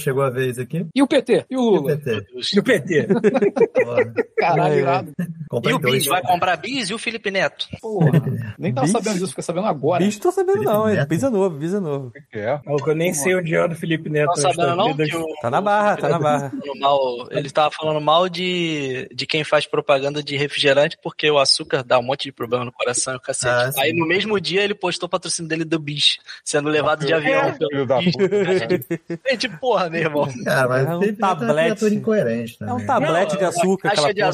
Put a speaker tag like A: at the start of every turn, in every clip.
A: Chegou a vez aqui.
B: E o PT? E
A: E
B: o
A: o
B: Lula?
A: PT?
B: E o PT?
A: Olha,
B: Caralho,
C: É.
B: irado.
A: compra
D: E o
A: dois.
D: Bis vai comprar Bis e o Felipe Neto.
B: Porra, nem tava
C: Bicho.
B: sabendo disso, fiquei sabendo agora.
C: Bicho, tô sabendo
A: Felipe
C: não, é
A: Neto.
C: Pisa novo, Pisa novo.
E: É.
F: Maluco, eu nem sei onde anda o Felipe Neto.
D: Não
F: eu acho
D: sabendo
F: que
D: não
F: vida-
D: que o,
C: Tá na barra, tá na barra.
D: falando mal- ele estava falando mal de, de quem faz propaganda de refrigerante porque o açúcar dá um monte de problema no coração e o
A: Ah,
D: cacete.
A: sim.
D: Aí no mesmo dia ele postou o patrocínio dele do Bis, sendo levado de avião.
E: Filho da puta.
D: É de porra, meu irmão.
A: Cara, mas
C: É um
A: o Felipe Neto é uma
C: tablete.
A: criatura incoerente
C: É um
A: também.
C: tablete
D: Não,
C: de
D: uma
C: açúcar, aquela
D: Caixa de
C: porra.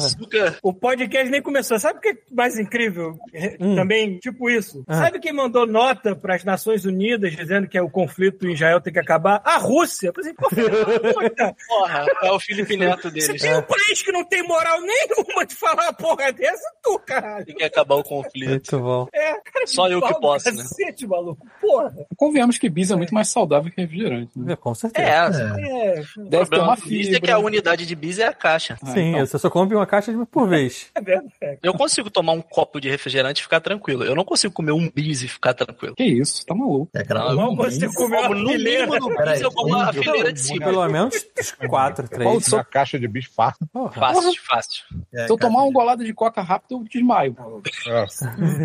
D: açúcar.
F: O podcast nem começou. Sabe o que é mais incrível?
C: Hum.
F: Também, tipo isso.
C: Ah.
F: Sabe quem mandou nota para as Nações Unidas dizendo que é o conflito em Israel tem que acabar? A Rússia. Eu falei, assim, pô, filho da puta,
D: Porra, é o Felipe Neto né?
F: se
D: deles.
F: tem um país que não tem moral nenhuma de falar uma porra dessa, tu, caralho.
D: Tem que acabar o conflito.
C: Muito bom.
F: É, cara,
D: Só eu que
F: pau do
D: posso, né?
F: Cacete, maluco. Porra.
B: Convenhamos que bis é muito mais saudável que refrigerante. Né?
C: É, com certeza.
A: É.
D: É,
F: É,
D: o
B: Deve ter
D: problema
B: uma
D: do Bis é que a
B: fibra.
D: unidade de Bis é a caixa.
B: Ah,
C: Sim,
B: então.
C: você só compra uma caixa de por vez.
F: é verdade.
D: Eu consigo tomar um copo de refrigerante e ficar tranquilo. Eu não consigo comer um bis e ficar tranquilo.
B: Que isso, tá maluco.
A: É aquela
D: Não,
F: Não, você
A: Bis.
F: comeu
D: Como
F: uma
D: no
F: fileira.
D: mínimo do bis,
A: Peraí,
D: eu como a
A: um-
D: fileira de cima.
C: Pelo menos uns quatro,
E: Qual
C: três.
E: a caixa de bicho fácil?
C: Porra.
D: Fácil, fácil.
A: É,
B: Se eu
A: cara,
B: tomar um golado de coca rápido, eu desmaio.
E: É.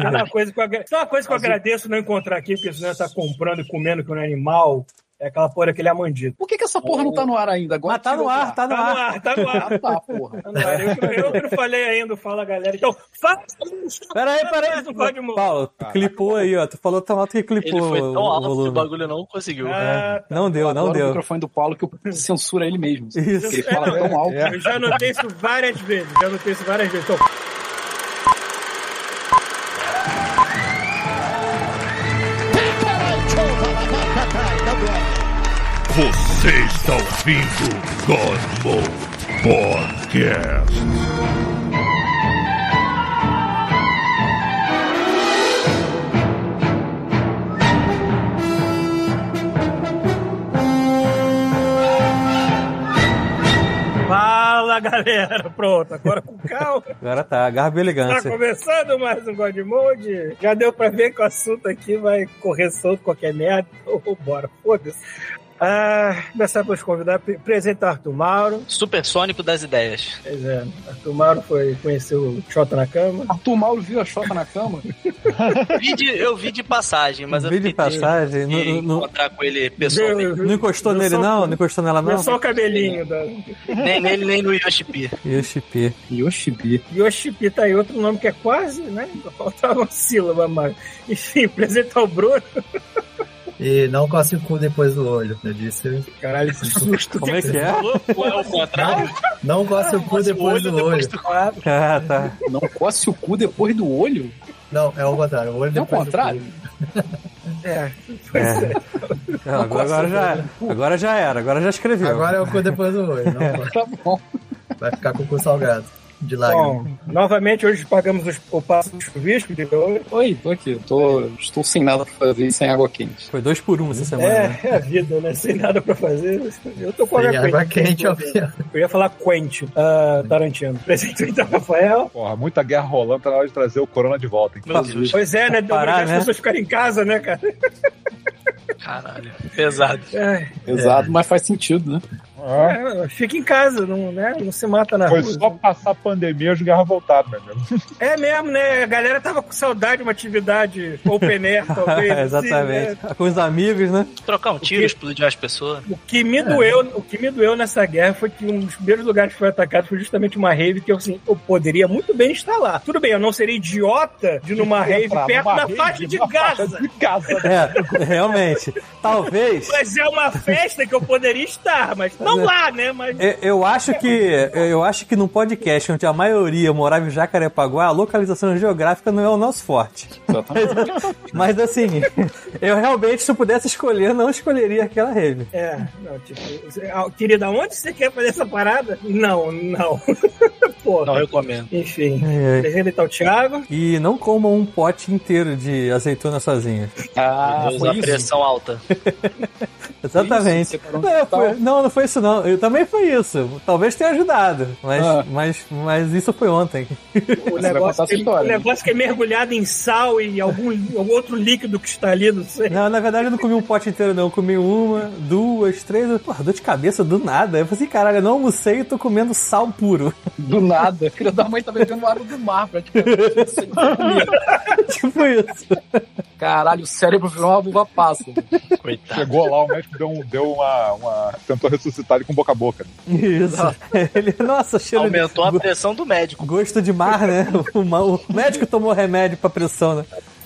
F: Tá uma coisa que eu, agra- Sabe uma coisa que eu agradeço não encontrar aqui, porque senão eu tá comprando e comendo que eu não é animal. É aquela porra, aquele amandido.
B: Por que, que essa porra não tá no ar ainda? Agora
C: Mas tá no ar, tá no
F: Tá no
C: ar.
F: ar, tá no ar.
B: Ah, tá, porra.
F: Tá no ar. Eu, que- eu que não falei ainda, fala galera. Então, fala.
D: Tá
C: Peraí, peraí.
F: Mas não pode mudar.
C: Paulo, tu clipou aí, ó. Tu falou tão alto que
D: Ele
C: clipou
D: foi
C: o
D: tão alto que o
C: volume.
D: bagulho não conseguiu.
F: Ah,
C: É, Não deu, não
B: Agora o
C: deu.
B: microfone do Paulo que eu censura ele mesmo.
C: Isso.
B: Ele fala
E: É,
B: tão alto.
E: é.
F: Eu já anotei isso várias vezes. Já anotei isso várias vezes. Então,
G: Você está ouvindo Godmo Podcast.
F: fala galera. Pronto, agora com calma.
C: Agora tá, garbo e
F: Tá
C: elegância.
F: começando mais um God Mode. Já deu pra ver que o assunto aqui vai correr solto qualquer merda. Então, bora, foda-se. Ah, começar pelos convidados. Pre- Presente é Arthur Mauro.
D: Supersônico das ideias.
F: Pois é, Arthur Mauro foi conhecer o Xota na cama.
B: Arthur Mauro viu a chota na cama.
D: Vi de- eu vi de passagem, mas eu
C: Vi de
D: fiquei triste
C: passagem,
D: de
C: não- não-
D: encontrar com ele pessoalmente.
C: Não encostou
F: Eu
C: nele,
F: só-
C: não? Não encostou nela,
F: Não
C: não?
F: é só o cabelinho da.
D: Nem nele, nem no Yoshipi.
C: E o Chipê.
B: Yoshibi.
F: Yoshipi tá aí, outro nome que é quase, né? Faltava uma sílaba, mas. Enfim, apresentar o Bruno.
A: E não coça o cu depois do olho. Eu disse.
F: Caralho, que susto.
C: Como é que é?
D: É o contrário?
A: Não coça o cu depois do olho.
C: Ah, tá.
B: Não coce o cu depois do olho?
A: Não, é o contrário. O olho
B: É o
A: depois do
B: contrário?
A: cu.
F: É,
C: É. Não, agora, agora já, agora já era, agora já escreveu.
A: Agora é o cu depois do olho. Não coça.
B: Tá bom.
A: Vai ficar com o cu salgado. De lágrima.
F: Bom, novamente hoje pagamos os- o passo do chuvisco de hoje.
B: Oi, tô aqui. Tô, estou sem nada pra fazer e sem água quente.
C: Foi dois por um essa semana. né?
F: É, é a vida, né? Sem nada pra fazer. Eu tô com
A: Tem água
F: Quentin.
A: quente, ó.
F: Eu ia falar Quentin, ah, Tarantino. Presente então, Rafael.
E: Porra, muita guerra rolando, tá na hora de trazer o Corona de volta. então. hein?
D: Meu Deus,
F: Pois é, né? Deu
C: Parar,
F: obrigado as
C: né?
F: pessoas ficarem em casa, né, cara?
D: caralho. Pesado.
F: É,
B: Pesado, mas faz sentido, né?
E: Ah,
F: é, fica em casa, não, né? não se mata na
E: Foi
F: rua.
E: só passar a pandemia e as guerras voltaram, meu amigo.
F: É mesmo, né? A galera tava com saudade de uma atividade open air, talvez. assim, né?
C: Exatamente. Com os amigos, né?
D: Trocar um tiro, explodir as pessoas.
F: O que
E: É.
F: me doeu, o que me doeu nessa guerra foi que um dos primeiros lugares que foi atacado foi justamente uma rave que eu assim, eu poderia muito bem estar lá. Tudo bem, eu não seria idiota de ir numa rave
E: Entrar
F: perto
E: numa
F: da
E: rave,
F: faixa de
E: numa
F: Gaza.
E: faixa de Gaza, né?
C: É, realmente. Talvez.
F: Mas é uma festa que eu poderia estar, mas não lá, né? Mas
C: Eu, eu acho que eu acho que num podcast onde a maioria morava em Jacarepaguá, a localização geográfica não é o nosso forte. Mas assim, eu realmente, se eu pudesse escolher, não escolheria aquela rave.
F: é, não, tipo, você- ah, querida, onde você quer fazer essa parada? Não, não. pô.
D: Não recomendo.
F: Enfim.
C: Ai, ai.
F: Legenda então, Thiago.
C: E não comam um pote inteiro de azeitona sozinha.
B: Ah,
D: Usa
B: foi
D: a
B: isso.
D: pressão alta.
C: Exatamente.
B: Isso, separou um
C: não,
B: total.
C: foi- não, não foi isso não. Eu também foi isso. Talvez tenha ajudado. Mas,
B: Ah.
C: mas, mas isso foi ontem.
F: O
B: vai contar
F: negócio,
E: tá
B: essa
F: que,
B: história,
F: o negócio que é mergulhado em sal e algum, algum outro líquido que está ali, não sei.
C: Não, na verdade eu não comi um pote inteiro, não. Eu comi uma, duas, três. Eu, Porra, dor de cabeça do nada. Eu falei assim, caralho, eu não almocei e tô comendo sal puro.
B: Do nada. Filha da mãe tá bebendo água do mar, praticamente. não sei o que comer.
C: tipo isso.
B: Caralho, o cérebro virou uma buva passa.
D: Coitado.
E: Chegou lá, o médico deu, um- deu uma, uma- tentou ressuscitar ele com boca a boca. né?
C: Isso. Ele, nossa, cheiro de-
D: Aumentou a pressão do médico.
C: Gosto de mar, né? O, ma- o médico tomou remédio pra pressão, né?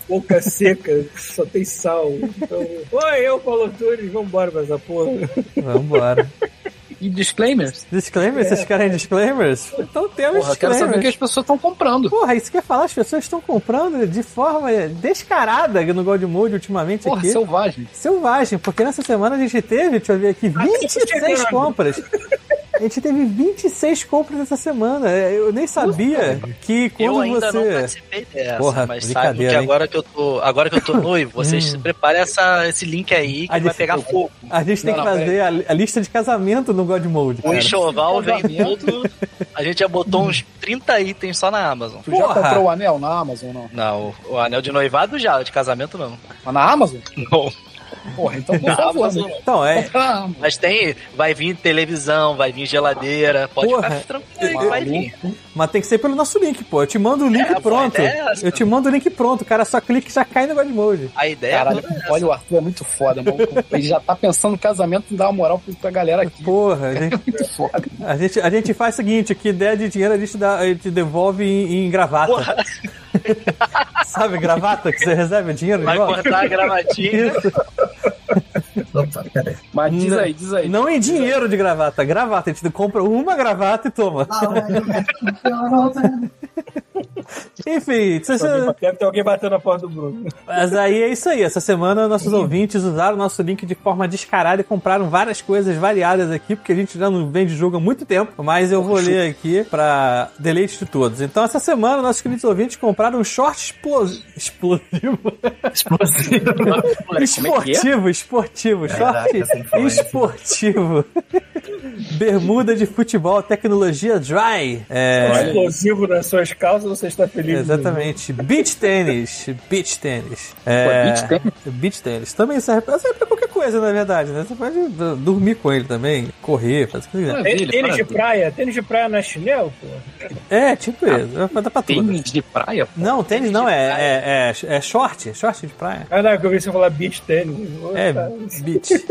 F: Boca seca, só tem sal. Então, oi, eu, Paulo Tunes, vambora pra essa porra.
C: Vambora.
B: E disclaimers?
C: Disclaimers? Vocês querem disclaimers? Então temos
B: Porra, eu quero
C: disclaimers.
B: saber o que as pessoas estão comprando.
C: Porra, isso quer falar, as pessoas estão comprando de forma descarada no Gold Mode ultimamente
B: Porra,
C: aqui.
B: selvagem.
C: Selvagem, porque nessa semana a gente teve, deixa eu ver aqui,
F: chegando.
C: 26 compras. A gente teve 26 compras essa semana. Eu nem sabia que
D: Eu
C: quando
D: ainda não
C: você.
D: participei dessa,
C: Porra,
D: mas sabe
C: brincadeira,
D: que
C: hein?
D: agora que eu tô, agora que eu tô noivo, vocês
C: Hum.
D: se preparem essa, esse link aí que
C: Ah,
D: vai
C: desse-
D: pegar fogo.
C: A gente tem
B: Não,
C: que
B: não,
C: fazer a, a lista de casamento no God Mode.
D: O
C: cara. Hum.
D: enxoval vem
B: Casamento.
D: tudo. A gente já botou uns 30 itens só na Amazon.
B: Tu já
C: Porra.
B: comprou
H: um-
B: o anel na Amazon, não?
D: Não, o- o anel de noivado já, o de casamento não.
B: Mas na Amazon?
D: Não.
B: Porra, então por favor, né?
C: Então, é.
B: Compra na Amazon.
D: Mas tem, vai vir televisão, vai vir geladeira, pode
C: Porra.
D: ficar tranquilo aí que vai vir.
C: Mas tem que ser pelo nosso link, pô. Eu te mando o link
D: É, pô,
C: pronto.
D: a ideia é essa.
C: Eu te mando o link pronto, cara. Só clica e já cai no God Mode.
D: A ideia
B: Caralho,
D: toda é essa.
B: olha o Arthur é muito foda, mano. Ele já tá pensando no casamento e dá uma moral pra- pra galera aqui. É
C: Porra, a gente,
B: Muito foda.
C: a gente, a gente faz o seguinte: aqui ideia de dinheiro a gente, dá, a gente devolve em, em gravata. Sabe, gravata que você recebe o dinheiro de
D: Vai
C: volta?
D: cortar a gravatinha.
C: Isso.
A: Opa, peraí.
B: Mas diz aí, diz aí.
C: Não em dinheiro de gravata, gravata. A gente compra uma gravata e toma. Enfim, se você-
F: Deve ter alguém batendo na porta do Bruno.
C: mas aí é isso aí. Essa semana nossos ouvintes usaram o nosso link de forma descarada e compraram várias coisas variadas aqui, porque a gente já não vende jogo há muito tempo. Mas eu vou ler aqui pra deleite de todos. Então, essa semana nossos queridos ouvintes compraram um short explo- explosivo.
A: é
C: Esportivo, esportivo,
A: Caraca,
C: short
A: É tá sem falar isso.
C: esportivo. Bermuda de futebol, tecnologia dry. É,
F: Explosivo nas suas calças, você está feliz.
C: exatamente. Beach tênis. Beach tênis. É,
B: Pô, beach
C: beach tênis. Também serve pra, serve pra qualquer coisa, na verdade, né? Você pode d- dormir com ele também, correr, fazer o que quiser.
F: Tê- Tênis,
B: Maravilha,
F: de
B: maravilha.
F: praia, tênis de praia na chinelo, pô.
C: É, tipo isso. Dá pra tudo.
B: Tênis de praia? pô.
C: Não, tênis não, é, é, é, é short. Short de praia.
F: Ah, não, que eu vi você falar beach tênis.
C: É,
F: Tá.
C: beach.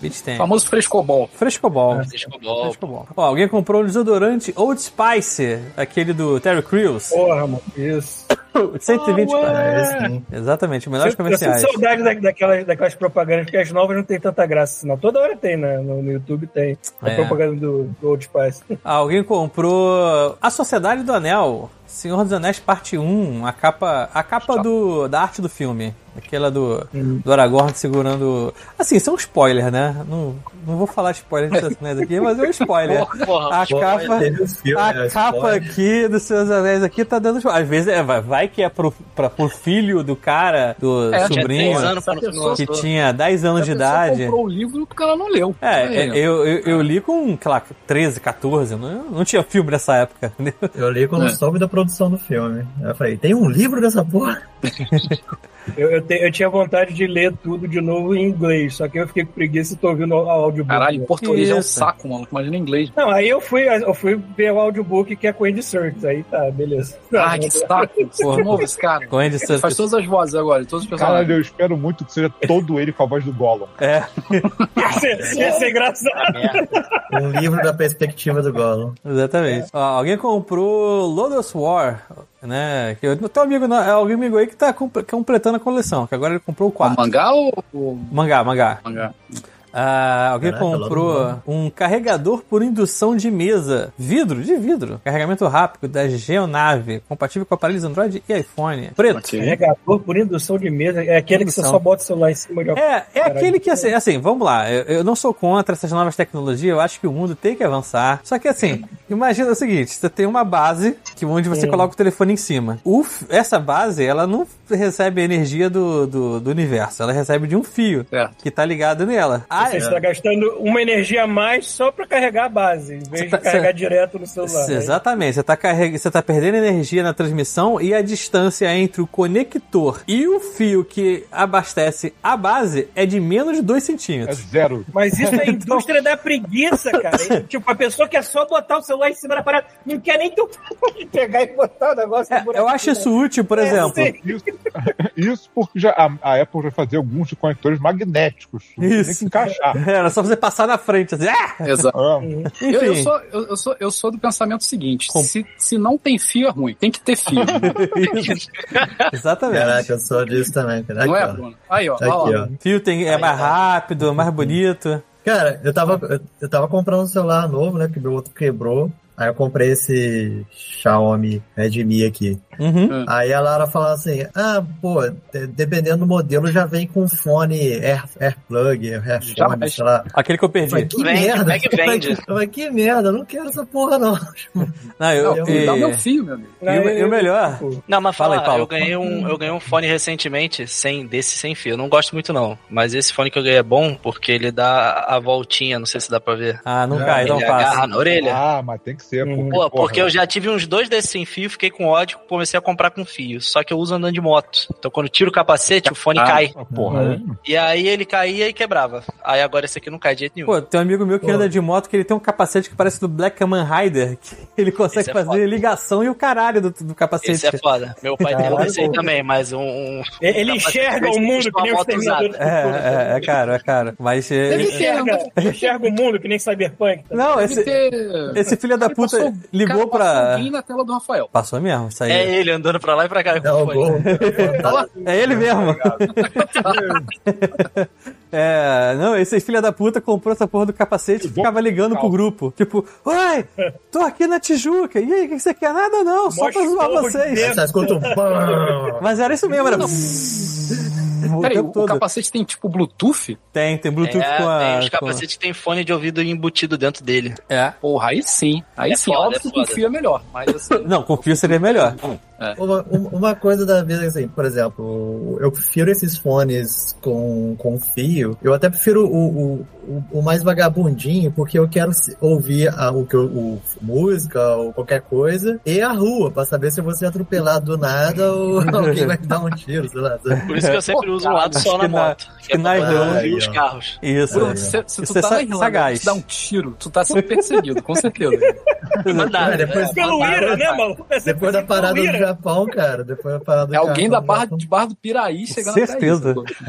C: Beach tênis.
B: Famoso frescobol.
C: Frescobol.
D: Ah. Desculpa,
C: Ficou bom. Ó, alguém comprou o desodorante Old Spice, aquele do Terry Crews.
F: Porra, mano, isso.
C: 120
A: É,
C: reais.
A: sim.
C: Exatamente, melhores
F: Eu sinto
C: comerciais.
F: saudade da, daquelas, daquelas propagandas, porque as novas não tem tanta graça, não. Toda hora tem, né? No, no YouTube tem. A
C: É.
F: propaganda do, do Old Spice.
C: Ah, Alguém comprou A Sociedade do Anel, Senhor dos Anéis Parte 1, a capa, a capa do, da arte do filme. Aquela do, do Aragorn segurando. Assim, isso é um spoiler, né? Não, não vou falar spoiler de Senhor dos Anéis aqui, mas é um spoiler.
D: porra,
C: A capa.
A: Teve o filme, né,
C: A capa
A: spoiler.
C: aqui dos seus anéis aqui tá dando. spoiler. Às vezes é, vai, vai que é pro, pra, pro filho do cara, do
B: É,
D: tinha
C: sobrinho,
D: 10 anos quando
B: Essa
D: lançou.
C: que tinha 10 anos de
B: A pessoa
C: idade.
B: comprou o livro e o cara não leu.
C: É, é, eu, eu, eu li com, sei lá, 13, 14, não, não tinha filme nessa época. entendeu?
A: Eu li quando
B: É.
A: soube da produção do filme. Aí Eu falei, tem um livro dessa porra?
F: Eu, eu, te- eu tinha vontade de ler tudo de novo em inglês, só que eu fiquei com preguiça e tô ouvindo o audiobook.
B: Caralho, português é um
C: Isso.
B: saco, mano. Imagina inglês.
F: Não, aí eu fui, eu fui ver o audiobook que é com Andy Serkis, aí tá, beleza.
B: Ah, que saco. Porra, de novo esse cara.
C: Com Andy
B: Faz
C: Serkis.
B: todas as vozes agora, de todos os personagens.
E: Caralho, eu espero muito que seja todo ele com a voz do Gollum.
C: É,
F: Esse- esse é
C: Ah,
F: engraçado.
A: Um livro da perspectiva do Gollum.
C: exatamente. Ó, alguém comprou Lodos War, né? Que eu, tem um amigo, no- é alguém amigo aí que tá comple- completando a coleção, que agora ele comprou o
B: O
C: 4.
B: mangá ou o
C: Mangá, mangá.
B: mangá?
C: Ah, alguém
A: Caraca, logo
C: comprou
A: logo.
C: um carregador por indução de mesa. Vidro, de vidro. Carregamento rápido da Geonave. Compatível com aparelhos Android e iPhone. Preto.
F: Carregador por indução de mesa é aquele que você
C: Indução.
F: só bota o celular em cima de uma
C: É, é
F: Caralho.
C: aquele que, assim, assim, vamos lá, eu, eu não sou contra essas novas tecnologias, eu acho que o mundo tem que avançar. Só que, assim, imagina o seguinte, você tem uma base que onde você
F: Sim.
C: coloca o telefone em cima. O f- essa base, ela não recebe a energia do, do, do universo, ela recebe de um fio
B: Certo.
C: que tá ligado nela. Ah,
F: Você está gastando uma energia a mais só para carregar a base, em vez
C: tá-
F: de carregar
C: cê-
F: direto no celular. né?
C: Cê- Exatamente, você tá, carreg... você tá perdendo energia na transmissão e a distância entre o conector e o fio que abastece a base é de menos de 2
E: É
C: centímetros.
E: zero.
F: Mas isso é indústria da preguiça, cara. tipo, a pessoa quer só botar o celular em cima da parada, não quer nem ter o de pegar e botar o negócio
C: É, eu acho isso útil,
F: É,
C: por exemplo.
E: Isso, isso porque já, a, a Apple vai fazer alguns conectores magnéticos. Tem
C: Isso.
E: que encaixar.
C: Era só você passar na frente, assim. Ah!
B: Exato.
E: Ah,
C: Enfim.
B: Eu, eu sou, eu, eu sou, eu sou do pensamento seguinte:
C: Com-
B: se, se não tem fio, é ruim. Tem que ter fio.
C: Exatamente.
A: Caraca, eu sou disso também, cara.
B: não é,
A: Aqui, ó.
B: Bruno? Aí, ó.
A: Tá
B: ó,
A: aqui,
B: ó.
A: ó.
C: Fio tem, é mais rápido, mais bonito.
A: Cara, eu tava, eu, eu tava comprando um celular novo, né? Porque meu outro quebrou. Aí eu comprei esse Xiaomi Redmi aqui.
C: Uhum.
A: Aí a Lara falava assim: ah, pô, de- dependendo do modelo já vem com fone Air, Airplug, Airphone,
B: mas-
A: sei lá.
C: Aquele que eu
A: Eu falei,
C: perdi.
A: que
D: Vende,
A: merda,
D: como é que vende?
A: Eu falei, que merda, eu não quero essa porra não.
C: Não, eu, É.
B: Não,
C: e-
B: me dá um o meu fio, meu amigo.
F: É,
C: e o- e o melhor,
D: Não, mas
C: Fala
D: fala,
C: aí, Paulo.
D: eu ganhei um, eu ganhei um fone recentemente, sem desse sem fio. Eu não gosto muito não, mas esse fone que eu ganhei é bom porque ele dá a voltinha, não sei se dá pra ver.
C: Ah, não
A: É,
C: cai, não
D: ele
C: passa.
D: agarra na orelha.
E: Ah, mas tem que ser.
F: Hum.
D: Pô, porque eu
E: porra,
D: já tive uns dois desses sem fio, fiquei com ódio, comecei a comprar com fio. Só que eu uso andando de moto. Então quando tiro o capacete, o fone
B: Ah.
D: cai.
E: ah, Porra,
D: E aí ele caía e quebrava. Aí agora esse aqui não cai de jeito nenhum.
C: Pô, tem um amigo meu que
A: Pô.
C: anda de moto que ele tem um capacete que parece do Black Man Rider, que ele consegue
D: Esse é
C: fazer
D: foda.
C: ligação e o caralho do, do capacete.
D: Esse é foda. Meu pai tem um
F: Caralho,
D: desse aí
F: pô.
D: também, mas um. um-
F: Ele
D: Não, mas
F: enxerga o
D: esse
F: mundo
D: custa
F: que nem
D: uma
F: o
D: moto
F: Exterminador do Futuro.
C: É, é, é caro, é caro. Mas. é,
F: Ele
C: é-
F: enxerga, ele enxerga o mundo que nem Cyberpunk. tá?
C: Não,
B: Tem que
C: esse,
B: ter.
C: esse filho da
B: Ele
C: puta
B: passou-
C: ligou
B: cara, passou
C: pra.
B: alguém na tela do Rafael.
C: Passou mesmo, isso aí.
D: É ele andando pra lá e pra cá.
A: Não,
D: Foi.
A: gol.
C: É
F: Tá
C: ele mesmo. é, não, esse filho da puta comprou essa porra do capacete e ficava ligando pro grupo. Tipo, oi, tô aqui na Tijuca. E aí, o que que você quer? Nada não, só pra
F: Mostra
C: zoar
F: o povo de
C: vocês.
F: dentro.
A: Você escuta um bam.
C: Mas era isso mesmo, era... o
B: Peraí,
C: tempo
B: o
C: todo.
B: capacete tem tipo Bluetooth?
C: Tem, tem Bluetooth
D: É,
C: com a...
D: tem os
C: com a-
D: capacetes que tem fone de ouvido embutido dentro dele.
C: É.
B: Porra, aí sim. Aí
D: É
B: sim,
D: foda,
B: óbvio
D: é
B: que com
D: foda.
B: fio é melhor. Mas assim.
C: Não, com fio seria melhor.
A: Uma, uma- uma coisa da vida, assim, por exemplo, eu prefiro esses fones com, com fio. Eu até prefiro o, o, o, o mais vagabundinho, porque eu quero se- ouvir a, o, que eu- o, música ou qualquer coisa e a rua, pra saber se eu vou ser atropelado do nada ou alguém vai me dar um tiro, sei lá. sabe?
D: Por isso que eu sempre uso um
B: Cara,
D: lado só
C: acho
D: na
C: que na-
D: moto.
C: acho
D: Que é
C: que na
D: pra
A: Irlanda-
D: proteger os carros.
C: Isso.
B: Bruno, se, se
C: Isso
B: tu
C: é
B: tá
C: sa-
B: na Irlanda
C: sagaz.
B: e te dá um tiro, tu tá sendo perseguido, com certeza.
D: Mandaram,
A: É, depois-
D: né?
F: Pelo
D: Mandaram,
F: Ira, né,
D: cara.
F: maluco? Começa
A: Depois da
F: pelo
A: parada do
F: Ira.
A: Japão, cara, depois da parada do
B: É alguém da
A: Japão,
B: barra,
A: Japão,
B: de barra do Piraí chegando
C: Certeza.
B: até isso.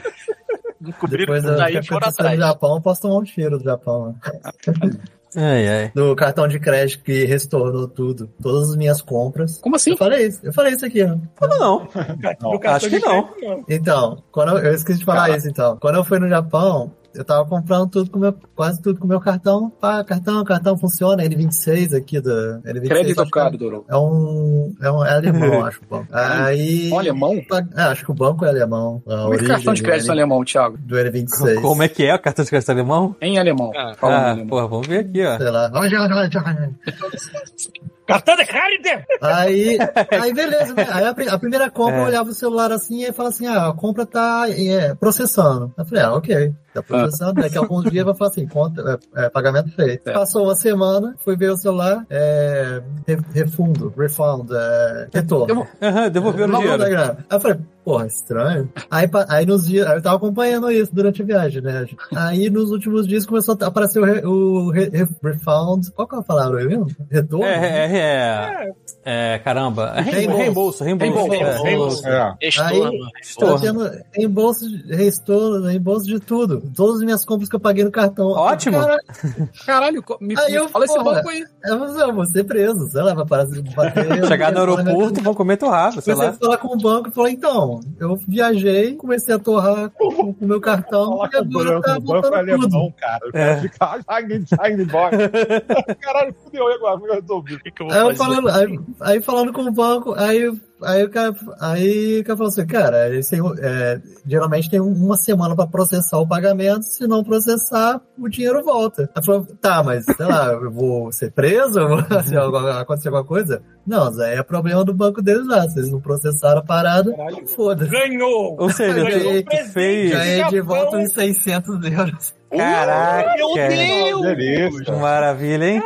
D: Encobriram
A: Depois
B: tá
D: tudo
A: da
D: aí e
A: competição
D: foram
A: do
D: atrás.
A: Japão, eu posso tomar um tiro do Japão. né?
C: Ai, ai.
A: Do cartão de crédito que restaurou tudo, todas as minhas compras.
B: Como assim?
A: Eu falei isso, eu falei isso aqui, né?
C: Não, não.
F: Do cartão
C: acho que
F: de
C: não.
F: crédito, não.
A: Então, quando eu, eu esqueci de falar isso, então. Quando eu fui no Japão, eu tava comprando tudo com meu, quase tudo com meu cartão. Pá, cartão, cartão funciona, N26 aqui do. N26,
B: Crédito
A: acho que
B: caro, Doro.
A: É um. É um é alemão, acho. Bom. Aí.
B: Um alemão?
A: pa- é, acho que o banco é alemão. A
B: Como é que
A: origem né?
B: cartão de
A: do
B: crédito é
A: N-
B: alemão, Thiago?
A: do N26.
C: Como é que é o cartão de crédito alemão?
B: Em alemão.
D: Ah,
B: Fala em
C: ah,
B: alemão.
C: porra, vamos ver aqui, ó.
A: Sei lá.
F: Cartão de crédito!
A: Aí, aí beleza, né? Aí a, pri- a primeira compra
C: É.
A: eu olhava o celular assim e falava assim: ah, a compra tá é, processando. Eu falei, ah, ok, tá processando. Daqui a alguns dias vai falar assim: conta, é, é, pagamento feito.
B: É.
A: Passou uma semana, fui ver o celular, é, re- refundo, refund, é, retorno.
B: Eu vou-
C: Aham, devolveram o
A: Não, não,
C: dinheiro.
A: não, não. Aí eu falei, porra, estranho. Aí, pa- aí nos dias, aí eu tava acompanhando isso durante a viagem, né? Aí nos últimos dias começou a aparecer o, re, o re- re- refund. Qual que é a palavra mesmo? Retorno?
C: É, é, é, é, caramba. Reembolso, reembolso, reembolso.
B: Reembolso,
C: é.
B: reembolso.
E: É.
D: Estorno.
A: Tô
C: Estou.
A: tendo reembolso de, reestorno, reembolso de tudo. Todas as minhas compras que eu paguei no cartão.
C: Ótimo.
A: Cara,
B: Caralho, co- me,
A: Aí
B: me
A: eu-
B: fala esse
A: porra.
B: banco aí.
A: eu vou- É, eu vou ser preso, sei lá, vai parar de bater.
C: Chegar no
A: Vai-
C: aeroporto, vão comer teu rabo, sei
A: Comecei
C: lá.
A: a falar com o banco e falou, então, cartão. Eu viajei, comecei a torrar com o meu cartão
E: Fala
A: e
E: com o
A: agora
E: branco,
A: tá
E: o banco
A: botando tudo.
E: alemão, cara. O
C: É.
E: cara fica saindo, saindo embora. Caralho, fudeu, e agora? Como eu resolvi?
D: O que, que eu vou
A: Aí eu
D: fazer?
A: falando, aí, aí falando com o banco, aí, aí, o, cara, aí o cara falou assim, cara, eles têm, é, geralmente tem uma semana pra processar o pagamento, se não processar, o dinheiro volta. Aí falou, tá, mas sei lá, eu vou ser preso? Eu vou- se alguma- acontecer alguma coisa? Não, Zé, é problema do banco deles lá, vocês não processaram a parada, foda-se.
F: Ganhou!
C: Ou seja,
A: Ganhei.
C: tu- tu
F: Presente.
C: fez.
A: Ganhei de
F: Japão.
A: volta uns 600 euros.
C: Caraca!
B: Meu Deus!
E: Ah, Delícia.
C: Maravilha, hein?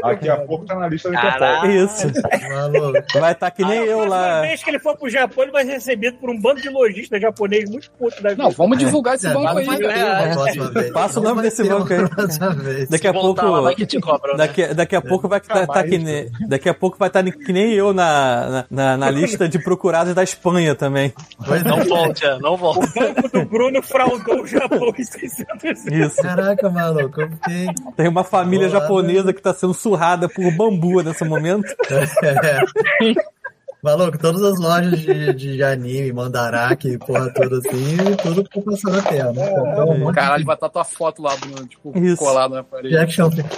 E: Daqui a pouco tá na lista do
D: Caraca.
E: Interpol.
C: Isso.
A: Maluco.
C: Vai estar que nem
F: Ah, A
C: eu
F: próxima
C: lá.
F: vez que ele for pro Japão, ele vai ser recebido por um bando de lojistas japonês muito puto da vida.
B: Não, vamos divulgar esse
A: É,
B: banco
A: vai
B: aí,
A: ter
B: cara.
A: uma próxima vez.
C: Passa o nome
A: Vai
C: desse
A: ter uma
C: banco aí.
A: próxima vez.
C: Daqui a
D: Voltar
C: pouco.
D: lá, vai que te cobram, né?
C: Daqui, daqui a pouco vai tá,
E: Jamais,
C: tá que nem, daqui a pouco vai estar que nem eu na, na- na, na lista de procurados da Espanha também.
A: Pois é.
D: Não volte, é, não volte.
F: O banco do Bruno fraudou o Japão em 600
C: Isso.
A: Caraca, maluco, eu fiquei.
C: Tem uma família
A: Olá,
C: japonesa que tá sendo surrada por bambu nesse momento.
A: É. Maluco, todas as lojas de, de anime, mandarake, porra, tudo assim, tudo por passar na tela. né? Comprou um monte
B: Caralho, vai estar tua foto lá, Bruno, tipo,
C: Isso.
B: colado na
A: de
B: parede.
A: action figure.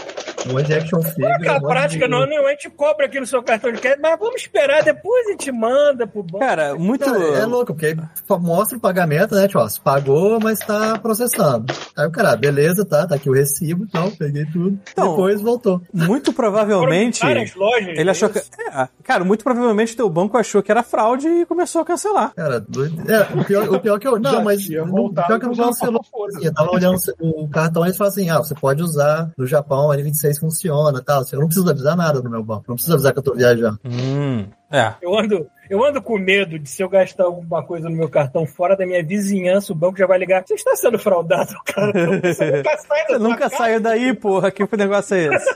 A: Um monte de action figure. um
F: Aquela
A: monte
F: prática,
A: de-
F: não, é não, a gente cobra aqui no seu cartão de crédito, mas vamos esperar, depois a gente manda pro banco.
C: Cara, muito.
A: Cara, é louco, porque aí fa- mostra o pagamento, né? Tipo, ó, se pagou, mas tá processando. Aí o cara, beleza, tá, tá aqui o recibo e tal, peguei tudo.
C: Então,
A: Depois voltou.
C: Muito
F: Foram
C: provavelmente.
F: várias lojas.
C: Ele achou que. É, cara, muito provavelmente teu banco achou que era fraude e começou a cancelar.
A: Cara, doido. É, o, pior, o pior que eu. Não,
E: Já
A: mas.
E: tinha
A: não-
E: voltado,
A: pior que eu não
E: já
A: cancelou.
E: foda-se.
A: Eu tava olhando o cartão e eles falam assim: ah, você pode usar no Japão, a N26 funciona tal. Assim, eu não preciso avisar nada no meu banco. Não preciso avisar que eu tô viajando.
C: Hum. É.
F: Eu ando, eu ando com medo de se eu gastar alguma coisa no meu cartão fora da minha vizinhança, o banco já vai ligar. Você está sendo fraudado, cara. Você nunca sai
C: Você
F: da sua
C: nunca
F: casa.
C: saiu daí, porra. Que negócio é esse?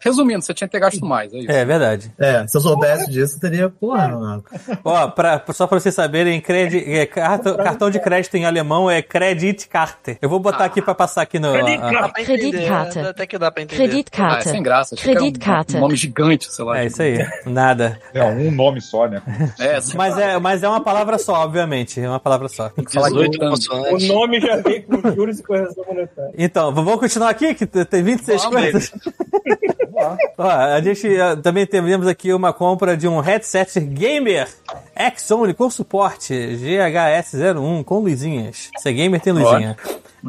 B: Resumindo, você tinha que ter gasto mais, é isso.
C: É verdade.
A: É, se eu soubesse disso, eu teria.
E: É.
A: Porra, Renato.
C: Ó, pra, só pra vocês saberem, credi, é, cartão, cartão de crédito em alemão é Kreditkarte. Eu vou
F: Ah.
C: botar aqui pra passar aqui no.
F: Kreditkarte.
D: Dá pra entender,
H: Kreditkarte.
D: né? Até que dá pra entender.
B: Ah, é sem
H: Kreditkarte.
B: graça. achei que era um-
H: Kreditkarte.
B: Um nome gigante, sei lá.
C: É isso aí, nada.
E: É um nome só, né?
B: É, sem
C: Mas é, mas é uma palavra só, obviamente. É uma palavra só.
B: falar
D: 18
B: gritando.
C: Ah,
F: O
D: consoantes.
F: nome já vem com juros e correção monetária.
C: Então, v- vamos continuar aqui, que t- tem 26
D: Vamos,
C: coisas. Ó, a gente eh, também tivemos aqui uma compra de um headset gamer X-Only com suporte GHS01 com luzinhas. Você é gamer tem luzinha.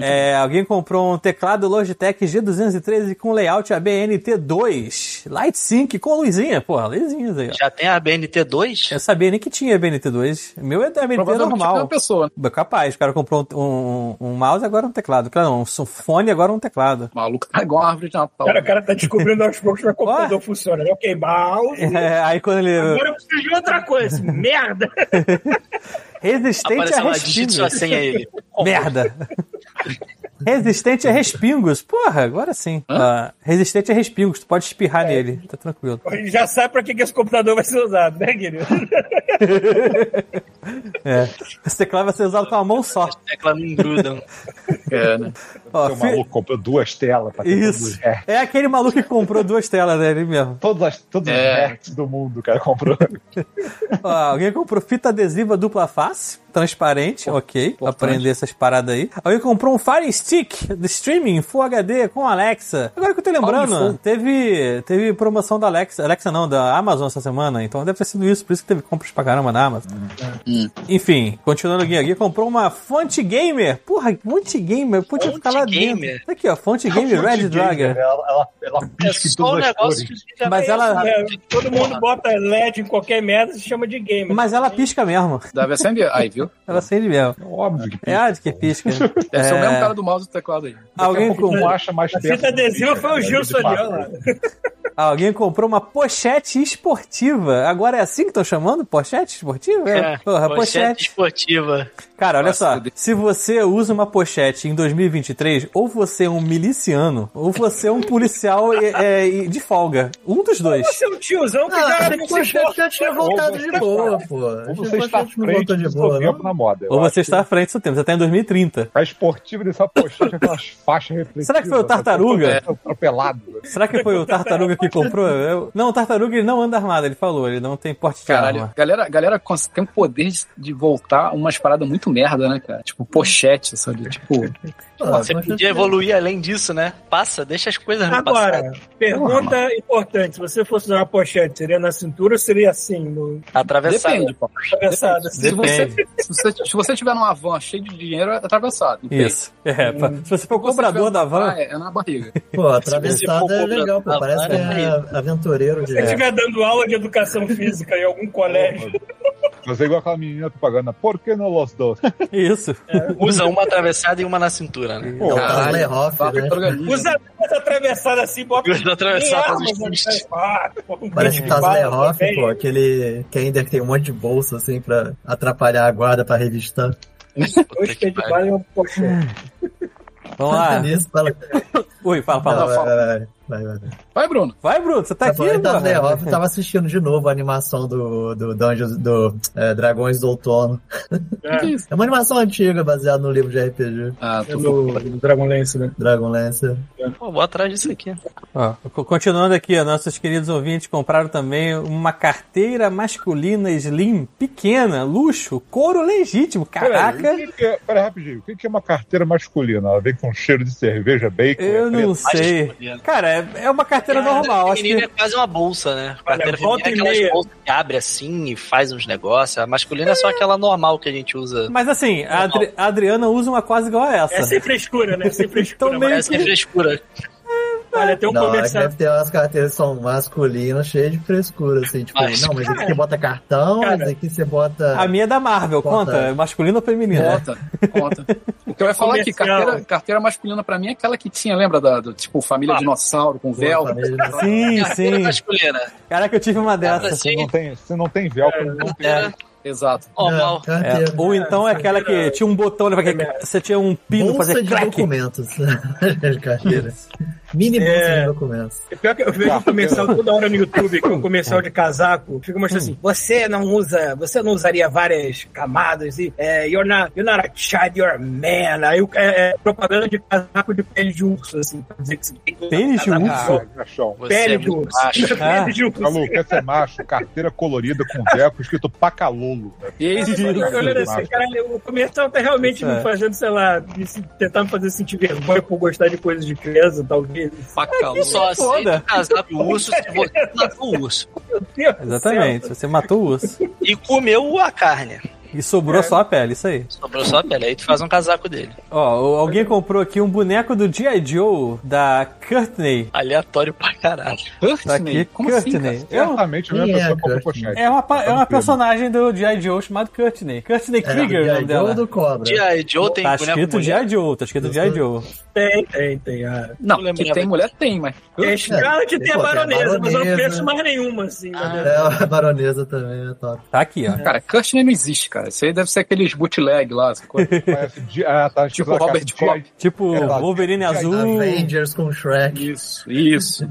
C: É, alguém comprou um teclado Logitech G213 com layout ABNT2 Lightsync com luzinha. Porra, luzinhas aí. ó.
D: Já tem a BNT2?
C: Eu sabia nem que tinha ABNT2. Meu é da ABNT
B: Provavelmente é uma
C: normal.
B: pessoa. né?
C: Bem, Capaz, o cara comprou um, um- um mouse agora um teclado. Claro, não, um fone agora um teclado.
B: O maluco tá igual uma árvore de Natal.
F: Cara, o cara tá descobrindo aos poucos que o computador
C: Ó.
F: funciona. né? Ok, mouse.
C: É, aí quando ele.
F: Agora eu preciso de outra coisa, esse merda.
C: Resistente a
D: Apareceu lá, digite um sua
C: respingos.
D: senha ele.
C: Merda. Resistente a respingos. Porra, agora sim. Ah, resistente a respingos. Tu pode espirrar nele. Tá tranquilo.
F: Ele já sabe pra que, que esse computador vai ser usado, né, querido?
C: É. Esse teclado vai ser usado com a mão só.
D: As teclas não grudam.
B: É, né?
C: Ó,
E: Seu
C: fi-
E: maluco tá comprou duas telas pra ter
C: Isso.
E: todos os hertz.
C: É aquele maluco que comprou duas telas, né? Ele mesmo.
E: Todas as, todos os
B: É.
E: hertz do mundo, cara, comprou.
C: Ó, alguém comprou fita adesiva dupla face, transparente, ok. Aprender essas paradas aí. Alguém comprou um Fire Stick de streaming Full HD com Alexa. Agora que eu tô
B: Olha,
C: lembrando,
B: full.
C: teve, teve promoção da Alexa, Alexa não, da Amazon essa semana, então deve ter sido isso, por isso que teve compras pra caramba na Amazon. Enfim, continuando aqui, alguém comprou uma Fonte Gamer. Porra, Fonte Gamer, podia
D: Fonte
C: ficar lá
D: Gamer?
C: dentro. Tá Aqui, ó, Fonte Gamer
E: um
C: Red Dragon.
E: Ela, ela, ela
D: É
E: pisca em
D: só um
E: todas as
D: negócio
E: cores.
D: que já
C: Mas
D: vem
C: ela-
D: assim,
F: É,
D: né?
F: todo mundo bota LED em qualquer merda e se chama de gamer.
C: Mas ela pisca mesmo,
B: Deve acender. Aí, viu?
C: ela acende mesmo.
E: Óbvio que
C: É
E: pisca.
C: a de que pisca.
B: Deve ser o
C: É.
B: mesmo cara do mouse e do teclado aí.
C: Alguém
E: Daqui a pouco tu
C: comprou.
E: não acha mais
F: A fita adesiva
E: né?
F: foi o Gilson Leão lá.
C: Alguém comprou uma pochete esportiva. Agora é assim que estão chamando? Pochete esportiva?
D: É,
C: Porra,
D: pochete,
C: pochete.
D: esportiva.
C: Cara, olha
B: Nossa,
C: só.
B: meu Deus.
C: Se você usa uma pochete em 2023, ou você é um miliciano, ou você é um policial é, é, de folga. Um dos dois.
F: Você é um tiozão que
A: Ah,
F: já
A: achei
F: não
A: que
F: se
A: pochete
F: importa.
A: já tinha voltado de boa, pô.
E: Ou
A: Achei
E: você
A: que
E: está tá à
A: pochete não voltou
E: frente
A: de
E: do seu
A: boa, né? não.
E: tempo na moda. eu
C: Ou
E: acho
C: você está à frente do seu tempo. Você está em 2030.
E: que A esportiva dessa pochete, aquelas faixas reflexivas. né? tá
C: Será que foi o tartaruga?
E: Atropelado.
C: Será que foi o tartaruga que comprou? Eu- Não, o tartaruga ele não anda armado, ele falou, ele não tem porte de
B: Caralho,
C: arma.
B: galera, galera cons- tem o poder de- de voltar umas paradas muito merda, né, cara? Tipo, pochete, sabe? Tipo,
A: Ah,
D: Você
A: com
D: podia
A: certeza.
D: evoluir além disso, né? Passa, deixa as coisas tá no passado.
F: Agora, pergunta importante. Se você fosse usar uma pochete, seria na cintura ou seria assim, no
D: Atravessado.
B: depende, pô.
F: atravessado?
B: Se você,
C: Depende.
B: se, você, se você tiver numa van cheia de dinheiro, é atravessado.
C: Isso. É, pra- se você for
B: Se você
C: cobrador
B: tiver
C: da van,
B: Ah, é, é na barriga.
A: Pô, atravessada
D: você
A: é
D: for
A: legal, pô.
D: cobrador
A: Parece
D: da
A: que é
D: vara,
A: aventureiro de
F: Se você estiver dando aula de educação física em algum colégio,
E: Mas é igual aquela menina propaganda, por que não los dos?
C: isso.
D: Usa uma atravessada e uma na cintura, né?
A: É o
B: Caralho,
A: Lehoff,
B: Barra
A: né?
B: de organismo.
F: usa duas atravessadas assim, bota
D: É.
F: né?
D: Usa atravessada, faz um twist.
F: um
A: Parece tá o Taslerhoff, pô, aquele que ainda tem um monte de bolsa, assim, pra atrapalhar a guarda pra revistar.
D: Puta
F: Hoje
D: que
F: tem de
D: pariu.
F: bala e uma pochete.
C: Vamos lá.
A: Nisso, fala.
C: Ui, fala,
A: Não,
C: Ah,
A: vai,
C: fala.
A: vai, vai, vai, vai.
B: Vai, Bruno.
C: Vai, Bruno, você tá
A: Tá
C: aqui,
A: falando em Taslerhoff, eu
C: mano.
A: tava assistindo de novo a animação do, do Dungeons, do é, Dragões do Outono.
B: O que é isso?
A: É uma animação antiga, baseada no livro de RPG,
B: Ah,
H: É,
B: tô
F: Do, do Dragonlance, né?
A: Dragonlance.
D: Pô, vou atrás disso aqui.
C: Ó, co- continuando aqui, ó, nossos queridos ouvintes compraram também uma carteira masculina slim, pequena, luxo, couro legítimo, caraca.
E: Peraí, o que que é- peraí, rapidinho. O que que é uma carteira masculina? Ela vem com cheiro de cerveja, bacon,
C: Eu
E: é
C: não
E: preto?
C: sei. Cara, é- é uma carteira normal, acho
D: feminina
C: que.
D: é quase uma bolsa, né? Carteira
F: volta
D: feminina é
F: e meia.
D: aquelas bolsas que abre assim e faz uns negócios. A masculina é só aquela normal que a gente
E: é
D: usa.
C: Mas assim, a, Adri- a Adriana usa uma quase igual a
F: É
C: essa.
F: sem frescura, né? Sem frescura.
C: Então, meio
F: mas-
D: Parece que é frescura.
F: Olha, tem um
A: Não, é acho que
F: comercial.
A: deve ter umas carteiras que são masculinas, cheias de frescura, assim, tipo,
D: Mas,
A: não, mas aqui você bota cartão,
F: cara,
A: mas aqui você bota...
C: é. A minha é da Marvel,
A: Conta.
C: conta, é masculina ou
A: É.
C: feminina?
B: Conta, conta. O que eu ia falar é que
F: Comercial.
B: carteira, carteira masculina pra mim é aquela que tinha, lembra da, do, tipo, família
D: Ah.
B: dinossauro com véu?
A: família.
C: Sim,
D: Carteira
C: sim.
D: É masculina. assim,
C: Caraca, eu tive uma dessa.
E: Se
D: Sim.
E: não tem, se não tem véu, não tem.
D: Carteira
B: Exato.
A: Não,
D: né? normal.
C: É,
A: carteira.
C: ou então é aquela que tinha um botão, né, pra
E: É
C: que- você tinha um pino pra
A: Bolsa
C: fazer
A: de
C: crack.
A: documentos. carteira. Mini bolsa
F: É.
A: de documentos.
F: Pior que eu
C: Tá.
F: vejo um comercial toda hora no YouTube, que é um comercial de casaco, fica mostrando
C: Hum.
F: assim, você não usa, você não usaria várias camadas e é, you're, not, you're not a child, you're a man. Aí o- é, é propaganda de casaco de pele de urso, assim, pra dizer que você tem que usar
C: Pênis
E: Tá
C: de urso?
F: casaco
C: Ah, tá
E: Machão.
D: Você
F: Pele
D: é
F: de
D: muito
F: urso.
D: macho.
F: Pele de urso.
E: Maluco, quer ser macho, carteira colorida com véu, escrito pacalolo.
B: Eis
F: Eu
E: Tá
F: olhando assim,
E: Macho.
F: caralho, o comercial tá realmente
C: Isso é.
F: me fazendo, sei lá, me se- tentar me fazer sentir vergonha por gostar de coisas de criança, talvez.
B: pacalão.
D: Só
C: foda.
D: aceita casar com o urso se você matou o urso.
F: Meu Deus do
C: Exatamente, você matou o urso.
D: E comeu a carne.
C: E sobrou só a pele, isso aí.
D: Sobrou só a pele. Aí tu faz um casaco dele.
C: Ó, o- alguém comprou aqui um boneco do G.I. Joe da Courtney.
D: Aleatório pra caralho.
C: Tá aqui,
B: Courtney? Como assim, cara?
C: Courtney. É um-
E: Certamente a mesma
A: Quem é,
E: pessoa comprou
A: Kirsten?
E: pochete.
C: é uma, pa- é uma
E: Tranquilo.
C: personagem do G.I. Joe chamado Courtney. Courtney
A: É,
C: Krieger, é,
A: do
C: o nome
A: G.I. Joe ou
C: dela.
A: do Cobra.
D: G.I. Joe tem
C: Tá
D: boneco
C: escrito
D: mulher.
C: G.I. Joe, tá escrito G.I. Joe.
F: Tem, tem, tem. Ah.
B: Não,
D: Não lembro
B: que tem
D: nada.
B: mulher, tem, mas...
F: Tem a escala de
A: É,
F: ter a
A: pô, tem a
F: baronesa, mas eu não
A: baronesa.
F: penso mais nenhuma, assim. né?
A: É, a baronesa também é top.
C: Tá aqui, ó.
B: Cara, Kirsten não existe, cara. Isso aí deve ser aqueles bootleg lá. essa coisa.
E: Parece de- ah, tá
B: Tipo
E: escrito na
B: Robert
E: carta,
B: Koch.
C: Tipo,
E: É, tá.
C: Wolverine azul.
A: Avengers com Shrek.
B: Isso, isso.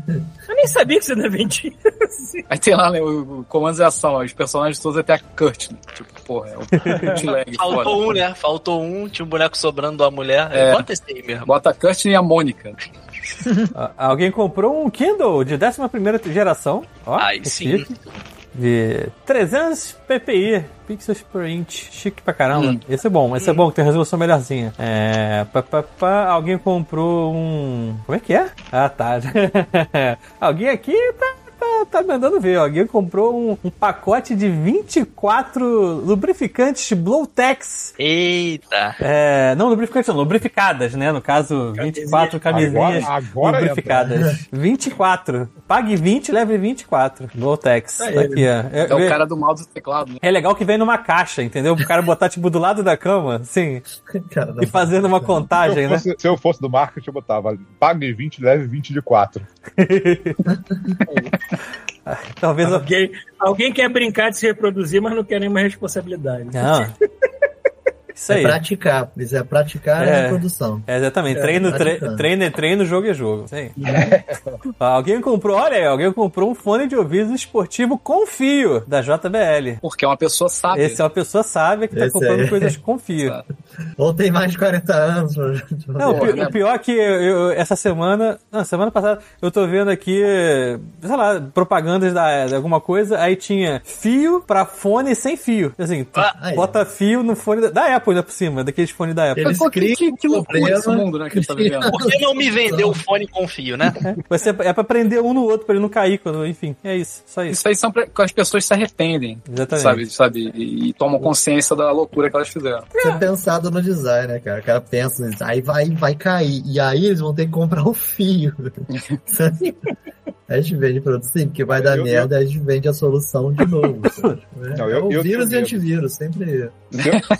F: Eu nem sabia que você não é assim. vendia.
B: Aí tem lá, né, o, o comando de ação, ó, os personagens todos até a Kirsten. Tipo, porra, é o bootleg. foda.
D: Faltou um, né? Faltou um, tinha um boneco sobrando da mulher.
B: É.
D: Bota esse aí mesmo.
B: Bota a Kirsten e a Mônica.
C: Ó, Ah, Alguém comprou um Kindle de 11 geração. Ó,
D: Aí
C: que
D: sim.
C: chique. De 300 ppi, pixels per inch. Chique pra caramba.
B: Hum.
C: Esse é bom, esse é bom, que tem resolução melhorzinha. É. Pá, pá, pá, alguém comprou um. Como é que é? Ah, tá. alguém aqui tá. Tá, tá mandando ver, ó. alguém comprou um, um pacote de 24 lubrificantes Blowtex.
D: Eita.
C: É, não, lubrificantes não, lubrificadas, né? No caso, 24 camisinhas
E: Agora, agora entra.
C: lubrificadas. 24. Pague 20, leve 24. Voltex. Tá
F: Aí,
C: aqui, ó. É,
B: É o
C: é-
B: cara do mal do teclado, né?
C: é legal que vem numa caixa, entendeu? O cara botar, tipo, do lado da cama, assim,
A: Cara, não-
C: e fazendo uma
E: Se
C: contagem,
E: eu,
C: né?
E: fosse, se eu fosse do marketing, eu botava pague 20, leve 20 de 4.
C: Talvez eu...
F: Alguém, alguém quer brincar de se reproduzir, mas não quer nenhuma responsabilidade.
C: Não. Isso
A: É
C: aí.
A: praticar. Isso é praticar
C: É.
A: a reprodução.
C: É, exatamente. treino, tre-
A: praticando.
C: treino é treino, jogo é jogo. Isso aí. Ó, alguém comprou, olha aí, alguém comprou um fone de ouvido esportivo com fio da JBL.
B: Porque é uma pessoa sábia.
C: Esse é uma pessoa sábia que tá
A: Esse
C: comprando
A: aí.
C: coisas com fio.
B: Exato.
A: Voltei mais de 40 anos.
C: Não, o pi- o pior é que eu- eu- essa semana, não, semana passada, eu tô vendo aqui, sei lá, propagandas da, de alguma coisa, aí tinha fio pra fone sem fio. Assim, tu
D: Ah,
A: aí.
C: bota fio no fone da, da Apple ainda por cima, daqueles fones da Apple.
A: Eles
B: Pô, que-
A: criam
B: que- que loucura
A: problema.
B: esse mundo, né, que a gente tá vivendo.
D: Você não me vendeu o fone com fio, né?
C: Você, é pra prender um no outro, pra ele não cair quando, enfim, é isso, só isso.
B: Isso aí são pra, que as pessoas se arrependem,
C: Exatamente.
B: sabe? sabe? E, e tomam consciência da loucura que elas fizeram.
A: Isso é pensado no design, né, cara? O cara pensa nisso, aí vai, vai cair. E aí eles vão ter que comprar o fio. Sabe? a gente vende produto, sim, porque vai dar
E: Eu- eu-
A: merda, a gente vende a solução de novo. sabe?
E: Não,
A: é
E: eu-
A: o
E: eu
A: vírus e
E: tenho medo.
A: antivírus, sempre. é,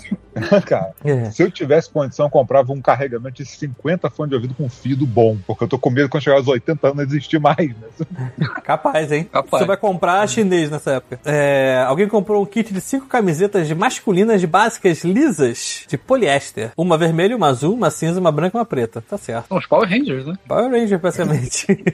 E: Cara,
C: É.
E: se eu tivesse condição, eu comprava um carregamento de 50 fones de ouvido com fio do bom. Porque eu tô com medo quando chegar aos 80 anos não existir mais. Né?
C: Capaz, hein?
B: Capaz.
C: Você vai comprar chinês nessa época. É, alguém comprou um kit de cinco camisetas masculinas básicas lisas de poliéster. Uma vermelha, uma azul, uma cinza, uma branca e uma preta. Tá certo.
B: São os Power Rangers, né?
C: Power Ranger, basicamente.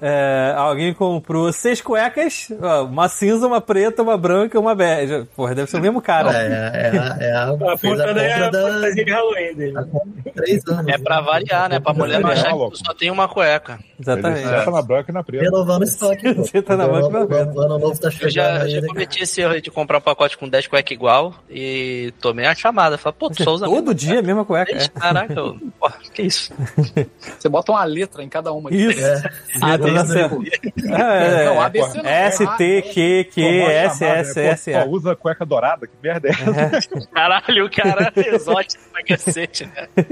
C: É, alguém comprou seis cuecas, ó, uma cinza, uma preta, uma branca, uma bege. Porra, deve ser o mesmo
A: É,
C: cara.
A: é, é, a- é a,
F: A
A: fez a
F: puta é
A: compra
F: a
A: da-
F: fantasia de Halloween dele.
A: a compra de três anos.
D: É pra variar, né? Pra mulher não
E: Não,
D: achar que
E: louco.
D: tu só tem uma cueca.
C: Exatamente.
E: Ele senta é na branca e na preta.
A: Renovando o estoque. pô.
C: Você tá na mão de
A: Renovando-
C: governo.
A: O ano novo tá
D: Eu
A: chegando.
D: já, eu
A: aí,
D: já
A: né,
D: cometi esse erro aí de comprar um pacote com 10 cuecas igual e tomei a chamada. Falei, pô, tu só usa a
C: Todo dia a mesma cueca.
D: mesma?
C: é.
D: Caraca, eu- pô, que isso?
B: Você bota uma letra em cada uma.
C: Isso.
A: É.
C: Ah, tem
A: Renovando-
C: essa- Ah, é,
B: Não,
C: é.
B: ABC não. é
C: S, T, Q, Q,
E: Tomou a
C: S,
E: chamada,
C: S,
E: né? Pô,
C: S,
E: Só
C: S.
E: usa cueca dourada, que merda é essa?
D: Caralho, o cara é exótico pra cacete, né?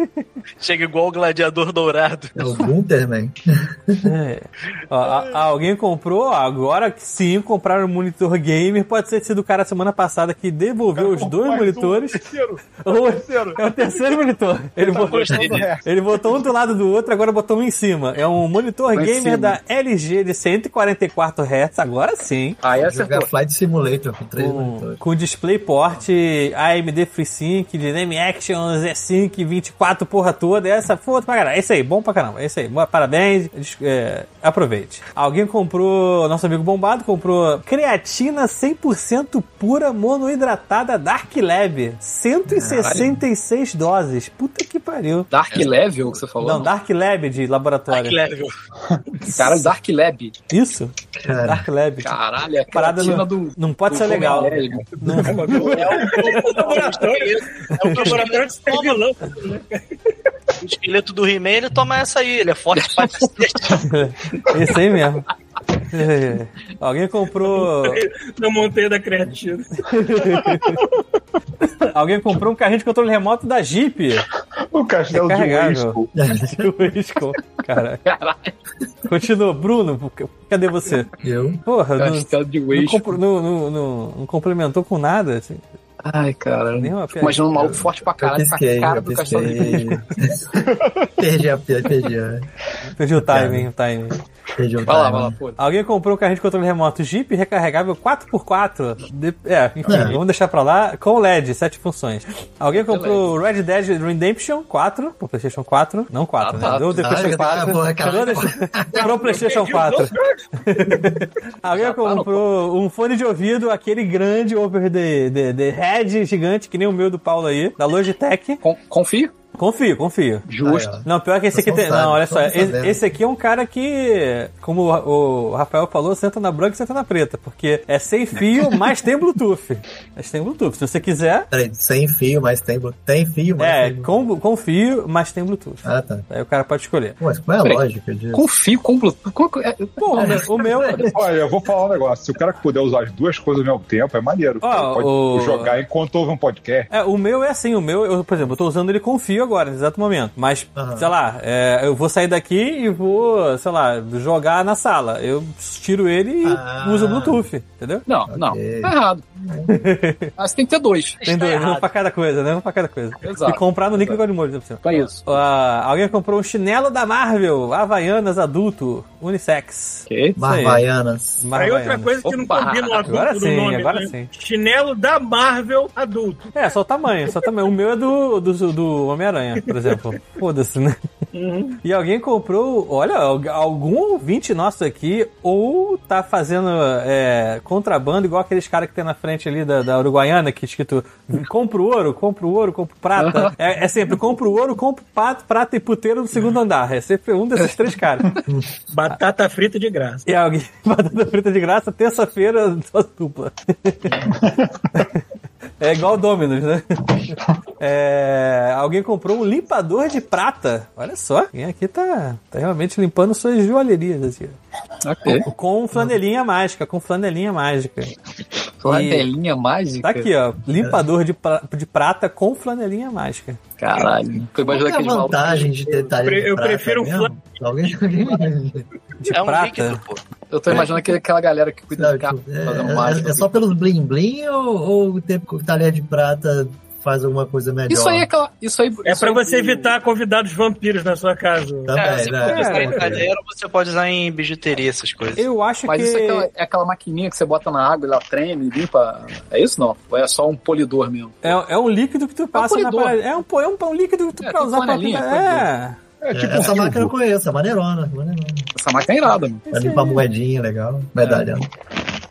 D: Chega igual o gladiador dourado.
A: É o Gunter, man.
C: É. Ó, a- a- alguém comprou, ó, agora sim, compraram um monitor gamer. Pode ser que sido o cara semana passada que devolveu os dois
E: Mais um
C: monitores.
E: terceiro, um
C: Ou-
E: terceiro.
C: é o terceiro monitor. Ele, bo-
D: Gostei disso.
C: ele botou um do lado do outro, agora botou um em cima. É um monitor
B: Lá em
C: gamer
B: cima.
C: da LG de 144 Hz, agora sim.
B: Aí
A: Jogar
B: acertou.
A: Flight Simulator com três
C: Com,
A: monitores.
C: com DisplayPort, AMD FreeSync, Dynamic Action, Z5, 24, porra toda. Essa foda pra caralho. É isso aí, bom pra caramba. É isso aí. Boa, Parabéns. Des- é, aproveite. Alguém comprou, nosso amigo bombado, comprou creatina 100% pura monoidratada Dark Lab. 166 doses. Puta que pariu.
B: Dark
A: É.
B: Level que você falou?
C: Não,
B: não.
C: Dark Lab de laboratório.
D: É
B: Cara, Dark Lab.
C: Isso?
A: Cara.
C: Dark Lab.
B: Caralho, é a
C: Parada
B: creatina
C: não,
B: do...
C: não pode
B: do
C: ser legal.
B: Homem Alérgico.
D: é
F: laboratório. É um laboratório de servilão.
D: O esqueleto do He-Man, ele toma essa aí. Ele é forte pra cacete.
C: Esse aí mesmo. É. Alguém comprou.
F: Na montanha da creatina.
C: Alguém comprou um carrinho de controle remoto da Jeep.
E: O castelo de
C: Recarregável.
E: Wisco.
C: Risco. Caraca. Continua, Bruno, cadê você?
A: Eu.
C: Porra, não,
B: Castelo de
C: não
B: Waste.
C: compro- não- não- não- não complementou com nada. Assim.
B: Ai, cara.
C: Nenhuma piada.
B: Imagina um maluco forte pra
A: Eu
B: caralho, com
A: pisquei,
B: a cara
A: eu
B: do Castelo de Waste.
A: pisquei. perdi a perdi a.
C: Perdi o timing, o timing.
A: Perdi o
B: Vai lá,
A: timing.
B: vai lá, pô.
C: Alguém comprou um carrinho de controle remoto Jeep recarregável 4x4. De- é, enfim,
A: É.
C: vamos deixar pra lá. Com LED, 7 funções. Alguém comprou Red Dead Redemption 4 pro PlayStation 4. Não 4,
B: Ah,
C: né?
B: tá.
C: Deu o PlayStation
A: Ah, tá,
C: 4.
A: porra, cara.
C: Deu o deixa- Pro PlayStation 4. Alguém comprou um fone de ouvido, aquele grande over the, the, the head gigante, que nem o meu do Paulo aí, da Logitech.
B: Con- Confio?
C: Confio, confio.
B: Justo.
A: Aí, ó.
C: Não, pior que esse
A: Você
C: aqui
A: não
C: tem.
A: sabe,
C: não, olha
A: você
C: só.
A: não
C: Esse,
A: tá vendo.
C: esse aqui é um cara que, como o, o Rafael falou, senta na branca e senta na preta. Porque é sem fio, mas tem Bluetooth. Mas tem Bluetooth. Se você quiser,
A: Peraí, sem fio, mas tem. blu- Tem fio, mas.
C: é
A: tem... blu-
C: com, com fio, mas tem Bluetooth.
A: Ah, tá.
C: Aí o cara pode escolher.
A: Pô, Mas qual é a
B: Peraí.
A: lógica disso?
B: Confio com Bluetooth. Co- co- é-
C: Bom, o meu- o meu.
E: Olha, eu vou falar um negócio. Se o cara puder usar as duas coisas ao mesmo tempo, é maneiro.
C: Ó,
E: Ele pode
C: o-
E: jogar enquanto ouve um podcast.
C: É, o meu é assim, o meu, eu, por exemplo, eu tô usando ele com fio agora, nesse exato momento. Mas,
A: Aham.
C: sei lá, é, eu vou sair daqui e vou, sei lá, jogar na sala. Eu tiro ele e
A: Ah.
C: uso o Bluetooth, entendeu?
B: Não, não.
A: Ok.
B: Tá errado. Ah, você tem que ter dois.
C: Tem dois, um pra cada coisa, né? Um pra cada coisa.
B: Exato.
C: E comprar no líquido de molho, por exemplo.
B: Pra isso.
C: Ah, alguém comprou um chinelo da Marvel, Havaianas adulto, unissex.
B: Ok.
A: Marvaianas.
F: Aí outra
C: Marvaianas.
F: coisa que não
B: Opa,
F: combina um o assunto
C: agora
F: do
C: sim,
F: nome.
C: agora
F: né?
C: sim.
F: Chinelo da Marvel adulto.
C: É, só o tamanho, só o tamanho. O meu é do, do, do Homem-Aranha, por exemplo. Foda-se, né? E alguém comprou, olha, alg- algum ouvinte nosso aqui, ou tá fazendo é, contrabando, igual aqueles caras que tem na frente ali da, da Uruguaiana, que é escrito compra o ouro, compra o ouro, compra o prata. É, é sempre compra o ouro, compra o pato, prata e puteiro no segundo andar. É sempre um desses três caras.
F: Batata frita de graça.
C: E É, alguém, batata frita de graça, terça-feira, só dupla. É igual o Dominus, né? É, alguém comprou um limpador de prata. Olha só, quem aqui tá, tá realmente limpando suas joalherias, assim.
B: Ok.
C: Com flanelinha mágica, com flanelinha mágica.
B: Flanelinha mágica?
C: Tá aqui, ó. Limpador de, pra- de prata com flanelinha mágica.
B: Caralho. Tô
A: Qual
B: imaginando
A: que é a
B: aquele maluco.
A: vantagem de ter talha
F: pre-
A: de
F: eu
A: prata
F: prefiro um
A: mesmo?
F: flan-
A: Alguém
C: De
D: é um líquido,
C: prata.
D: pô.
B: Eu tô imaginando aquele- aquela galera que cuida do
A: Sabe,
B: carro
A: tipo, é,
B: fazendo
A: é-
B: mágica. assim.
A: é só pelos bling bling ou, ou ter talher de prata faz alguma coisa melhor?
B: Isso aí é aquela. Isso aí,
F: É
B: isso
F: pra
B: aí-
F: você evitar convidados vampiros na sua casa.
A: Também,
D: É, se
A: né?
D: for usar em
A: É,
D: cadeira, você pode usar em bijuteria, essas coisas.
C: Eu acho
B: Mas
C: que.
B: isso é aquela, é aquela maquininha que você bota na água e ela treme, limpa. É isso não? Ou é só um polidor mesmo?
C: É, é um líquido que tu passa na
B: polidor.
C: parada. É um, po- é um, é um líquido que tu
B: É,
C: pra
B: tem
C: usar pra
B: flanelinha,
C: É.
E: É tipo
A: essa
E: um
A: máquina eu
E: cubo.
A: conheço, é maneirona. maneirona.
B: Essa máquina é irada, mano.
A: Pra limpar moedinha, legal. Medalha.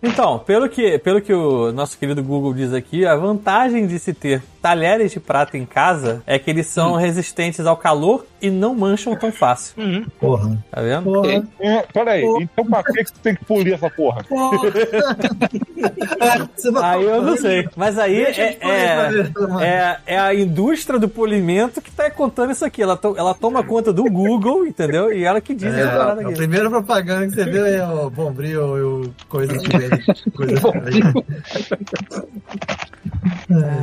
C: Então, pelo que, pelo que o nosso querido Google diz aqui, a vantagem de se ter talheres de prata em casa é que eles são resistentes ao calor e não mancham tão fácil.
A: Porra.
C: Tá vendo?
A: Porra.
E: É, peraí, então pra que que tu tem que polir essa porra?
A: Porra. Você
C: Aí eu não sei. Mas aí
A: Deixa
C: é,
A: de polir,
C: é, é, é a indústria do polimento que tá contando isso aqui. Ela, to- ela toma conta do Google, entendeu? E ela que diz
A: É,
C: essa parada
A: a
C: aqui.
A: primeira propaganda que você viu é o Bombril e o coisa que vende. Coisa que vende.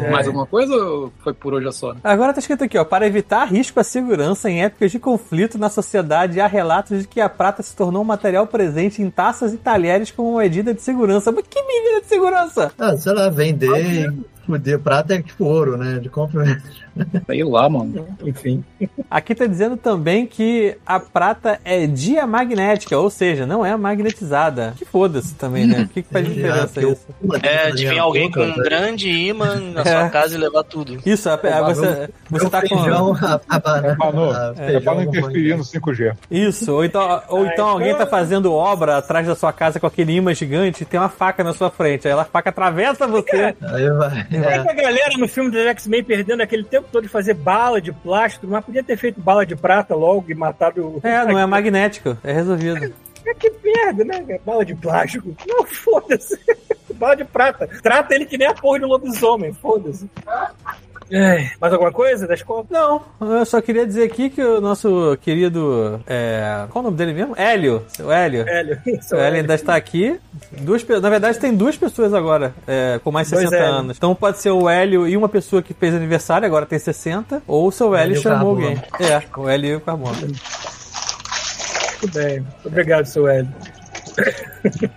A: É.
B: Mais alguma coisa ou foi por hoje a só? né?
C: Agora tá escrito aqui, ó. Para evitar risco à segurança em épocas de conflito na sociedade, há relatos de que a prata se tornou um material presente em taças e talheres como medida de segurança. Mas que medida de segurança?
A: Ah, sei lá, vender e fuder prata é tipo ouro, né? De compra.
B: Sei lá, mano.
F: Enfim.
C: Aqui tá dizendo também que a prata é diamagnética, ou seja, não é magnetizada. Que foda-se também, né? O que, que faz diferença
A: Ah,
C: isso?
A: porque o-
D: É, de vir alguém com um
A: velho.
D: grande imã na
C: É.
D: sua casa e levar tudo.
C: Isso, a- a- você, você
A: Meu
C: tá com.
A: É feijão, a, a banana.
E: Manu,
A: a
E: é pra
A: feijão,
E: não interferir no 5G.
C: Isso, ou então, ou então alguém tá fazendo obra atrás da sua casa com aquele imã gigante e tem uma faca na sua frente. Aí ela- a faca atravessa você.
A: Aí vai.
F: É. a galera no filme do X-Men perdendo aquele tempo todo de fazer bala de plástico, mas podia ter feito bala de prata logo e matado o.
C: É, não é magnético, é resolvido.
F: É que merda, né? cara? Bala de plástico. Não, foda-se. Bala de prata. Trata ele que nem a porra de um lobisomem, foda-se. É, mais alguma coisa das contas?
C: Não, eu só queria dizer aqui que o nosso querido. é, qual o nome dele mesmo? Hélio. Seu Hélio.
F: É, Hélio.
C: O Hélio ainda está aqui. Duas, pe- na verdade, tem duas pessoas agora é, com mais de
F: Dois
C: 60
F: Hélio.
C: anos. Então pode ser o Hélio e uma pessoa que fez aniversário, agora tem 60. Ou o seu Hélio
A: Hélio
C: chamou
A: Carbono.
C: alguém. É, o Hélio e o Carbono.
F: Muito bem. Obrigado, seu Hélio.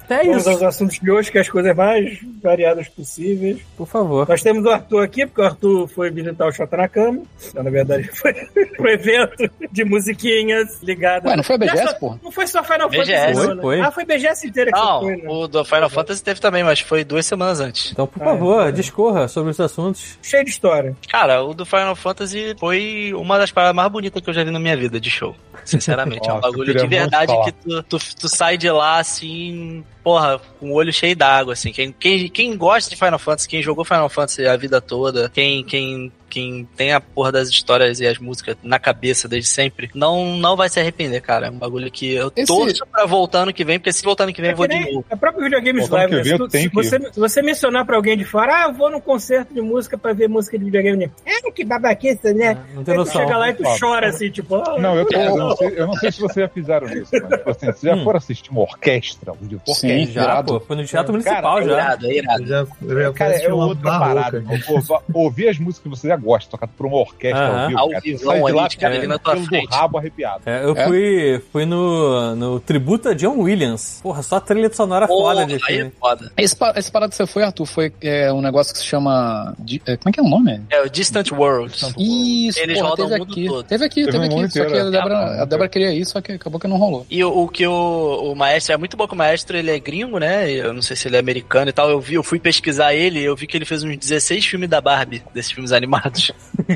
C: Até
F: Vamos aos
C: É isso,
F: assuntos de hoje, que é as coisas mais variadas possíveis.
C: por favor.
F: Nós temos o Arthur aqui, porque o Arthur foi visitar o Xota na Cama. Não, na verdade, foi pro evento de musiquinhas ligadas.
B: Ué, não foi a
F: Não é
B: BGS,
F: só-
B: porra?
F: Não foi só Final
D: BGS.
F: Fantasy,
C: Foi,
F: não, né?
C: foi.
F: Ah, foi BGS inteira que
D: Não,
F: foi, né?
D: o do Final Fantasy teve também, mas foi duas semanas antes.
C: Então, por
F: Ah,
C: favor, discorra sobre os assuntos.
F: Cheio de história.
D: Cara, o do Final Fantasy foi uma das paradas mais bonitas que eu já vi na minha vida de show. Sinceramente, é um
E: Nossa, eu
D: bagulho
E: queria
D: de verdade
E: muito
D: que tu, tu, tu sai de lá assim, porra, com o olho cheio d'água, assim. Quem, quem, quem gosta de Final Fantasy, quem jogou Final Fantasy a vida toda, quem, quem, quem tem a porra das histórias e as músicas na cabeça desde sempre, não, não vai se arrepender, cara. É um bagulho que eu
B: Esse-
D: torço pra voltar ano que vem, porque se voltar ano que vem eu vou
F: que
D: de
F: nem
D: novo.
F: É próprio videogames live.
E: Voltando que
F: né?
E: eu vi,
F: Se
E: eu
F: tu-
E: tenho
F: se você, se você mencionar pra alguém de fora, ah, vou num concerto de música pra ver música de videogame. né? Ah, que babaquice, né?
C: Não tem
F: Aí tu
C: noção.
F: chega lá e tu
E: Fala.
F: chora assim, tipo, ah,
E: Não, eu, tô, eu, não sei, eu não sei se vocês já fizeram isso, mas tipo assim, vocês já foram assistir uma orquestra? Um de orquestra
C: Já, pô, foi no Teatro Municipal
E: Cara,
C: já.
D: Irado, é irado.
A: Eu já, eu já
E: Cara,
A: assisti
E: é
A: uma
E: outra
A: barroca.
E: parada. Ou- ou- Ouvir as músicas que você já gosta, tocado por uma orquestra
C: Aham.
E: ao vivo.
D: Ao
E: cara.
D: vivão
E: Sai de
D: ali,
E: lá,
D: de cara,
E: cara,
D: ali na tua
E: pelo do
D: frente.
E: rabo arrepiado.
C: É, eu
B: É?
C: fui, fui no, no tributo a John Williams. Porra, só trilha sonora foda
D: Porra,
C: de
D: aí é
C: filme.
D: foda.
B: Esse, pa- esse parada que você foi, Arthur, foi é, um negócio que se chama. di- é, como é que é o nome?
D: É o Distant Worlds.
B: Isso,
D: Eles
B: porra,
D: rodam
B: teve
D: o mundo
B: aqui.
D: todo.
B: Teve aqui,
E: Teve
H: um
B: teve
E: o mundo
B: aqui. Só que
E: inteiro,
B: a
E: é.
H: né?
B: Débora, a Débora queria ir, só que acabou que não rolou.
D: E o, o que o, o maestro é muito bom que o maestro ele é gringo, né? Eu não sei se ele é americano e tal. Eu vi, eu fui pesquisar ele, eu vi que ele fez uns 16 filmes da Barbie, desses filmes animados. boletos.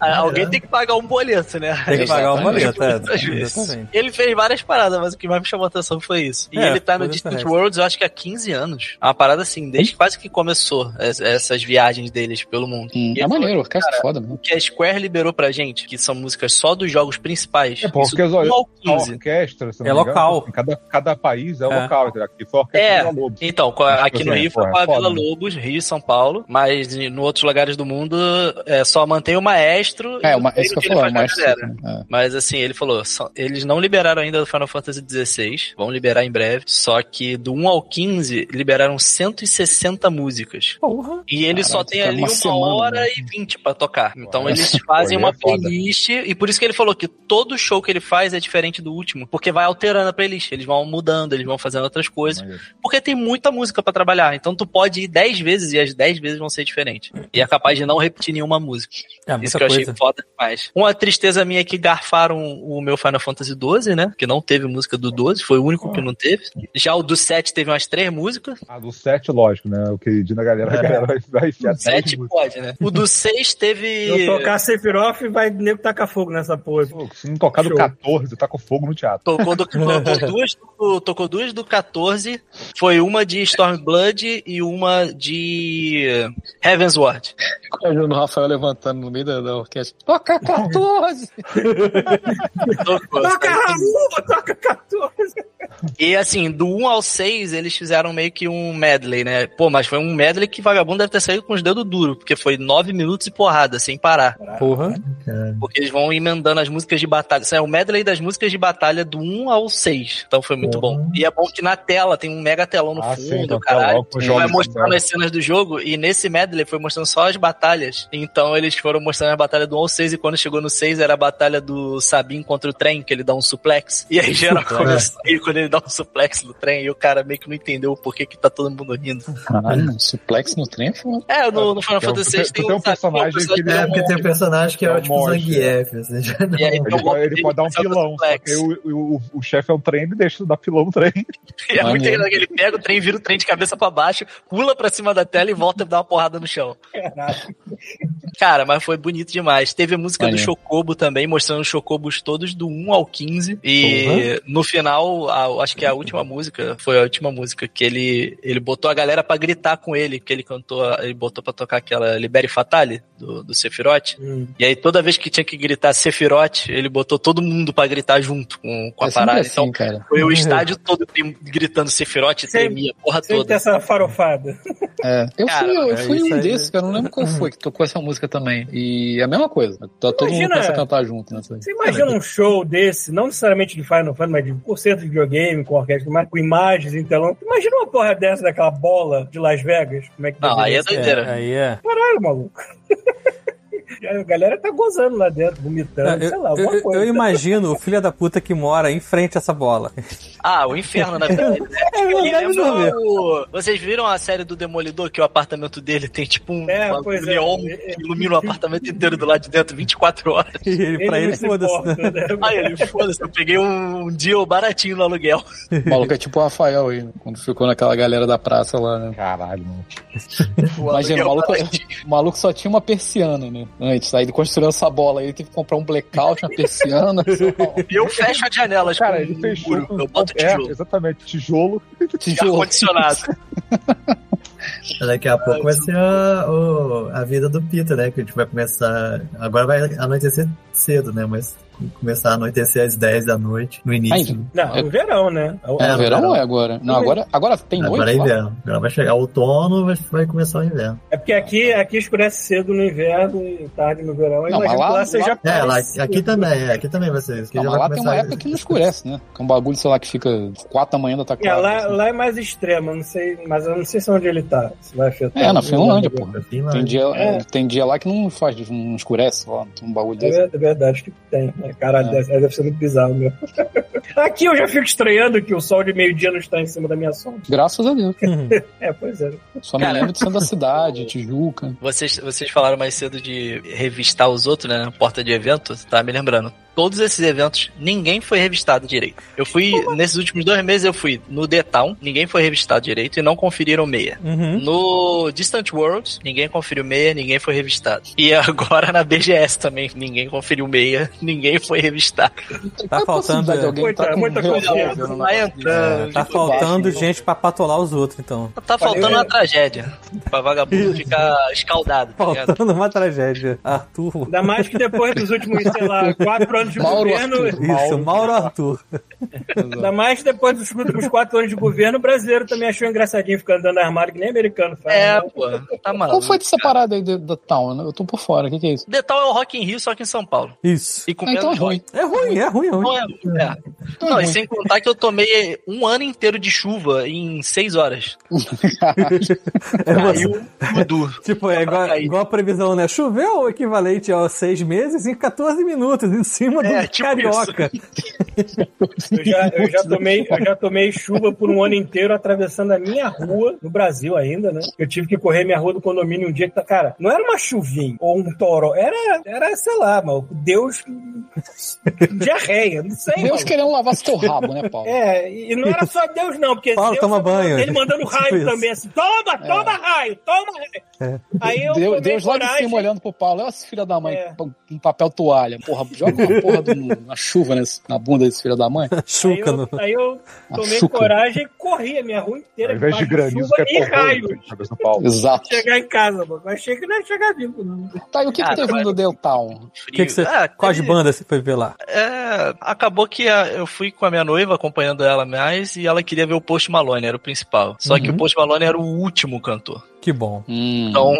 D: Ah, Alguém tem que pagar um boleto, né?
C: Tem que pagar o boleto, é.
D: Às vezes.
C: Exatamente.
D: Ele fez várias paradas, mas o que mais me chamou a atenção foi isso. E
C: É,
D: ele tá no
C: coisa
D: Distant
C: terrestre.
D: Worlds, eu acho que há 15 anos. Uma parada assim, desde quase que começou es- essas viagens deles pelo mundo.
H: Hum, é maneiro, orquestra é foda, mano.
D: O que a Square liberou pra gente, que são músicas só dos jogos principais.
E: É, porque
D: Isso,
E: olha,
D: um ao
E: A
D: 15.
E: orquestra, se não
C: É
E: me engano,
C: local.
E: assim, Cada, cada país é,
C: É.
E: local, entendeu? Aqui foi a orquestra
D: É.
E: da Lobo.
D: Então, com a-
E: Acho que
D: aqui no
E: assim,
D: Rio foi
E: pô, é
D: com a
E: foda,
D: Vila
E: né?
D: Lobos, Rio e São Paulo, mas em em outros lugares do mundo é, só mantém o maestro. e
H: É,
D: o
H: uma, esse
D: treino
H: que eu
D: ele
H: falo, é
D: faz
H: o
D: com a
H: mais.
D: galera.
H: É.
D: Mas assim, ele falou, só- eles não liberaram ainda do Final Fantasy XVI, vão liberar em breve, só que do 1 ao 15 liberaram 160 músicas.
C: Porra.
D: E ele
H: Caraca,
D: só tem
H: tá
D: ali
H: uma
D: uma,
H: semana,
D: hora
H: né?
D: e 20 pra tocar. Então
E: Olha,
D: eles fazem
E: olha,
D: uma
E: é foda.
D: playlist e por isso que ele falou que todo show que ele faz é diferente do último, porque vai alterando a playlist, eles vão mudando, eles vão fazendo outras coisas, porque tem muita música pra trabalhar. Então tu pode ir 10 vezes e as 10 vezes vão ser diferentes. E é capaz de não repetir nenhuma música.
C: É,
D: Isso
C: muita
D: que eu achei
C: coisa.
D: foda demais. Uma tristeza minha é que garfaram o meu Final Fantasy XII, né? Que não teve música do 12, foi o único que não teve. Já o do 7 teve umas três músicas.
E: Ah, do 7, lógico, né? O que diz na galera, a galera vai, vai enfiar
D: O 7
E: sete músicas.
D: pode, né? O do 6
F: Se
D: teve.
F: eu tocar Sephiroth, vai nego tacar fogo nessa porra.
E: Pô, Se não tocar do
F: Show.
E: 14, tá com fogo no teatro.
D: Tocou, do, tocou, duas do, tocou duas do 14. Foi uma de Stormblood e uma de Heaven's Ward.
H: Olha O Bruno Rafael levantando no meio da, da orquestra. Toca 14!
D: Tocou.
F: Toca Raul, toca 14.
D: E assim, do 1 ao 6, eles fizeram meio que um medley, né? Pô, mas foi um medley que vagabundo deve ter saído com os dedos duros, porque foi 9 minutos e porrada, sem parar.
C: Porra.
D: Porque eles vão emendando as músicas de batalha. Isso é o medley das músicas de batalha do 1 ao 6. Então foi muito
A: Porra.
D: bom. E é bom que na tela tem um mega telão no
E: Uhum. Ah,
D: fundo,
E: sim, tem um telão
D: caralho.
E: com
D: E
E: jogos
D: vai mostrando
E: também.
D: as cenas do jogo. E nesse medley foi mostrando só as batalhas. Então eles foram mostrando a batalha do 1 ao 6. E quando chegou no 6 era a batalha do Sabin contra o trem, que ele dá um suplex. E aí geral
E: É.
D: começou a rir quando ele dá um suplex no trem. E o cara meio que não entendeu por que, que tá todo mundo rindo.
H: Caralho, suplex no trem é foda.
D: É, no, no Final
E: Tem um-
D: Fantasy VI
E: tu tem um personagem que ele
A: É,
D: é,
A: porque tem um personagem que é,
E: É um
A: tipo
E: monge,
A: Zangief, assim, já não-
D: e aí,
E: Ele, pode- ele pode dar um pilão, só que o, o, o chefe é um trem, ele deixa dar pilão no trem.
D: E é muito
H: Maneiro.
D: engraçado que ele pega o trem, vira o trem de cabeça pra baixo, pula pra cima da tela e volta a dar uma porrada no chão. Cara, mas foi bonito demais. Teve a música do
H: Maneiro.
D: Chocobo também, mostrando os Chocobos todos do 1 ao 15. E no final, a- acho que a última música, foi a última música que ele, ele botou a galera pra gritar com ele, que ele cantou, ele botou pra tocar aquela Libere Fatale, do, do Sephiroth. E aí toda vez que tinha que gritar Sephiroth, ele botou todo mundo pra gritar junto com, com a
H: é sempre
D: parada.
H: assim,
D: Então,
H: cara.
D: foi o estádio todo trem- gritando Sephiroth,
F: Sempre-
D: tremia, a porra
F: Sempre
D: toda.
F: tem essa farofada.
H: É. Eu
D: Cara,
H: fui, eu
C: é
H: fui
C: isso
H: um
C: aí,
H: desses, cara. Eu não lembro qual foi que tocou essa música também. E é a mesma coisa. Tá todo mundo
F: Imagina-
H: começa
D: é.
H: a cantar junto, né?
F: Você imagina um show desse, não necessariamente de Final Fantasy, mas de concerto de videogame, com orquestra, mas com imagens em telão. Imagina uma porra dessa daquela bola de Las Vegas. Como é que
H: Ah,
D: Não, aí
F: deveria
D: é
F: ser?
D: doideira.
C: É, aí é.
F: Caralho, maluco. A galera tá gozando lá dentro, vomitando,
C: É, Eu,
F: sei lá, alguma
C: eu- eu
F: coisa.
C: imagino o filho da puta que mora em frente a essa bola.
D: Ah, o inferno na verdade.
C: É
D: Me
C: verdade,
D: lembra
C: não ver.
D: o- Vocês viram a série do Demolidor, que o apartamento dele tem tipo um
F: É,
D: um
F: pois é.
D: neon que ilumina o apartamento inteiro do lado de dentro, 24 horas.
C: E ele, pra
F: não
C: ele,
F: se
C: foda-se. né?
F: importa, né?
D: Aí ele, foda-se, eu peguei um, um deal baratinho no aluguel.
H: O maluco é tipo o Rafael aí, né? quando ficou naquela galera da praça lá, né?
E: Caralho, mano.
D: O
H: Imagina, o
D: aluguel
H: é maluco,
D: baratinho.
H: o maluco só tinha uma persiana, né? Antes, aí ele construiu essa bola aí, ele teve que comprar um blackout, uma persiana.
D: E eu fecho as janelas
E: Cara,
D: com
E: ele
D: um
E: fechou
D: muro,
E: com.
D: eu boto
E: é,
D: tijolo.
E: exatamente, tijolo.
D: e ar-condicionado.
A: Daqui a pouco vai ser a, o- a vida do Peter, né? Que a gente vai começar. Agora vai anoitecer cedo, né? Mas começar a anoitecer às 10 da noite,
H: Ah,
A: no início.
H: Ainda.
F: Não, no verão, né?
H: É,
A: É,
H: no verão
A: verão.
H: ou é agora? Não, agora, agora tem
A: Agora é
H: noite? lá?
A: inverno. Agora vai chegar outono, vai, vai começar o inverno.
F: É porque aqui, aqui escurece cedo no inverno e tarde no verão. Eu
H: Não, mas
F: imagino
H: lá-
F: que lá seja
H: lá-
A: É, lá,
F: parecido.
A: aqui também, é, aqui também vai ser isso. Que
H: Não,
A: já
H: mas
A: vai
H: lá tem uma
A: começar-
H: época que não escurece, né? Que é um bagulho, sei lá, que fica 4 da manhã ainda tá
F: É,
H: claro.
F: lá,
H: assim.
F: lá é mais extremo, eu não sei, mas eu não sei se onde ele tá. Se vai afetar.
H: É, na Finlândia, pô.
A: Assim, lá.
H: Tem dia,
F: É.
H: tem dia lá que não faz, não escurece, ó, tem um bagulho
F: É
H: desse.
F: ver- é verdade que tem. É, Caralho,
H: É.
F: Deve, deve ser muito bizarro mesmo. Aqui eu já fico estranhando que o sol de meio-dia não está em cima da minha sombra.
H: Graças a Deus.
C: Uhum,
F: É, pois é.
H: Só não
D: Cara.
H: lembro de sendo da cidade, Tijuca.
D: Vocês, vocês falaram mais cedo de revistar os outros, né? Na porta de evento, tá me lembrando. todos esses eventos, ninguém foi revistado direito. Eu fui, nesses últimos dois meses, eu fui no The Town, ninguém foi revistado direito e não conferiram meia.
C: Uhum.
D: No Distant Worlds, ninguém conferiu meia, ninguém foi revistado. E agora na BGS também, ninguém conferiu meia, ninguém foi revistado.
C: Tá
H: é
C: faltando-
H: possibilidade de alguém
F: Muita-
H: tá com
F: muita coisa.
H: revólver no
D: Vai
H: negócio desse?
D: entrando.
C: Tá faltando gente pra patolar os outros, então.
D: Tá faltando uma tragédia pra vagabundo ficar escaldado, tá ligado?
C: Faltando uma tragédia. Arthur.
F: Ainda mais que depois dos últimos, sei lá, quatro anos de
H: Mauro
F: governo.
H: Arthur.
C: Isso, Mauro Arthur.
H: né?
F: Ainda mais que depois dos últimos quatro anos de governo, o brasileiro também achou engraçadinho ficar andando armado, que nem americano faz.
D: É,
F: né?
D: pô, tá maluco.
H: Qual foi dessa parada aí do- da Town? Eu tô por fora, o que, que é isso?
D: The Town é o Rock in Rio, só que em São Paulo.
C: Isso.
D: E com
H: Ah, então é
D: menos
H: ruim.
C: É ruim, é ruim, é
D: Não
C: ruim.
D: é, é.
H: Então
D: Não,
H: é
D: e
H: ruim.
D: sem contar que eu tomei um ano inteiro de chuva em seis horas.
C: É você-
D: Caiu tudo.
C: Tipo, é igual,
D: Aí.
C: igual a previsão, né? Choveu o equivalente aos seis meses em 14 minutos, em cima do
D: É, tipo
C: carioca.
F: Eu já, eu já tomei, eu já tomei chuva por um ano inteiro atravessando a minha rua, no Brasil ainda, né? Eu tive que correr minha rua do condomínio um dia que tá, cara, não era uma chuvinha ou um toro, era, era sei lá, mal, Deus diarreia, não sei.
H: Deus
F: maluco.
H: querendo lavar seu rabo, né, Paulo?
F: É, e não era só Deus, não, porque
C: Paulo,
F: Deus
C: toma
F: tava-
C: banho.
F: ele mandando
C: Tipo
F: raio
C: isso. É.
F: também, assim, toma, toma raio, toma raio. Aí eu
H: Deus,
F: tomei
H: Deus lá de
F: coragem.
H: cima olhando pro Paulo. Olha esse filho da mãe
F: É.
H: com um papel toalha. Porra, joga uma porra de um- uma chuva nesse- na bunda desse filho da mãe.
F: Aí
C: Chuca no.
F: eu, aí eu
H: Uma
F: tomei
H: chuca.
F: coragem e corri a minha rua inteira.
E: Ao invés de
F: debaixo
E: granizo, é
F: chuva
E: quer
F: e raio.
E: correr. Cabeça do pau.
H: Exato.
F: chegar em casa, mano. Mas achei que não ia chegar vivo, não.
H: Tá, e o que, que
D: Ah,
H: teve
D: claro.
H: no Deltown?
D: Frio.
C: Que que você,
D: Ah,
C: quais
D: teve-
C: bandas você foi ver lá?
D: É, acabou que a- eu fui com a minha noiva acompanhando ela mais e ela queria ver o Post Malone, era o principal. Só que
C: Uhum.
D: o Post Malone era o último cantor.
C: Que bom.
H: Hum,
D: Então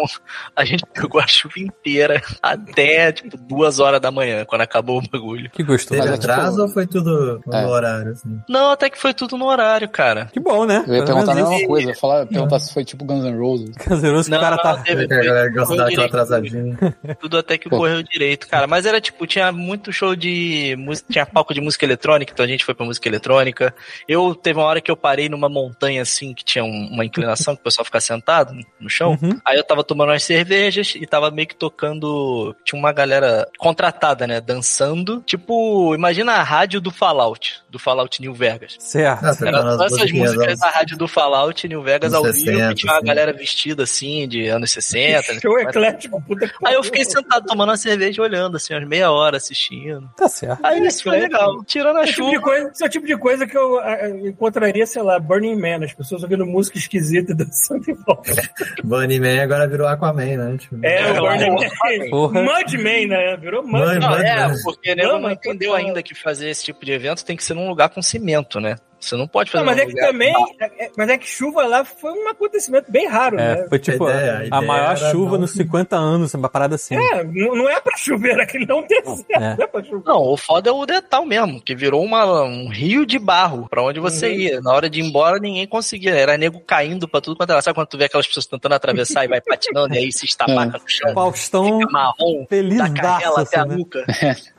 D: a gente pegou a chuva inteira até tipo duas horas da manhã, quando acabou o bagulho.
C: Que gostoso.
H: Mas
A: Teve
H: é
A: atraso
H: tipo-
A: ou foi tudo no
H: É.
A: horário? Assim?
D: Não, até que foi tudo no horário, cara.
C: Que bom, né?
H: eu ia
C: Pelo
H: perguntar a
C: menos
H: mesma coisa. Eu ia falar, perguntar se foi tipo Guns N' Roses.
C: isso. Canceroso que o
D: Não,
C: cara
D: não,
C: tá.
D: teve,
A: É que a galera gosta de dar aquela
D: Correu direito.
A: atrasadinha.
D: Tudo até que
H: Pô.
D: correu direito, cara. Mas era tipo, tinha muito show de. música- Tinha palco de música eletrônica, então a gente foi pra música eletrônica. Eu teve uma hora que eu parei numa montanha assim, que tinha um- uma inclinação que o pessoal fica sentado no chão.
C: Uhum.
D: Aí eu tava tomando umas cervejas e tava meio que tocando. Tinha uma galera contratada, né? Dançando. Tipo, imagina a rádio do Fallout, do Fallout New Vegas.
C: Certo.
A: Ah, você
D: Era
A: tá nas
D: só essas
A: musiquinhas,
D: músicas
A: ó.
D: da rádio do Fallout New Vegas ao
A: Anos
D: vivo, que
A: 60,
D: tinha uma
A: assim.
D: galera vestida assim, de anos 60, né?
F: Show é eclético, puta que
D: Aí
F: pariu.
D: eu fiquei sentado tomando uma cerveja olhando, assim, umas meia hora assistindo.
C: Tá certo.
D: Aí isso foi legal. Tirando a
F: Esse é o tipo de
D: chuva.
F: coisa, esse é o tipo de coisa que eu ah, encontraria, sei lá, Burning Man, as pessoas ouvindo música esquisita e dançando em volta.
A: Bunny Man agora virou Aquaman, né? Tipo,
F: É, o Burning
C: Porra.
F: Man. Mudman, né? Virou
A: Mud-
F: Mudman.
D: Não, é,
A: Mano.
D: porque né, ela
F: Não,
D: não
F: mas-
D: entendeu ainda que fazer esse tipo de evento tem que ser num lugar com cimento, né? Você não pode fazer
F: Não, mas
D: num
F: é que
D: lugar-
F: também, é- é- mas é que chuva lá foi um acontecimento bem raro,
C: É,
F: né?
C: foi tipo
A: A ideia- a
C: a,
A: ideia
C: maior
A: era
C: chuva
A: não-
C: nos 50 anos, uma parada assim.
F: É, não não é pra chover, aquele não tem certo,
C: É.
F: não é pra chover.
D: Não, o foda é o detal mesmo, que virou uma- um rio de barro pra onde você ia. Na hora de ir embora, ninguém conseguia. Era nego caindo pra tudo quanto era. Sabe quando tu vê aquelas pessoas tentando atravessar e vai patinando e aí se estabaca no chão?
C: Faustão
D: Fica marrom,
C: feliz
D: da
C: daço,
D: canela até a
C: né?
D: nuca.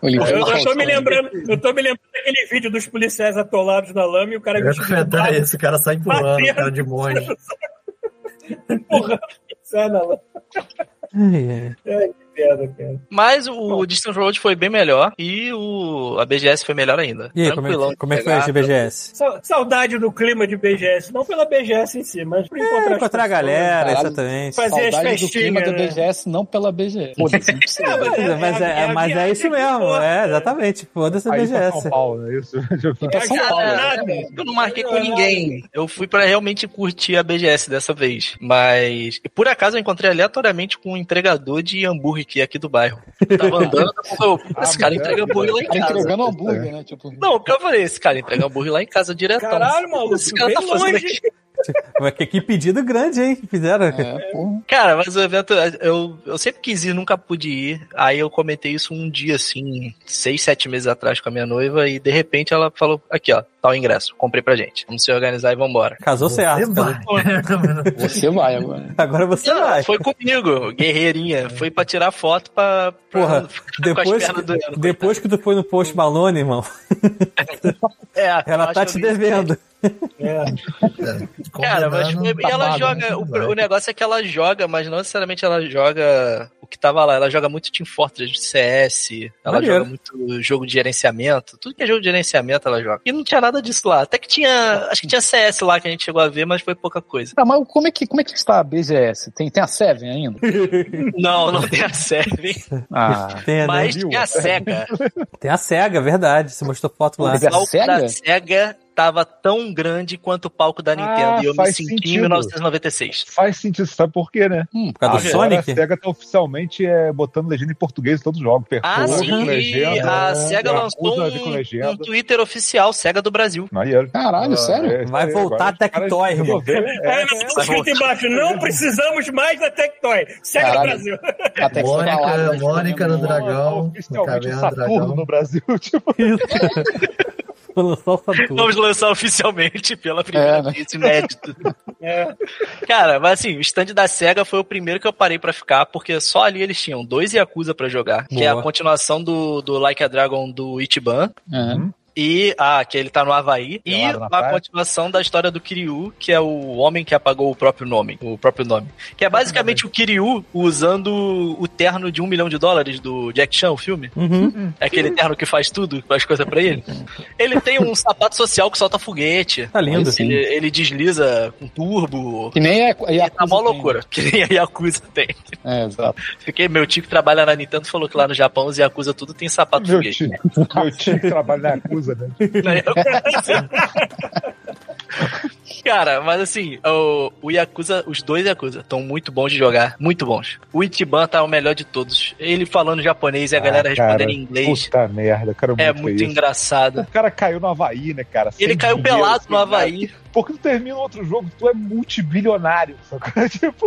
H: Olimpíada
F: Eu, eu tô
H: Faustão.
F: me lembrando, eu tô me lembrando daquele vídeo dos policiais atolados na lama e o cara
A: Eu ia
F: vestido de
A: comentar
F: barro,
A: isso, o cara sai empurrando, o cara de monge.
F: empurrando o policial na lama.
C: Ai, ai.
F: Piada, cara.
D: Mas o Distant Road foi bem melhor e o a BGS foi melhor ainda.
C: E aí, como é,
D: Tranquilão
C: que- como é que foi
D: de
C: a
D: pegar, né?
C: GBGS?
F: Sa- Saudade do clima de BGS, não pela BGS em si, mas por encontrar,
C: É,
F: as
C: encontrar a
F: pessoas.
C: galera,
H: caralho.
C: exatamente.
F: Faz- fazer as
H: Saudade do clima
F: festinhas,
H: da
F: né?
H: BGS, não pela BGS. Foda-se, não precisa.
F: Ah,
C: Mas é, mas é,
F: a
C: mas é
F: viagem
C: isso
F: que
C: mesmo,
F: importa.
C: é, exatamente. Foda-se a
E: Aí pra
C: BGS.
E: São Paulo, é isso?
H: Pra São
F: Cara,
H: Paulo.
F: nada.
H: né?
D: Eu não marquei com ninguém. Eu fui pra realmente curtir a BGS dessa vez. Mas por acaso eu encontrei aleatoriamente com um entregador de hambúrguer que é aqui do bairro. Eu tava andando, eu, esse cara entrega hambúrguer lá em
H: Cara
D: casa.
H: Tá entregando hambúrguer, né? Tipo,
D: Não, o que eu falei, esse cara entrega hambúrguer lá em casa diretão.
F: Caralho, maluco,
D: Esse cara tá
F: bem
D: fazendo
F: longe.
D: aqui.
C: Mas que, que pedido grande, hein? Que fizeram.
H: é, porra.
D: Cara, mas o evento, eu, eu sempre quis ir, nunca pude ir. Aí eu comentei isso um dia, assim, seis, sete meses atrás com a minha noiva, e de repente ela falou: aqui, ó, tá o ingresso, comprei pra gente. Vamos se organizar e vambora.
H: Tá
C: Casou certo.
A: vai.
C: casou-
H: Você vai agora.
C: Agora você
D: Não,
C: vai.
D: foi comigo, guerreirinha. Foi pra tirar foto pra. pra
C: Porra,
D: ficar
C: Depois, que-
D: doendo,
C: depois que tu foi no post Malone, irmão,
D: coitada. É, eu
C: ela
D: acho
C: tá
D: que
C: te
D: eu vi-
C: devendo.
F: É,
A: É,
D: Cara, mas tipo, é,
A: Condenando-
D: e ela
H: babado,
D: joga.
A: né?
D: O, pro- o negócio é que ela joga, mas não necessariamente ela joga o que tava lá. Ela joga muito Team Fortress, CS, ela
C: Maneiro.
D: joga muito jogo de gerenciamento. Tudo que é jogo de gerenciamento ela joga. E não tinha nada disso lá. Até que tinha. Acho que tinha CS lá que a gente chegou a ver, mas foi pouca coisa.
H: Ah, mas como é, que, como é que está a BGS? Tem, tem a Seven ainda?
D: Não, não tem a Seven,
H: Ah,
E: É,
C: Tem, né?
D: mas tinha a SEGA.
C: Tem a SEGA, verdade. Você mostrou foto lá.
H: Mas
D: O
H: a
D: palco
H: SEGA?
D: da SEGA tava tão grande quanto o palco da Nintendo.
E: Ah,
D: e eu me
E: faz
D: senti em
E: sentido.
D: 1996.
E: Faz sentido, sabe por quê, né?
C: Por causa do
D: Ah,
E: Agora
C: Sonic?
E: A SEGA tá oficialmente é, botando legenda em português em todos os jogos.
D: Ah,
E: Perfume,
D: sim, e
E: legenda,
D: a SEGA lançou
E: Yakuza com
D: um, um
E: legenda.
D: Twitter oficial, SEGA do Brasil.
E: Maneiro.
H: Caralho,
E: Ah,
H: sério?
E: é,
C: Vai
E: é,
C: voltar
E: agora os caras
C: Tectoy, irmão.
E: resolveram, é,
F: Aí não tá escrito embaixo, não precisamos mais da Tectoy. Segue no
H: Caralho.
F: Brasil.
H: Tá Até que
A: Mônica,
H: foi na live,
A: Mônica no
H: né?
A: Dragão, no
E: Oficialmente
A: Caverna do
E: Saturno
A: Dragão.
E: no Brasil. Tipo,
C: Vou lançar o Saturno.
D: Vamos lançar oficialmente pela primeira
H: É, né?
D: vez, inédito.
F: É.
D: Cara, mas assim, o stand da SEGA foi o primeiro que eu parei pra ficar, porque só ali eles tinham dois Yakuza pra jogar, que é a
C: Boa.
D: continuação do, do Like a Dragon do Ichiban,
H: É.
A: Hum?
D: e ah, que ele tá no Havaí, e
E: Pelado na
D: a
E: praia.
D: continuação da história do Kiryu, que é o homem que apagou o próprio nome, o próprio nome. Que é basicamente o Kiryu usando o terno de um milhão de dólares do Jack Chan, o filme.
C: Uhum.
D: É aquele terno que faz tudo, faz coisa pra ele. Ele tem um sapato social que solta foguete.
C: Tá lindo.
H: Aí sim.
D: Ele, ele desliza com turbo.
H: Que nem é.
D: É tá mó loucura. Que nem a Yakuza tem.
H: É, exato.
D: Porque meu tio que trabalha na Nintendo falou que lá no Japão os Yakuza tudo tem sapato
E: meu
D: foguete.
E: tio, meu tio que trabalha na
D: Né?
E: Acusa, né?
D: Cara, mas assim, o, o Yakuza, os dois Yakuza estão muito bons de jogar, muito bons. O Ichiban tá o melhor de todos. Ele falando japonês e a
E: Ah,
D: galera respondendo
E: cara,
D: em inglês.
E: Puta merda, cara.
D: É muito
E: isso.
D: engraçado.
E: O cara caiu no Havaí, né, cara?
D: Ele
E: Sem
D: caiu
E: dinheiro,
D: pelado
E: sem
D: no
E: nada.
D: Havaí.
E: né? Porque tu termina outro jogo, tu é multibilionário. sacou? Tipo,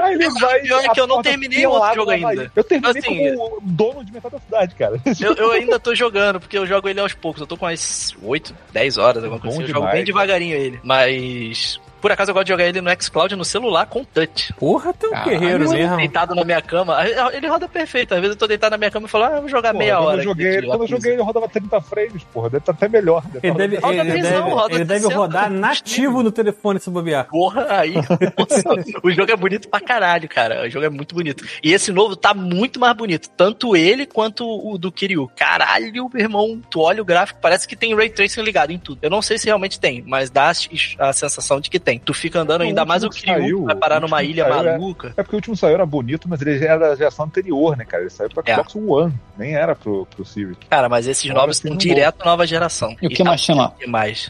E: aí ele vai.
D: pior é que eu não
E: acorda
D: terminei o outro
E: pelado
D: jogo
E: no Havaí.
D: ainda.
E: Eu terminei
D: Assim,
E: como dono de metade da cidade, cara.
D: Eu, eu ainda tô jogando, porque eu jogo ele aos poucos. Eu tô com umas 8, 10 horas, alguma coisa assim.
E: Bom
D: Eu jogo
E: demais,
D: bem devagarinho ele. Mas. Por acaso eu gosto de jogar ele no Xcloud no celular com touch.
C: Porra, tu é um
H: Ah,
C: guerreiro mesmo.
D: Deitado na minha cama. Ele roda perfeito. Às vezes eu tô deitado na minha cama e falo, ah, eu vou jogar
E: Pô,
D: meia
E: quando
D: hora.
E: Eu joguei,
D: aqui
E: ele-
D: de
E: quando eu
D: Yakuza.
E: joguei, ele rodava 30 frames, porra. Deve estar até melhor. Deve
C: Ele
E: tá-
C: deve,
D: Roda
C: ele
D: prisão,
C: deve-
D: roda
C: ele deve
D: prisão.
C: rodar nativo no telefone se bobear.
D: Porra, aí. Nossa, o jogo é bonito pra caralho, cara. O jogo é muito bonito. E esse novo tá muito mais bonito. Tanto ele quanto o do Kiryu. Caralho, meu irmão. Tu olha o gráfico, parece que tem ray tracing ligado em tudo. Eu não sei se realmente tem, mas dá a a sensação de que tem. Tu fica andando
E: O
D: ainda
E: último
D: mais o
E: que
D: Kiryu
E: saiu,
D: vai parar
E: o
D: numa
E: último que
D: ilha
E: saiu é-
D: maluca.
E: É porque o último saiu era bonito, mas ele já era da geração anterior, né, cara? Ele saiu pra
D: É.
E: Xbox One, nem era pro, pro Series.
D: Cara, mas esses
E: Agora
D: novos
E: tem
D: são
E: um
D: direto nova geração.
H: é E o que
D: tá
H: mais tinha lá?
D: bonito demais.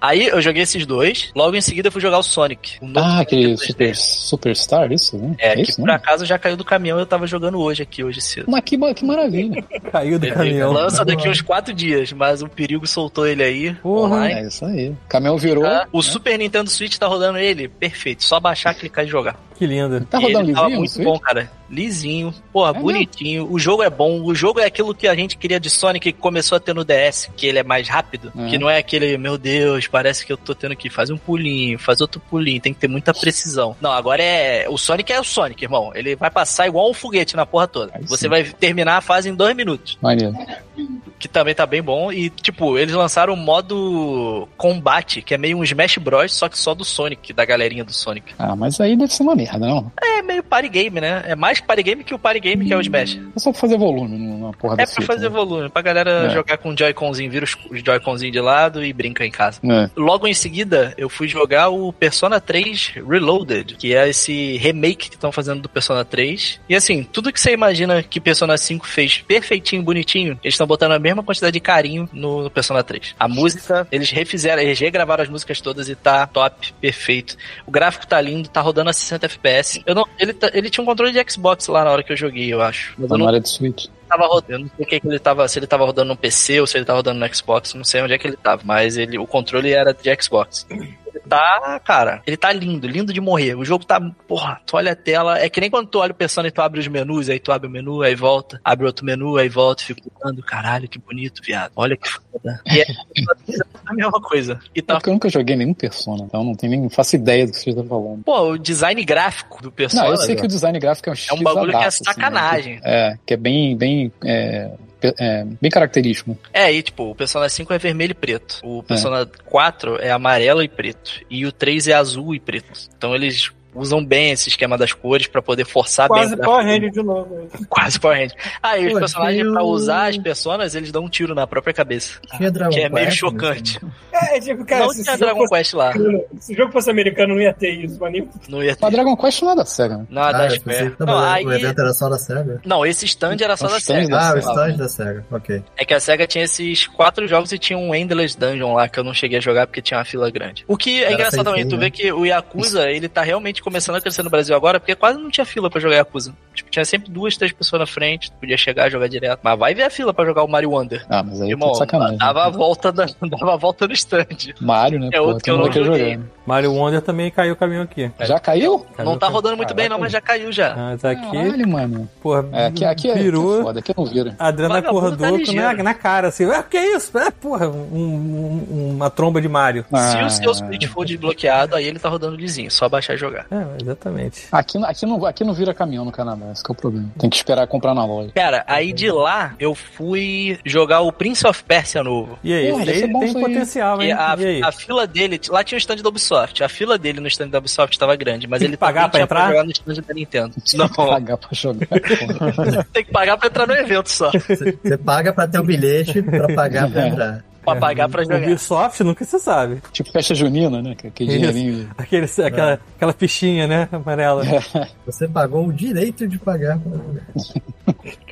D: Aí eu joguei esses dois, logo em seguida eu fui jogar o Sonic. O novo
H: Ah, aquele
D: Sonic
H: super, Superstar, isso, né?
D: É, que
H: isso,
D: por
H: né?
D: acaso já caiu do caminhão eu tava jogando hoje aqui, hoje cedo.
H: Mas que, ba- que maravilha.
C: Caiu do
D: Ele
C: caminhão.
D: lança daqui uns quatro dias, mas o perigo soltou ele aí.
C: Porra.
D: online.
H: É isso aí. O caminhão virou.
D: Tá? O Super Nintendo Switch tá rodando ele, perfeito. Só baixar, clicar e jogar.
C: Que lindo.
H: Tá rodando
D: ele tava
H: lisinho? no
D: muito
H: Switch? É
D: bom, cara. Lisinho, porra,
H: mesmo?
D: bonitinho. O jogo é bom. O jogo é aquilo que a gente queria de Sonic que começou a ter no DS, que ele é mais rápido.
H: É.
D: Que não é aquele, meu Deus, parece que eu tô tendo que fazer um pulinho, fazer outro pulinho. Tem que ter muita precisão. Não, agora é. O Sonic é o Sonic, irmão. Ele vai passar igual um foguete na porra toda.
E: Aí
D: Você
E: sim.
D: vai terminar a fase em dois minutos
H: Maneiro.
D: que também tá bem bom. E, tipo, eles lançaram o modo combate, que é meio um Smash Bros, só que só do Sonic, da galerinha do Sonic.
H: Ah, mas aí deve ser uma merda, não?
D: É meio party game, né? É mais party game que o party game que é o Smash.
H: É só pra fazer volume numa porra
D: É
H: da
D: pra
H: fita,
D: fazer
H: né?
D: volume, pra galera
H: É.
D: jogar com o Joy-Conzinho, vira os os Joy-Conzinho de lado e brinca em casa.
H: É.
D: Logo em seguida, eu fui jogar o Persona 3 Reloaded, que é esse remake que estão fazendo do Persona 3. E assim, tudo que você imagina que Persona 5 fez perfeitinho, bonitinho, eles estão botando a mesma quantidade de carinho no Persona 3. A música, eles refizeram, eles regravaram as músicas todas e tá top, perfeito. O gráfico tá lindo, tá rodando a 60 FPS. Eu não, ele, tá- ele tinha um controle de Xbox lá na hora que eu joguei, eu acho. Mas
H: Tá
D: eu
H: na
D: não
H: área do Switch.
D: tava rodando. Eu não sei o que que ele tava, se ele tava rodando no PC ou se ele tava rodando no Xbox, não sei onde é que ele tava, mas ele, o controle era de Xbox. Ele tá, cara, ele tá lindo, lindo de morrer. O jogo tá, porra, tu olha a tela, é que nem quando tu olha o Persona e tu abre os menus, aí tu abre o menu, aí volta, abre outro menu, aí volta, fica olhando, caralho, que bonito, viado. Olha que foda. E é a mesma coisa. E
H: É
D: tá
H: porque eu nunca joguei nenhum Persona, então eu não tenho nem faço ideia do que vocês estão falando.
D: Pô, o design gráfico do Persona
H: Não, eu sei que o design gráfico é um
D: é um bagulho que
H: xisadaço,
D: é
H: assim, né?
D: sacanagem.
H: É, que é bem, bem é, é, bem característico.
D: É, e tipo, o Persona 5 é vermelho e preto. O Persona 4 é amarelo e preto. E o 3 é azul e preto. Então eles usam bem esse esquema das cores pra poder forçar
F: Quase
D: Tá bem.
F: Power Ranger de novo.
D: Quase Power Ranger. Ah, e os
A: Pô,
D: personagens,
A: tem
D: pra
A: o-
D: usar as personas, eles dão um tiro na própria cabeça.
A: Tinha Dragon
D: que é meio
A: Quest, né?
D: chocante.
F: É, tipo, cara,
D: não
F: se,
D: tinha
F: o jogo
D: Dragon
F: fosse
D: Quest lá.
F: americano, se o jogo fosse americano, não ia ter isso, mas nem...
D: Não ia
H: Mas
D: ter
H: Dragon Quest não é da SEGA, né?
A: Ah,
D: nada.
A: eu
D: acho que-
A: pensei que
D: Não,
A: tava-
D: aí-
A: o evento era só da SEGA.
D: Não, esse stand era só
H: Os
D: da
H: stands
D: SEGA.
A: Ah, o
D: sei lá.
A: stand da SEGA, ok.
D: É que a SEGA tinha esses quatro jogos e tinha um Endless Dungeon lá que eu não cheguei a jogar porque tinha uma fila grande. O que é
A: Era
D: engraçado
A: sem
D: também,
A: fim,
D: tu
A: né?
D: vê que o Yakuza, ele tá realmente começando a crescer no Brasil agora, porque quase não tinha fila pra jogar Yakuza. Tipo, tinha sempre duas, três pessoas na frente, tu podia chegar e jogar direto. Mas vai ver a fila pra jogar o Mario Wonder.
H: Ah, mas aí tá
D: Irmão,
H: de sacanagem.
D: dava a volta da, dava a volta no stand.
H: Mario, né?
D: É outro que eu
H: todo mundo
D: não
H: vai querer
D: joguei.
H: jogar, né?
C: Mario Wonder também caiu o caminhão aqui.
H: Já caiu?
D: Não tá rodando muito bem não, mas já caiu já.
C: Ah, tá aqui,
H: Caralho, mano.
C: porra,
H: É, aqui, aqui, é, aqui é
C: virou.
H: foda, aqui não vira.
C: A Adriana
D: Vagabundo tá
C: acordou com- na,
D: ligeiro.
C: na cara, assim, ah, que isso? Ah, porra, um- um- uma tromba de Mario.
D: Se
H: Ah.
D: o seu split for desbloqueado, aí ele tá rodando lisinho, só baixar e jogar.
C: É, exatamente.
H: Aqui, não- aqui, não, aqui não vira caminhão no Canadá, esse que é o problema. Tem que esperar comprar na loja.
D: Cara, aí de lá eu fui jogar o Prince of Persia novo.
C: E aí,
H: Porra,
C: isso aí
H: isso é bom
C: tem
H: isso aí.
C: potencial,
D: E
C: hein?
D: a,
C: e aí?
D: a fila dele, lá tinha o stand da Ubisoft. A fila dele no stand da Ubisoft tava grande, mas
C: Tem que
D: ele
C: pagar
D: também
C: pra
D: tinha
C: entrar?
D: jogar no stand da Nintendo. Não,
H: Pagar pra jogar. porra.
D: tem que pagar pra entrar no evento só.
A: Você paga pra ter o bilhete pra pagar pra entrar.
D: Pra pagar pra
C: O
D: jogar.
C: Ubisoft nunca se sabe.
H: tipo festa junina, né? Que- Aquele
C: Isso.
H: dinheirinho.
C: Aquele,
H: É.
C: aquela, aquela fichinha, né, amarela.
A: Você pagou o direito de pagar pra jogar.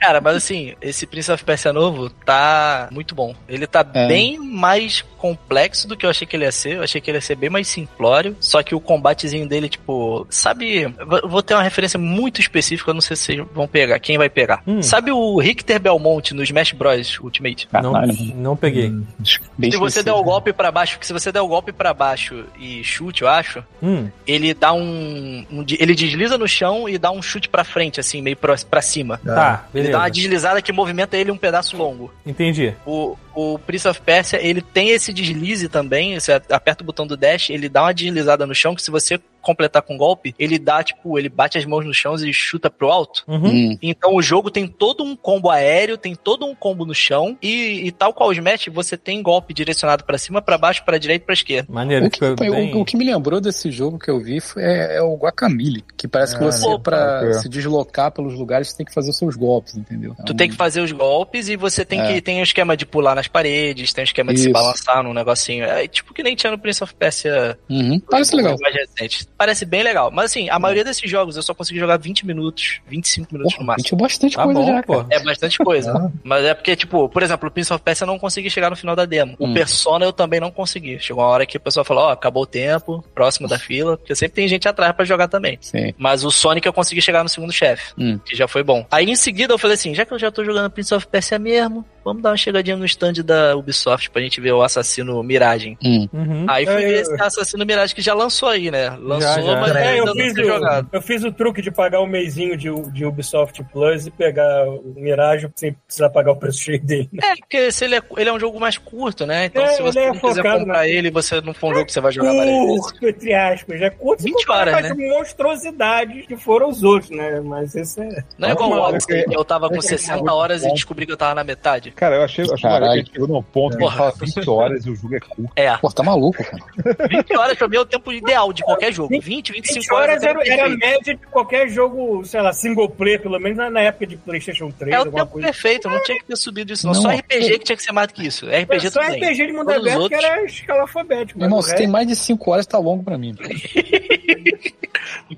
D: Cara, mas assim, esse Prince of Persia novo tá muito bom. Ele tá
H: É.
D: bem mais complexo do que eu achei que ele ia ser. Eu achei que ele ia ser bem mais simplório. Só que o combatezinho dele, tipo, sabe. v- Vou ter uma referência muito específica, eu não sei se vocês vão pegar. Quem vai pegar?
C: Hum.
D: Sabe o Richter Belmonte no Smash Bros. Ultimate?
C: Não,
H: Caralho, Hum.
C: não peguei.
H: bem
D: Se você
H: específico.
D: der o golpe pra baixo, se você der o golpe para baixo e chute, eu acho,
C: Hum.
D: ele dá um, um de- ele desliza no chão e dá um chute pra frente assim, meio pro- pra cima.
A: Ah,
C: Tá,
D: Ele
C: beleza.
D: dá uma deslizada que movimenta ele um pedaço longo.
C: Entendi.
D: O, o Prince of Persia, ele tem esse deslize também, você aperta o botão do dash, ele dá uma deslizada no chão que se você completar com golpe, ele dá tipo, ele bate as mãos no chão e chuta pro alto.
C: Uhum.
H: Hum,
D: Então o jogo tem todo um combo aéreo, tem todo um combo no chão e, e tal qual o Smash, você tem golpe direcionado pra cima, pra baixo, pra direita, pra esquerda.
C: Maneiro,
H: O que,
C: ficou bem...
H: o, o que me lembrou desse jogo que eu vi foi, é, é o Guacamole, que parece
C: Ah,
H: que
C: né?
H: você, pra
E: é.
H: se deslocar pelos lugares, você tem que fazer os seus golpes, entendeu?
D: Tu tem que fazer os golpes e você tem
H: Uhum. É.
D: que tem o esquema de pular nas paredes, tem o esquema de se
H: Isso.
D: balançar num negocinho. É tipo que nem tinha no Prince of Persia.
H: Uhum, parece
D: um
H: legal. Uhum.
D: mais recente. Parece bem legal. Mas assim, a maioria desses jogos eu só consegui jogar 20 minutos, 25 minutos no
H: Porra,
D: máximo.
H: tinha bastante
C: Tá
H: coisa
C: bom,
H: já,
C: pô.
H: cara.
D: É bastante coisa.
A: Ah.
D: Mas é porque, tipo, por exemplo, o Prince of Persia eu não consegui chegar no final da demo. O
H: Hum.
D: Persona eu também não consegui. Chegou uma hora que o pessoal falou, ó, acabou o tempo, próximo da fila, porque sempre tem gente atrás pra jogar também.
H: Sim.
D: Mas o Sonic eu consegui chegar no segundo chefe,
H: Hum.
D: que já foi bom. Aí em seguida eu falei assim, já que eu já tô jogando Prince of Persia mesmo, vamos dar uma chegadinha no stand da Ubisoft pra gente ver o assassino Mirage.
H: Hum.
C: Uhum.
D: Aí fui
F: É,
D: ver
F: eu-
D: esse assassino Mirage que já lançou aí, né? Lançou,
C: já.
D: mas
A: É,
F: É,
D: ainda
F: eu,
D: não
F: fiz
D: tinha tá jogado.
F: o, eu fiz o truque de pagar um mêsinho de, de Ubisoft Plus e pegar o Mirage sem precisar pagar o preço cheio dele.
D: É, porque se ele, é, ele é um jogo mais curto, né? Então
F: É,
D: se você
F: ele é
D: não quiser
F: focado,
D: comprar ele, você não for um jogo que você vai jogar várias vezes.
F: Curto, entre aspas. É curto
D: 20 horas, né?
F: as monstruosidades que foram os outros, né? Mas esse é...
D: Não é igual o Odyssey, que eu tava com
E: Olha que-
D: 60 horas e descobri que eu tava na metade.
E: Cara, eu achei, eu achei
H: Caralho.
E: maneiro que a gente chegou num ponto que a gente
D: Porra.
E: fala 20 horas e o jogo é curto.
D: É,
H: Pô, tá maluco, cara.
D: 20 horas pra mim é o tempo ideal de qualquer jogo. 20,
F: 20
D: 25 horas,
F: horas
D: é o
F: era,
D: tempo
F: era a
D: perfeito.
F: média de qualquer jogo, sei lá, single player, pelo menos na- na época de PlayStation 3,
D: É o
F: alguma
D: tempo
F: coisa.
D: perfeito, não tinha que ter subido isso, não.
H: Não,
D: Só
H: ó.
D: RPG que tinha que ser mais do que isso. RPG
F: Só
D: tudo bem.
F: RPG de mundo
D: Todos os
F: aberto que
D: outros-
F: era escalafobético.
H: Meu irmão, se tem mais de 5 horas, tá longo pra mim.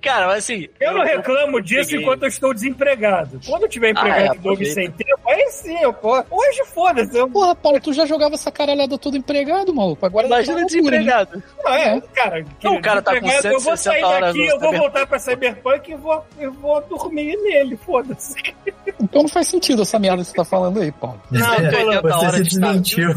D: Cara, mas assim.
F: Eu não reclamo disso
D: peguei.
F: enquanto eu estou desempregado. Quando eu tiver empregado
D: Ah, é,
F: de novo e
D: aproveita.
F: sem tempo, aí sim eu posso. Hoje foda-se. Eu...
H: Porra, Paulo, tu já jogava essa caralhada toda empregado, maluco. Agora tá
D: Imagina
H: uma loucura, né?
D: desempregado.
F: Não, é, cara. que
D: Não, o cara tá com
F: desempregado, Eu vou
D: 160
F: sair
D: horas
F: daqui,
D: no
F: eu vou
D: Cyberpunk.
F: voltar pra Cyberpunk e vou, eu vou dormir nele, foda-se.
H: Então não faz sentido essa merda que você tá falando aí, Paulo.
F: Não,
A: É,
D: 180 horas
A: Você
D: de
A: se desmentiu.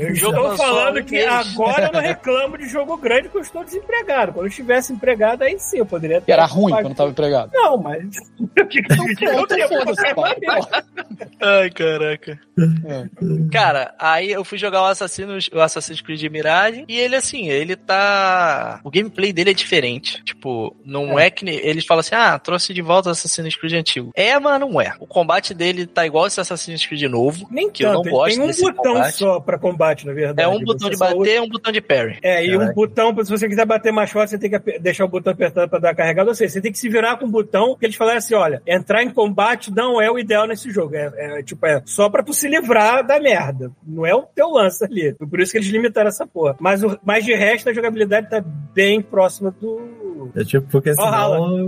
F: Eu
D: jogo
F: estou
D: lançou há
F: falando
D: um
F: que
D: mês.
F: agora eu não reclamo de jogo grande porque eu estou desempregado. Quando eu estivesse empregado, aí sim eu poderia ter.
H: Era ruim quando tava empregado.
F: Não, mas.
H: Então, pô, então foda-se, Paulo. Pô,
D: Ai, caraca.
F: É.
D: Cara, aí eu fui jogar o Assassin's, o Assassin's Creed Mirage e ele, assim, ele tá... O gameplay dele é diferente. Tipo, não é, que... ne- Eles falam assim, ah, trouxe de volta o Assassin's Creed antigo. É, mas não é. O combate dele tá igual esse Assassin's Creed novo,
F: Nem
D: que eu não
F: tanto, ele
D: gosto
F: tem um
D: desse
F: botão
D: combate.
F: só pra combate, na verdade.
D: É um botão
F: Você
D: de
F: só usa-
D: bater, um botão de parry.
F: É, e um
A: Caraca.
F: botão, se você quiser bater mais forte, você tem que ape- deixar o botão apertado pra dar carregado. Ou seja, você tem que se virar com o botão, porque eles falaram assim, olha, entrar em combate não é o ideal nesse jogo. É, é, tipo, é só pra tu se livrar da merda. Não é o teu lance ali. Por isso que eles limitaram essa porra. Mas, o, mas de resto, a jogabilidade tá bem próxima do...
A: É tipo, porque senão, ao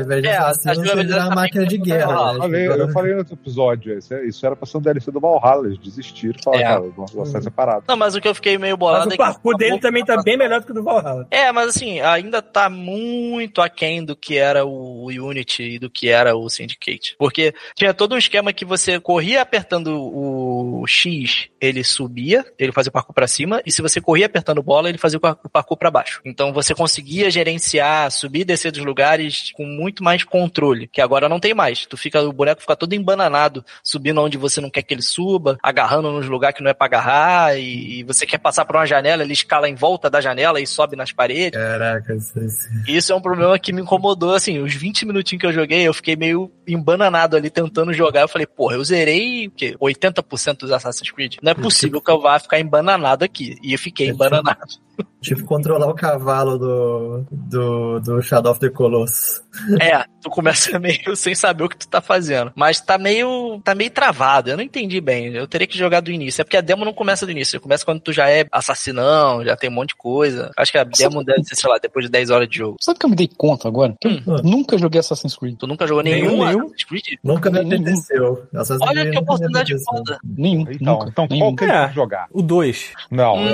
A: invés de
D: É,
A: assassino,
D: a
A: você
D: jogabilidade
A: virar
D: tá
A: uma máquina
D: bem
A: de guerra. né?
E: Eu
F: Tá
E: falei, eu falei no outro episódio, isso, isso era pra ser um DLC do Valhalla, eles desistiram, falaram,
D: É.
E: cara, o acesso é separado.
D: Não, mas o que eu fiquei meio
F: Mas
D: bolado
F: o parkour
D: acabou-
F: dele também tá bem melhor do que o do Valhalla.
D: É, mas assim, ainda tá muito aquém do que era o Unity e do que era o Syndicate. Porque tinha todo um esquema que você corria apertando o X, ele subia, ele fazia o parkour pra cima, e se você corria apertando bola, ele fazia o par- o parkour pra baixo. Então você conseguia gerenciar, subir e descer dos lugares com muito mais controle, que agora não tem mais. Tu fica, o boneco fica todo embananado, subindo onde você não quer que ele suba, agarrando nos lugares que não é pra agarrar, e, e você quer passar por uma janela, ele escala em volta da janela e sobe nas paredes.
A: Caraca, isso, isso.
D: E Isso é um problema que me incomodou, assim, os 20 minutinhos que eu joguei, eu fiquei meio embananado ali tentando jogar. Eu falei, porra, eu zerei o quê? 80% dos Assassin's Creed? Não é possível que eu vá ficar embananado aqui. E eu fiquei embananado.
A: tipo controlar o cavalo do, do, do Shadow of the Colossus.
D: É, tu começa meio sem saber o que tu tá fazendo. Mas tá meio. tá meio travado. Eu não entendi bem. Eu teria que jogar do início. É porque a demo não começa do início. Começa quando tu já é assassinão, já tem um monte de coisa. Acho que a demo deve ser, sei lá, depois de 10 horas de jogo.
H: Sabe o que eu me dei conta agora? Que eu
D: Hum.
H: nunca joguei Assassin's Creed.
D: Tu nunca jogou nenhum,
H: Nenhum, nenhum.
D: Assassin's Creed?
A: Nunca me
H: Nenhum.
A: apeteceu. Assassin's
D: Olha
A: Creed
D: que
A: nunca me
D: oportunidade
A: apeteceu.
D: foda.
H: Nenhum.
E: Então,
H: nunca,
E: então
H: nenhum.
E: qual que ele
C: É.
E: tem que jogar?
C: O 2.
E: Não,
D: Hum.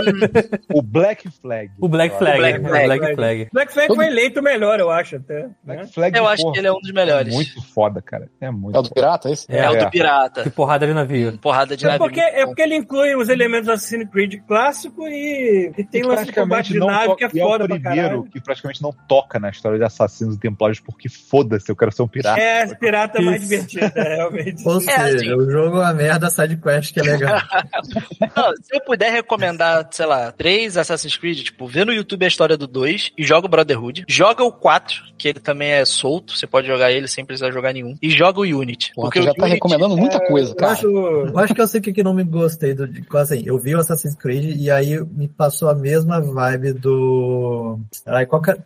E: o Black Flag.
C: O Black
E: Eu
C: Flag. né?
D: Black
E: acho.
C: O Black,
F: Flag.
C: Flag.
F: Black Flag foi eleito o melhor, eu acho, até. né?
E: Black Flag,
D: Eu acho
E: porra,
D: que ele é um dos melhores.
E: é muito foda, cara. É muito
H: É o do
E: foda.
H: pirata, esse?
D: É,
C: É,
D: o do
E: é.
C: Que
D: pirata.
C: porrada de navio.
D: Porrada de
F: É
D: navio.
F: porque, é porque ele inclui os elementos do Assassin's Creed clássico e, e tem
E: E
F: o lance de combate de
E: não
F: nave
E: to-
F: que é
E: e
F: foda
E: o
F: pra
E: primeiro
F: caralho.
E: que praticamente não toca na história de assassinos e templários, porque foda-se, eu quero ser um pirata.
F: É, esse pirata é mais
C: Isso.
F: divertido, é, realmente.
A: Ou
D: É,
A: seja,
D: assim.
A: o jogo é uma merda, a sidequest que é legal.
D: Não, se eu puder recomendar, sei lá, três Assassin's Creed, tipo, vê no YouTube a história do 2 e joga o Brotherhood. Joga o 4, que ele também é solto, você pode jogar ele sem precisar jogar nenhum. E joga o Unity.
H: Porra,
D: porque
H: tu já
D: o
H: tá
D: Unity-
H: recomendando muita coisa,
F: Eu
H: cara.
F: acho...
A: Eu acho que eu sei o que, que não me gostei do. de- Assim, eu vi o Assassin's Creed e aí me passou a mesma vibe do. Ai, qual que é?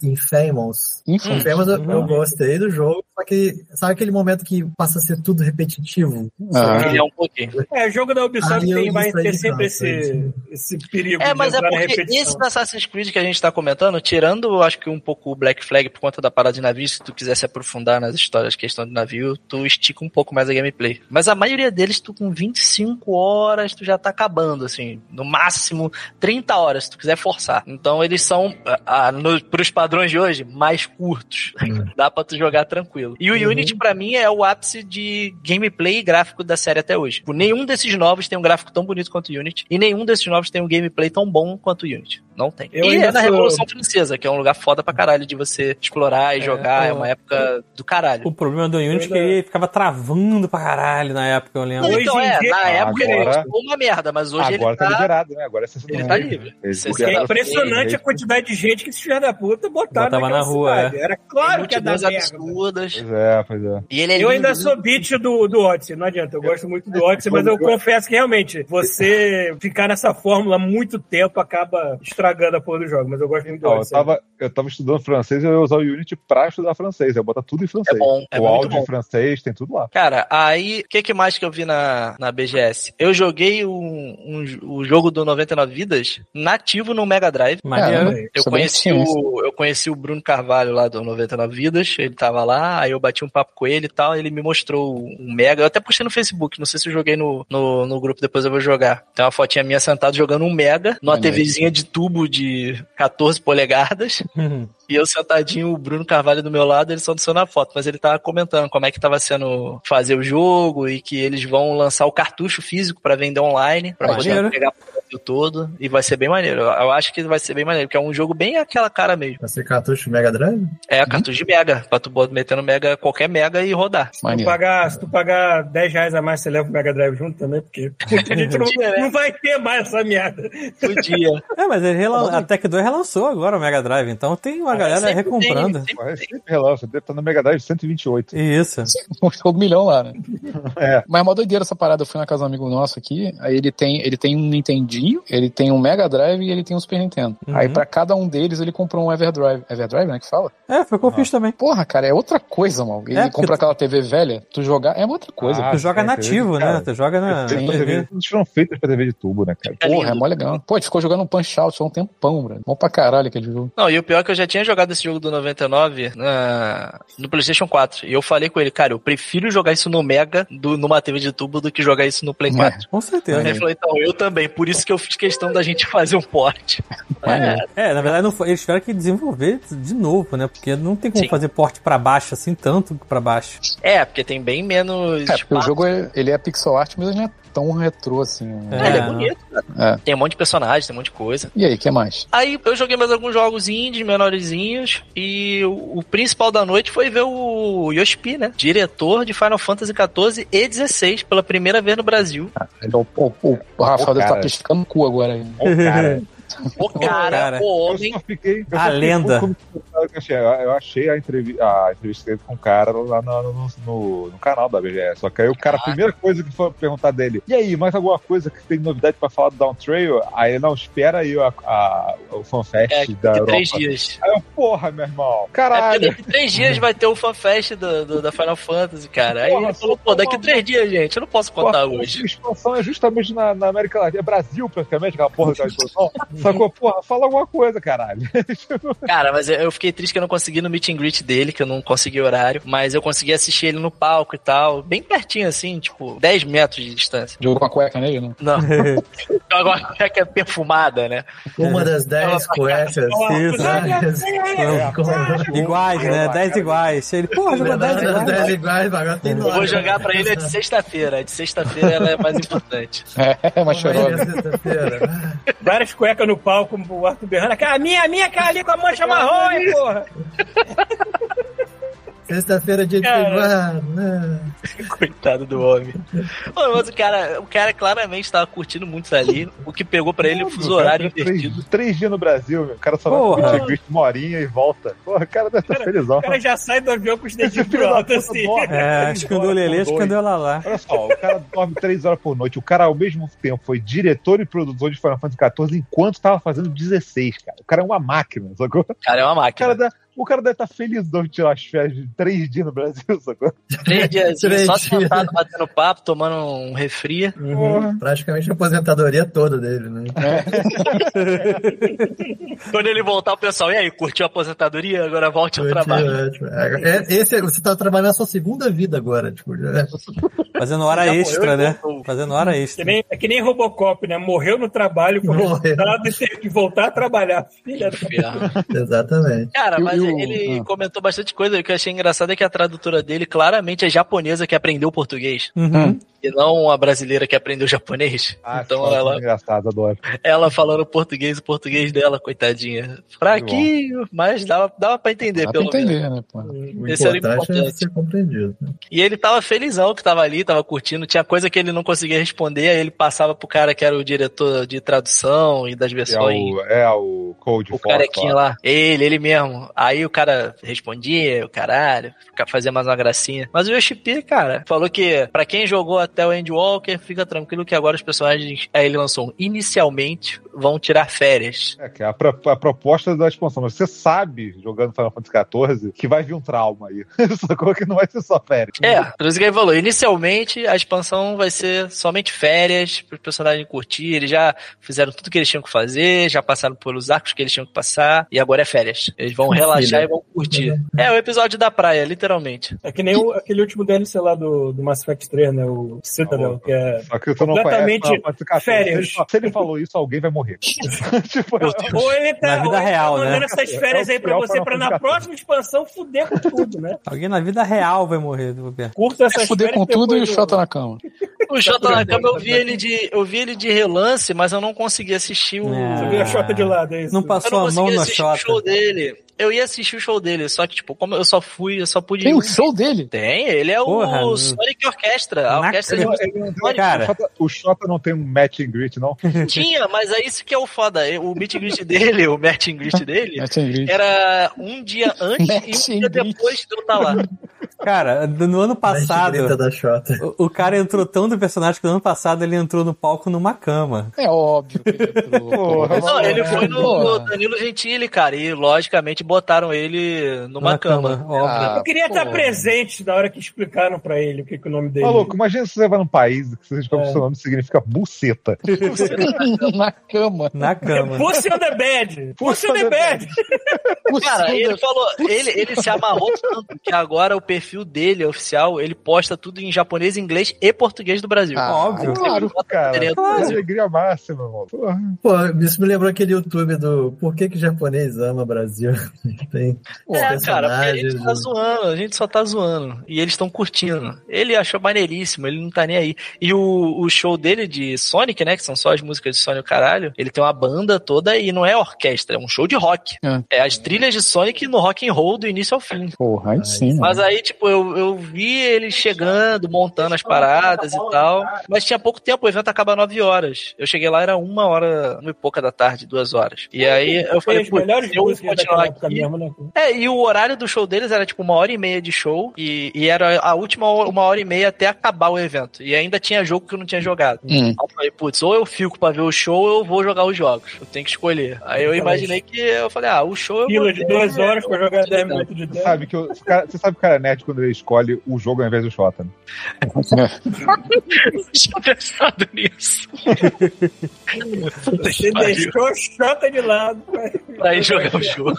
A: Infamous.
H: Enfim.
A: Infamous eu, eu
C: Uhum.
A: gostei do jogo, só que sabe aquele momento que passa a ser tudo repetitivo?
H: Ah.
D: Ele é um pouquinho.
F: É, jogo da Ubisoft
A: Ah, eu
F: tem, vai
A: isso aí
F: ter
A: não,
F: sempre
A: isso
F: esse,
A: aí.
F: esse perigo
D: É,
F: de
D: mas é
F: entrar na
D: porque esse
F: repetição.
D: do Assassin's Creed que a gente tá comentando, tirando, acho que um pouco o Black Flag por conta da parada de navio, se tu quiser se aprofundar nas histórias, questão de navio, tu estica um pouco mais a gameplay. Mas a maioria deles, tu com 25 horas, tu já tá acabando, assim, no máximo 30 horas, se tu quiser forçar. Então eles são, a, a, no, pros padrões de hoje, mais curtos.
F: Hum.
D: Dá pra tu jogar tranquilo. E o
F: Uhum.
D: Unity, pra mim, é o ápice de gameplay e gráfico da série até hoje. Tipo, nenhum desses novos tem um gráfico tão bonito quanto o Unity, e nenhum desses novos tem um gameplay tão bom quanto o Unity. Não tem.
F: Eu
D: e
F: ainda
D: é na
F: sou-
D: Revolução Francesa, que é um lugar foda pra caralho de você explorar e jogar.
C: eu-
D: É uma época do caralho.
C: O problema do Unity é que
F: Verdade.
C: ele ficava travando pra caralho na época, eu lembro.
D: Não, então
F: hoje em Ah,
D: é,
F: dia-
D: na época ele
E: Agora-
D: ficou uma merda, mas hoje
E: Agora
D: ele
E: tá,
D: tá,
E: liberado, né? Agora é assassino.
D: ele tá livre.
E: Eles
F: Porque é
E: liberaram-
F: impressionante a quantidade de gente que esses filhos da puta botaram
C: Botava na
F: naquela
C: rua, é.
F: cidade. Era claro que ia dar
D: multidões
F: merda.
D: absurdas.
E: Pois é, pois é.
D: E ele é
F: Eu ainda
D: lindo,
F: sou beat do, do Odyssey, não adianta. Eu gosto muito do Odyssey, mas eu confesso que realmente, você ficar nessa fórmula muito tempo acaba estragando a porra do jogo, mas eu gosto muito do
E: Ó, tá eu,
F: Odyssey.
E: tava, eu tava estudando francês e eu ia usar o Unity pra estudar francês. Eu ia botar tudo em
D: É
E: francês.
D: bom, é
E: o
D: muito
E: áudio
D: bom.
E: em francês, tem tudo lá.
D: Cara, aí, o que, que mais que eu vi na, na BGS? Eu joguei um, um j- o jogo do 99 Vidas nativo no Mega Drive.
C: Maneiro.
H: Caramba,
D: Eu
H: isso é bem
D: conheci,
H: ciência.
D: o, eu conheci o Bruno Carvalho lá do 99 Vidas, ele tava lá, aí eu bati um papo com ele e tal, ele me mostrou um Mega, eu até postei no Facebook, não sei se eu joguei no, no, no grupo, depois eu vou jogar. Tem uma fotinha minha sentado jogando um Mega, numa
H: Maneiro.
D: TVzinha de tubo de 14 polegadas,
C: Uhum.
D: e eu sentadinho, o Bruno Carvalho do meu lado, ele só não na foto, mas ele tava comentando como é que tava sendo fazer o jogo e que eles vão lançar o cartucho físico pra vender online, pra poder
C: Ah, Maneiro.
D: pegar Brasil todo e vai ser bem maneiro. Eu- Eu acho que vai ser bem maneiro, porque é um jogo bem aquela cara mesmo.
A: Vai ser cartucho Mega Drive?
D: É
C: Uhum.
D: a cartucho de Mega, pra tu botar metendo Mega, qualquer Mega e rodar.
F: Se tu,
H: Maneiro.
F: pagar, se tu pagar 10 reais a mais, você leva o Mega Drive junto também, porque a gente não, não vai ter mais essa merda.
D: Podia.
C: É, mas ele relan- a Tech 2 relançou agora o Mega Drive, então tem uma galera
D: Ah, Sempre
C: recomprando.
D: tem, sempre
E: Mas é sempre relança, deve estar no Mega Drive 128.
C: Isso.
H: Ficou um milhão lá, né?
E: É.
H: Mas é uma doideira essa parada. Eu fui na casa de um amigo nosso aqui, aí ele tem, ele tem um Nintendinho, ele tem um Mega Drive e ele tem um Super Nintendo.
C: Uhum.
H: Aí pra cada um deles ele comprou um Everdrive. Everdrive, né, que fala?
C: É, foi o que eu fiz também.
H: Porra, cara, é outra coisa, mal. Ele
C: É, porque
H: compra
C: tu-
H: aquela TV velha, tu jogar é outra coisa.
E: Ah,
C: tu joga
E: sim,
C: nativo,
E: cara.
C: né? Tu joga
D: Ah,
C: na.
E: Eles
H: sim.
D: né?
C: TV.
E: Não foram feitas pra TV de tubo, né, cara?
D: é
H: Porra, é
D: lindo.
H: mó legal. Pô, a gente ficou jogando um Punch Out há um tempão, bro. Bom pra caralho aquele jogo.
D: Não, e o pior é que eu já tinha jogado esse jogo do 99 na- no PlayStation 4. E eu falei com ele, cara, eu prefiro jogar isso no Mega, do, numa TV de tubo, do que jogar isso no Play
H: É.
D: 4.
C: Com certeza.
D: Aí Ele falou, então, eu também. Por isso que eu fiz questão da gente fazer um porte.
H: Maneiro.
C: É, na verdade, não foi- eles tiveram que desenvolver de novo, né? Porque não tem como
D: Sim.
C: fazer porte pra baixo assim, tanto pra baixo.
D: É, porque tem bem menos
H: É, porque o
D: espaço.
H: jogo é, ele é pixel art, mas ele não é tão retrô assim. né?
D: É, ele é
C: É.
D: bonito,
H: É.
D: cara. Tem um monte de personagens, tem um monte de coisa.
H: E aí, o que mais?
D: Aí eu joguei mais alguns jogos indies, menorzinhos, e o, o principal da noite foi ver o Yoshipi, né? Diretor de Final Fantasy XIV e XVI, pela primeira vez no Brasil.
H: é O, o- o Rafael
E: Ô,
H: deve estar
E: cara.
H: piscando o cu agora aí.
E: Bom, cara,
D: O cara,
C: cara.
D: o
E: eu
D: homem.
E: só fiquei. eu só
C: A
E: fiquei
C: lenda.
E: com- com- Eu achei, eu achei a, entrevi a entrevista dele com o cara lá no, no, no- no canal da BGS. Só que aí o cara, a primeira coisa que foi perguntar dele: E aí, mais alguma coisa que tem novidade pra falar do Down Trail? Aí ele, não, espera aí a, a- o fanfest
D: É,
E: da
D: de
E: Europa.
D: três dias.
E: Aí eu, porra, meu irmão.
D: É, porque
E: Caralho.
D: daqui três dias vai ter o fanfest do, do- da Final Fantasy, cara. Aí
E: Porra,
D: ele falou,
E: só
D: pô,
E: tá
D: daqui
E: bom.
D: três dias, gente, eu não posso contar
E: Porra,
D: hoje.
E: A expansão é justamente na, na América Latina. É Brasil, praticamente, aquela porra da expansão. Sacou? Porra, fala alguma coisa, caralho.
D: Cara, mas eu- eu fiquei triste que eu não consegui no meet and greet dele, que eu não consegui horário, mas eu consegui assistir ele no palco e tal, bem pertinho assim, tipo, 10 metros de distância.
H: Jogou com a cueca nele, não?
D: Não. Agora é que é perfumada, né?
A: Uma das dez cuecas.
C: Isso, né? Iguais, né? 10 iguais. Ele, pô, jogou 10
A: Verdade,
C: iguais.
A: dez iguais, agora tem
D: Eu
A: nove.
D: vou jogar pra ele é de sexta-feira. A de sexta-feira ela é mais importante.
H: É, mas
A: Vai
H: chorou.
A: na sexta-feira.
F: Várias cuecas no palco, o Arthur Berrana. A minha, a minha, cara ali com a mancha marrom, hein, porra.
A: Sexta-feira é dia de né?
D: Cara.
A: semana.
D: Coitado do homem. Ô, Mas o cara, o cara claramente tava curtindo muito ali. O que pegou pra ele foi o horário invertido.
E: Três, três dias no Brasil, meu. O cara só
C: Porra.
E: vai pro Tigre uma horinha e volta. Porra, o cara deve estar felizão.
F: O cara já sai do avião com os dedinhos
E: Filho
F: pro
E: da
F: alto,
E: puta,
F: assim.
E: morre.
C: É, escandolelê,
E: Dois.
C: escandolalá.
E: Olha só, o cara dorme três horas por noite. O cara, ao mesmo tempo, foi diretor e produtor de Final Fantasy XIV enquanto tava fazendo 16, cara. O cara é uma máquina, sacou?
D: O cara é uma
E: O cara,
D: máquina.
E: deve- o cara deve estar felizão de tirar as férias de três dias no Brasil, sacou?
D: Três dias assim,
A: Três
D: só
A: dias.
D: sentado, batendo papo, tomando um refri.
E: Porra.
A: Uhum. Praticamente a aposentadoria toda dele, né?
D: É, Quando ele voltar, o pessoal, e aí, curtiu a aposentadoria? Agora volte ao
A: Foi
D: trabalho.
A: ótimo. Então, É, é, esse, você tá trabalhando a sua segunda vida agora, tipo, né?
C: Fazendo hora
D: Já morreu então,
C: extra,
D: e
C: né?
D: voltou.
C: Fazendo hora
F: Que
C: extra.
F: nem, é que nem Robocop, né? Morreu no trabalho, Tá foi
A: Morreu.
F: resultado e teve que voltar a trabalhar. Filha da...
D: Inferno.
A: Exatamente.
D: Cara,
H: E o-
D: mas
H: e o-
D: ele
H: ah.
D: comentou bastante coisa. O que eu achei engraçado é que a tradutora dele claramente é japonesa que aprendeu português.
C: Uhum.
D: E não a brasileira que aprendeu japonês. então
E: Ah, que né?
D: ela,
E: é
D: é
E: engraçado, adoro.
D: ela falando português, o português dela, coitadinha. Fraquinho, mas dava, dava pra entender,
H: Dá pra
D: pelo menos.
H: entender, né, pô?
A: O
D: Esse era o
A: importante é
D: importante.
A: ser compreendido. né?
D: E ele tava felizão que tava ali, tava curtindo. Tinha coisa que ele não conseguia responder, aí ele passava pro cara que era o diretor de tradução e das
E: É
D: versões.
E: o, é o Cold
D: O é
E: Fox,
D: carequinha
E: ó.
D: lá. Ele, ele mesmo. Aí o cara respondia, o caralho, fica- fazia mais uma gracinha. Mas o Yoshipi, cara, falou que pra quem jogou até o Endwalker, fica tranquilo que agora os personagens, aí ele lançou um, inicialmente vão tirar férias.
E: É, que é a, pro- a proposta da expansão. Mas Você sabe, jogando Final Fantasy XIV, que vai vir um trauma aí. Sacou que não vai ser só férias.
D: É,
C: Uhum.
D: por isso que ele falou, inicialmente a expansão vai ser somente férias, para os personagens curtir, eles já fizeram tudo que eles tinham que fazer, já passaram pelos arcos que eles tinham que passar, e agora é férias. Eles vão
C: né?
D: relaxar e vão curtir. É o episódio da praia, literalmente.
F: É que nem o- aquele último DLC lá do, do Mass Effect 3, né? O Citadel, que é
E: Só que você não
F: Completamente
E: conhece, não, mas, cara, se
F: férias.
E: ele- Se ele falou isso, alguém vai morrer. tipo, é-
F: Ou ele tá,
C: Na vida
F: ou ele
C: real,
F: tá mandando
C: né?
F: essas férias
E: É o
F: aí pra
E: pior
F: você,
E: pra
F: pra
E: não
F: na
E: ficar
F: próxima expansão fuder com tudo, né?
C: Alguém na vida real vai morrer, Roberto.
F: Curta essas
H: É fuder com
F: férias
H: tudo e o
F: depois do-
H: Xota na cama.
D: O Jota na cama eu vi ele de. Eu vi ele de relance, mas eu não consegui assistir o.
F: Você viu a Xota de lado, é isso?
C: Não
D: Eu
C: passou
D: não
C: a É. mão
D: consegui
C: na
D: assistir o
C: chota.
D: show dele. Eu ia assistir o show dele, só que, tipo, como eu só fui, eu só pude.
H: Tem
D: ir
H: o
D: um-
H: show dele.
D: Tem, ele é
C: Porra,
D: o
C: não.
D: Sonic Orquestra. A
C: Na
D: orquestra de
E: Ele não-
D: música
E: ele não deu-
C: Cara.
E: o Xota- o Xota não tem um match and greet, não.
D: tinha, mas é isso que é o foda. O meet and greet dele, o meet and greet dele,
H: É, tem grito.
D: era um dia antes
H: Meet
D: e um
H: and
D: dia
H: greet.
D: depois de eu estar lá.
C: Cara, no ano
A: Grita
C: passado,
A: da Xota.
C: o, o cara entrou tão do personagem que no ano passado ele entrou no palco numa cama.
H: É óbvio. que ele entrou,
E: Porra,
H: porra.
D: Não, ele foi no, no
H: Porra.
D: Danilo Gentili, cara, e logicamente botaram ele numa cama.
C: óbvio.
H: Ah,
F: Eu queria estar
H: porra.
F: presente na hora que explicaram pra ele o que, que o nome
H: Tá
F: dele
E: Maluco, imagina se você vai num país que você
F: É.
E: descobre que seu nome significa buceta.
H: na cama.
C: Na cama.
F: Pussy on é. the bed! Pussy
E: né,
F: on the bed!
D: Cara, ele falou,
H: Puxa.
D: ele, ele se amarrou tanto que agora o perfil dele, oficial, ele posta tudo em japonês, inglês e português do Brasil.
H: Ah,
C: óbvio.
H: Claro.
E: Cara,
D: Ele é
E: é
D: doido.
E: alegria máxima, mano. Porra.
A: Pô, isso me lembrou aquele YouTube do Por que que japonês ama Brasil? Tem os
D: É, cara, porque
A: personagens.
D: a gente tá zoando, a gente só tá zoando. E eles estão curtindo. Ele achou maneiríssimo, ele não tá nem aí. E o, o show dele de Sonic, né? Que são só as músicas de Sonic o caralho, ele tem uma banda toda e não é orquestra, é um show de rock. É, as trilhas de Sonic no rock and roll do início ao fim.
H: Porra, aí sim.
D: Mas aí, tipo, eu, eu vi ele chegando, montando as paradas e tal. Mas tinha pouco tempo, o evento acaba 9 horas. Eu cheguei lá, era uma hora, uma e pouca da tarde, duas horas. E aí eu
F: Foi
D: falei,
F: as
D: putz,
F: melhores
D: eu vou
F: músicas
D: continuar
F: daquela época
D: aqui.
F: mesmo, né?
D: É, e o horário do show deles era tipo uma hora e meia de show, e, e era a última ho- uma hora e meia até acabar o evento. E ainda tinha jogo que eu não tinha jogado.
H: Hum.
D: Aí eu falei, putz, ou eu fico pra ver o show ou eu vou jogar os jogos. Eu tenho que escolher. Aí eu imaginei que eu falei, ah, o show eu vou.
F: Fila de duas horas pra jogar 10 minutos de
E: Você
F: dano.
E: sabe que o cara, você sabe que o cara é nerd quando ele escolhe o jogo ao invés do Shota. né?
H: É.
D: Tinha pensado nisso.
F: Você deixou a chota de lado.
D: pra ir jogar o jogo.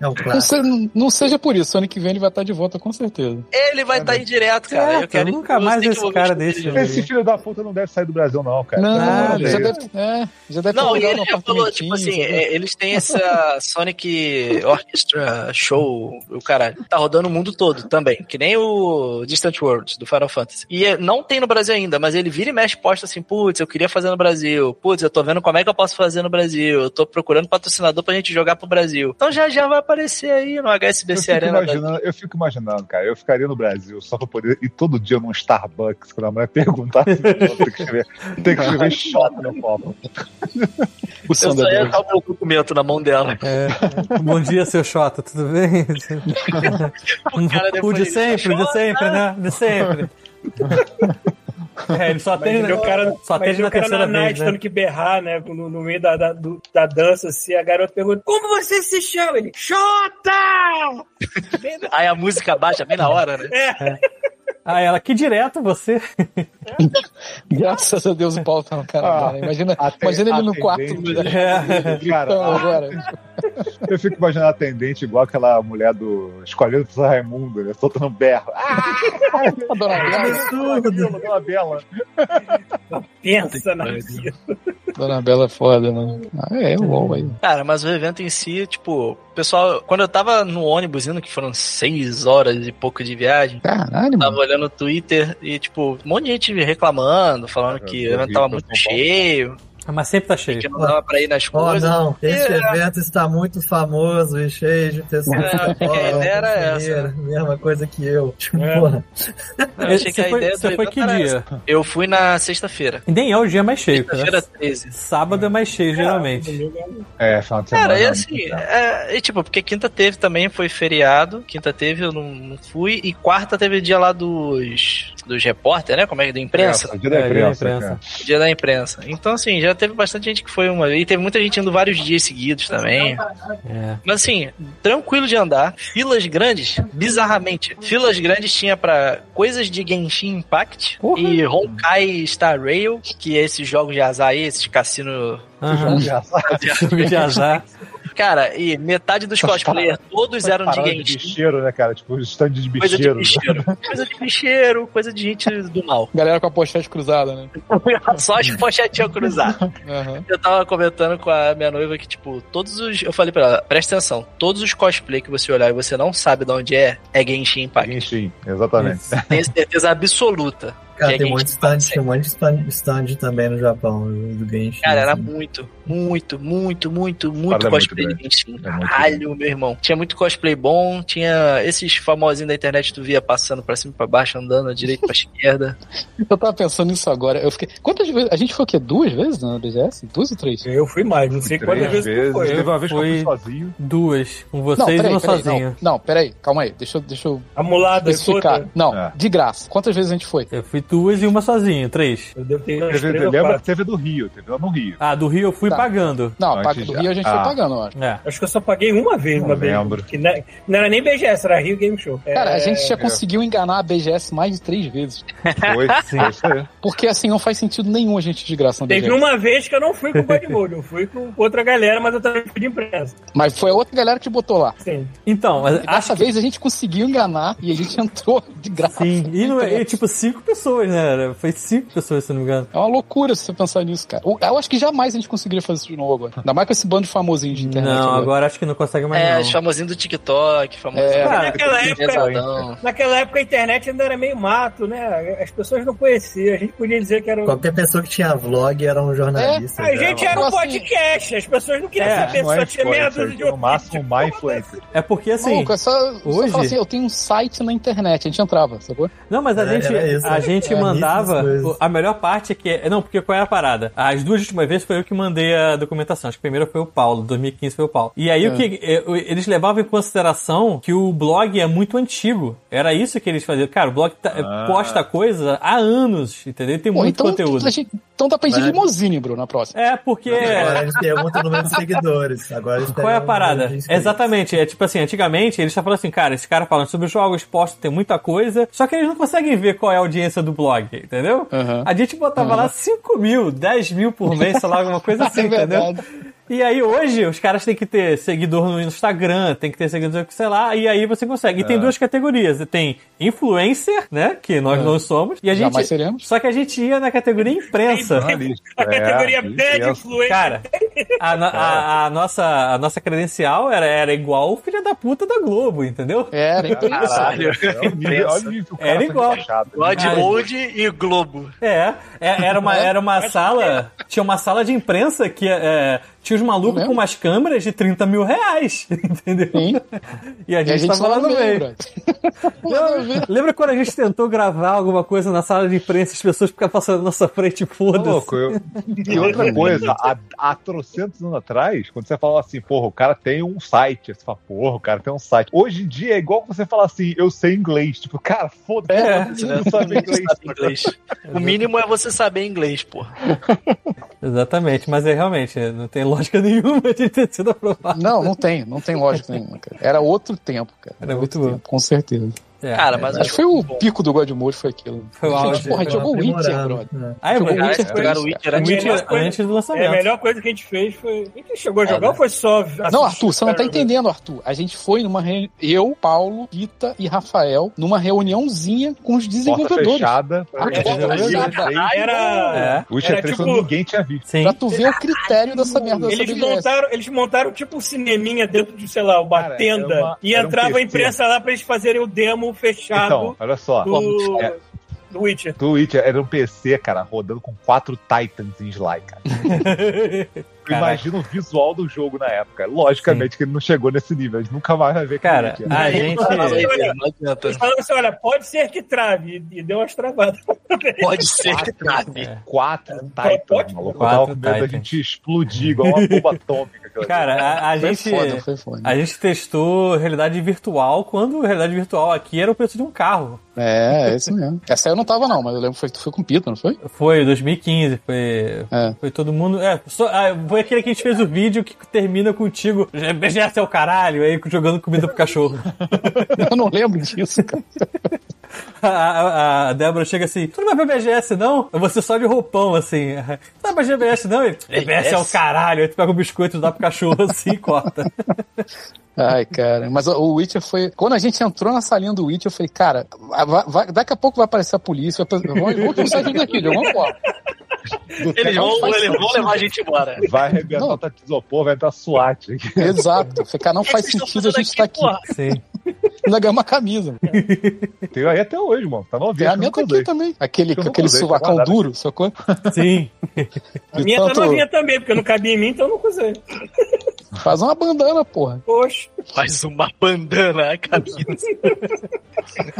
A: É um
H: Não,
A: clássico.
H: se- não seja por isso, ano que vem ele vai estar de volta com certeza.
D: Ele vai estar tá indireto, cara. eu
C: Certo,
D: quero
C: nunca mais
D: sei que
C: esse
D: eu vou ver
C: cara
D: o show
C: desse,
D: dele.
C: velho.
E: Esse filho da puta não deve sair do Brasil, não, cara.
H: não,
C: nada
H: já
E: disso.
H: deve, é, já deve
D: Não,
H: ter
D: e
H: pegado
D: ele
H: um
D: já falou, tipo assim,
H: apartamentinho,
D: é, eles têm essa Sonic Orchestra Show, o caralho. Tá rodando o mundo todo também, que nem o Distant Worlds do Final Fantasy. E é, não tem no Brasil ainda, mas ele vira e mexe posta assim, putz, eu queria fazer no Brasil, putz, eu tô vendo como é que eu posso fazer no Brasil, eu tô procurando patrocinador pra gente jogar pro Brasil. Então já já vai aparecer aí no
E: Eu
D: HSBC
E: fico,
D: Arena. da-
E: imaginando, eu fico imaginando, cara. Eu ficaria no Brasil só pra poder ir todo dia num Starbucks quando a mulher perguntar se tem que escrever, tem que escrever Shota no copo.
H: o
D: Eu só ia
H: Sander.
D: dar um o meu documento na mão dela.
C: É. Bom dia, seu Xota, tudo bem?
E: Um
D: O cara
C: o
D: depois
C: de
D: ele-
C: sempre, de sempre, né? De sempre. É, ele só tem,
F: Imaginei o cara,
C: só
F: imaginei
C: tem
D: é
C: na
F: o cara
C: terceira
F: na night
C: vez, né?
F: tendo que berrar, né? No, no meio da, da, do- da dança, assim, a garota pergunta: Como você se chama? Ele: Xota! Bem da-
D: Aí a música baixa bem na hora, né?
F: É,
C: Ah, ela, que direto você.
H: Graças a Deus o pau tá no cara
E: Ah,
H: agora. Imagina,
E: até-
H: imagina ele no
E: atendente.
H: quarto
C: É.
H: então,
E: Cara,
H: agora.
E: eu fico imaginando a atendente igual aquela mulher do Escolhendo pro São Raimundo, né? Soltando berro.
D: É
E: Ah,
H: A dona Bela,
E: aquilo, deu uma bela.
F: pensa na vida.
H: dona Bela é foda, mano. Ah, é, LOL aí.
D: Cara, mas o evento em si, tipo, pessoal, quando eu tava no ônibus indo, que foram seis horas e pouco de viagem,
H: Caralho,
D: tava
E: Hum.
H: mano.
D: olhando o Twitter e, tipo, um monte de gente reclamando, falando
E: Cara,
D: que
E: eu
D: o evento
E: vi
D: tava
E: pra
D: muito
E: São Paulo.
D: cheio,
C: Mas sempre tá cheio.
D: que não dava pra ir nas
A: Oh,
D: coisas.
A: não, esse
D: É.
A: evento está muito famoso e cheio de pessoas.
D: É, porque a
A: Oh,
D: ideia era
A: maneiro,
D: essa.
A: Mesma coisa que eu. Tipo,
F: É.
A: Porra,
D: Eu achei que
C: Você
D: a
C: foi,
D: ideia do tá
C: você foi
D: evento
C: que
D: era
C: dia?
D: essa. Eu fui na sexta-feira.
C: Nem é o dia mais cheio,
D: Sexta-feira
C: cara.
D: 13.
C: Sábado é mais cheio, geralmente.
E: É, final de semana.
D: Cara, e
E: né?
D: assim, é, e tipo, porque quinta teve também, foi feriado. Quinta teve, eu não, não fui. E quarta teve o dia lá dos, dos repórter, né? Como é que da imprensa?
E: É, dia da
C: É, dia da
E: imprensa,
C: imprensa.
E: cara.
D: Dia da imprensa. Então, assim, já teve bastante gente que foi uma. E teve muita gente indo vários dias seguidos também.
C: É.
D: Mas, assim, tranquilo de andar. Filas grandes, bizarramente. Filas grandes tinha pra coisas de Genshin Impact
C: Porra.
D: e Honkai Star Rail, que é esses jogos de azar aí, esses cassino.
C: Aham.
E: Já sabe.
C: Jogo de azar.
D: Cara, e metade dos cosplayers, todos eram de
E: Parada de
D: Genshin.
E: bicheiro, né, cara? Tipo, stand de
D: Coisa de
E: bicheiro.
D: bicheiro. Coisa de bicheiro, coisa de gente do mal.
H: Galera com a pochete cruzada, né?
D: Só as pochetinhas cruzadas.
H: Aham.
D: Eu tava comentando com a minha noiva que, tipo, todos os. Eu falei pra ela, presta atenção, todos os cosplay que você olhar e você não sabe de onde é, é Genshin Impact.
E: Genshin, exatamente.
D: Tenho certeza absoluta.
A: Cara,
D: Que
A: tem
D: a
A: um monte de
D: gente tá
A: stand, tem um monte de stand, stand também no Japão, do Genshin.
D: Cara, era
A: assim.
D: muito, muito, muito, muito,
E: Parada
D: muito
E: é
D: cosplay
E: muito
D: de Genshin.
E: É muito
D: Caralho, meu irmão. Tinha muito cosplay bom, tinha esses famosinhos da internet que tu via passando pra cima e pra baixo, andando à direita e pra esquerda.
H: Eu tava pensando nisso agora. Eu fiquei. Quantas vezes? A gente foi o quê? Duas vezes na BGS? Duas ou três?
F: Eu fui mais, não sei quantas vezes
E: Três vezes.
F: foi.
E: Teve uma vez que eu fui
C: Foi-
E: sozinho.
C: Duas. Com vocês e uma sozinho.
H: não, não, peraí, calma aí. Deixa eu, deixa eu
F: A mulada
H: especificar.
F: toda.
H: Não,
E: É.
H: de graça. Quantas vezes a gente foi?
C: Eu fui duas e uma sozinho, três.
F: Eu devo ter ido umas
E: Teve,
F: três ou
E: lembra que
F: quatro.
E: teve do Rio, teve lá no Rio.
C: Ah, do Rio eu fui
H: Tá.
C: pagando.
H: Não,
E: Antes
H: a Paco do
E: já-
H: Rio a gente
E: Ah.
H: foi pagando, eu acho.
C: É.
F: Acho que eu só paguei uma vez,
E: Não
F: uma vez.
E: lembro.
F: Que na- não era nem BGS, era Rio Game Show. É,
H: Cara, a gente já conseguiu enganar a BGS mais de três vezes.
E: Foi, foi isso aí.
H: Porque assim, não faz sentido nenhum a gente ir de graça na
F: Teve
H: BGS.
F: uma vez que eu não fui com o Godmode, eu fui com outra galera, mas eu também fui de imprensa.
H: Mas foi a outra galera que botou lá.
F: Sim.
C: Então, mas
H: E
C: acho
H: dessa
C: que.
H: vez a gente conseguiu enganar e a gente entrou de graça.
C: Sim. E, não, e tipo, cinco pessoas, né? Foi cinco pessoas, se eu não me engano.
H: É uma loucura se você pensar nisso, cara. Eu- Eu acho que jamais a gente conseguiria fazer isso de novo agora. Ainda mais com esse bando de famosinho de internet. né?
C: Não, agora acho que não consegue mais.
D: é,
C: não.
D: os famosinhos do TikTok, famosinhos.
H: É.
D: Cara,
F: naquela época,
D: pesadão.
F: naquela época a internet ainda era meio mato, né? As pessoas não conheciam, a gente podia dizer que era. um-
A: Qualquer pessoa que tinha vlog era um jornalista.
F: A gente era um
H: Assim-
F: podcast, as pessoas não queriam
C: É,
F: saber,
E: Não
F: só
E: é
F: tinha meia
E: influencer,
F: dúzia de
E: no máximo, má influencer.
C: É porque assim.
H: Maluco, é só,
C: Hoje?
H: só falar assim, eu tenho um site na internet, a gente entrava, sacou?
C: Não, mas a
A: É,
C: gente,
A: era isso,
C: a
A: né?
C: gente
A: Era
C: mandava.
A: isso, essas coisas.
C: A melhor parte é que. Não, porque qual é a parada? As duas últimas vezes foi eu que mandei a documentação. Acho que a primeira foi o Paulo, 2015 foi o Paulo. E aí o que. eh, o- Eles levavam em consideração que o blog é muito antigo. Era isso que eles faziam. Cara, o blog tá-
E: Ah.
C: posta coisa há anos, entendeu? Tem
H: Pô,
C: muito
H: então,
C: conteúdo. Né?
H: a gente- então dá pra ir de
A: Mas-
H: limousine, Bruno, na próxima.
C: É, porque.
A: Agora eles perguntam o número de seguidores. Agora eles
C: Qual é a
A: pegam o número
C: parada?
A: de inscritos.
C: Exatamente. É tipo assim, antigamente eles já falavam assim, cara, esse cara falando sobre jogos, posta, tem muita coisa, só que eles não conseguem ver qual é a audiência do blog, entendeu?
H: Uhum.
C: A gente botava lá 5 mil, 10 mil por mês, sei lá, alguma coisa assim,
H: É
C: entendeu?
H: verdade.
C: E aí hoje os caras têm que ter seguidor no Instagram, tem que ter seguidor, sei lá, e aí você consegue.
H: É.
C: E tem duas categorias. Tem influencer, né? Que nós não somos, e a gente.
H: É. Jamais seremos.
C: Só que a gente ia na categoria imprensa.
E: Jornalista,
F: A categoria
E: é,
F: bad
E: isso.
F: influencer.
C: Cara, a, no- a- a nossa, a nossa credencial era, era igual o filho da puta da Globo, entendeu?
H: Era, então isso.
E: É o nível- Olha o nível que o
C: Era
E: cara tá
C: igual.
E: encaixado.
D: Godmode e Globo.
C: É, é, era uma, era uma sala. Tinha uma sala de imprensa que é, tinha os malucos
H: Lembra?
C: com umas câmeras de 30 mil reais, entendeu?
H: Sim.
C: E a
H: E a
C: gente
H: gente
C: tava lá no meio.
H: lembra. Nada a ver.
C: Lembra quando a gente tentou gravar alguma coisa na sala de imprensa e as pessoas ficavam passando na nossa frente,
E: Tá
C: foda-se?
E: louco, eu- E outra coisa, há, há trocentos anos atrás, quando você falava assim, porra, o cara tem um site, você fala, porra, o cara tem um site. Hoje em dia é igual você falar assim, eu sei inglês. Tipo, cara, foda-se,
C: É.
E: todo mundo sabe inglês.
D: Sabe inglês. O mínimo é você saber inglês, pô.
C: Exatamente, mas é realmente, não tem lógica nenhuma de ter sido aprovado.
H: Não, não tem, não tem lógica nenhuma, cara. Era outro tempo, cara.
C: Era muito
H: Outro
C: bom.
H: tempo, com certeza.
C: É,
D: Cara, mas
H: Acho que foi o pico do Godmode, foi aquilo.
C: Foi o
H: Gente,
C: auge.
H: porra, a gente
C: Foi
H: jogou Witcher,
A: Demorado.
H: brother.
A: É.
C: Ah, é
H: jogou
C: verdade.
H: Witcher
D: Cara, jogaram o
H: três,
D: Witcher
C: O
D: antes.
C: Witcher
F: melhor coisa-
C: antes do
F: É, a
C: lançamento.
F: melhor coisa que a gente fez foi. A gente chegou a
H: É,
F: jogar
H: né?
F: ou foi só.
H: Não, Arthur, você não tá entendendo, Arthur. A gente foi numa reunião. Eu, Paulo, Rita e Rafael, numa reuniãozinha com os
E: Porta
H: desenvolvedores.
E: fechada. pra
H: Ah,
E: ver
H: porta
E: Witcher
H: fechada.
E: 3.
F: Era.
C: É,
E: Witcher
F: Era
E: 3
F: tipo-
E: quando ninguém tinha visto.
C: sim.
H: Pra tu ver o critério dessa merda dessa
F: Eles
H: BGS.
C: tá-
F: montaram, eles montaram tipo um cineminha dentro de, sei lá, uma
E: Cara,
F: tenda.
E: era uma-
F: e
E: era um
F: entrava a
E: PC.
F: imprensa lá pra eles fazerem o demo fechado
E: Então, olha só.
F: do,
E: é.
F: do Witcher.
E: Twitch era um PC, cara, rodando com quatro Titans em Sly, cara.
C: Caraca.
E: Imagina o visual do jogo na época. Logicamente que ele não chegou nesse nível, a gente nunca mais vai ver que
C: Cara,
E: ele tinha.
H: né?
C: a gente.
D: Não adianta.
F: Eles falaram assim: olha, pode ser que trave. E e deu umas travadas.
D: Pode ser que trave.
E: Quatro Titans, maluco.
C: Quatro
E: é. Quatro Titans. A
C: Titans.
E: gente explodir igual uma bomba atômica. aquilo ali.
C: Cara, a, a
H: Foi
C: gente.
H: foda, foi foda.
C: A gente testou realidade virtual quando a realidade virtual aqui era o preço de um carro.
H: É, é isso mesmo. Essa aí eu não tava, não, mas eu lembro que foi- tu foi com o Pita, não foi?
C: Foi 2015, foi.
H: É.
C: Foi todo mundo. É, só- ah, foi aquele que a gente fez o vídeo que termina contigo. BGS é o caralho, aí jogando comida pro cachorro.
H: Eu não lembro disso, cara.
C: A, a, a Débora chega assim: Tu não vai ver BGS, não? Eu vou ser só de roupão, assim. Tu não vai ver BGS, não? Ele, BGS é o caralho. Aí tu pega o biscoito e dá pro cachorro assim e corta.
H: Ai, cara, mas o Witcher foi. Quando a gente entrou na salinha do Witcher, eu falei, cara, vai, vai- daqui a pouco vai aparecer a polícia. Vamos sair tudo daqui, de alguma forma.
D: Eles vão, eles vão levar a gente embora.
E: Vai arrebentar
H: Não.
E: o taco de isopor, vai entrar SWAT. aqui.
H: Exato. Eu falei, cara, não
D: O que
H: faz
D: vocês estão
H: sentido a
D: fazendo
H: gente estar aqui.
D: porra?
C: Sim.
H: Ainda ganhou uma camisa.
E: Tem aí até hoje, mano. Tá novinho. acho que eu
H: Ferramenta
E: nunca
H: aqui
E: usei.
H: também. Aquele,
E: Eu nunca
H: aquele
E: usei, tá
H: sovacão
E: guardado
H: duro, sacou? Então,
C: Sim.
F: A minha
H: tanto-
F: tá novinha também, porque não cabia em mim, então eu não usei.
H: Faz uma bandana, porra.
F: Poxa.
D: Faz uma bandana a camisa.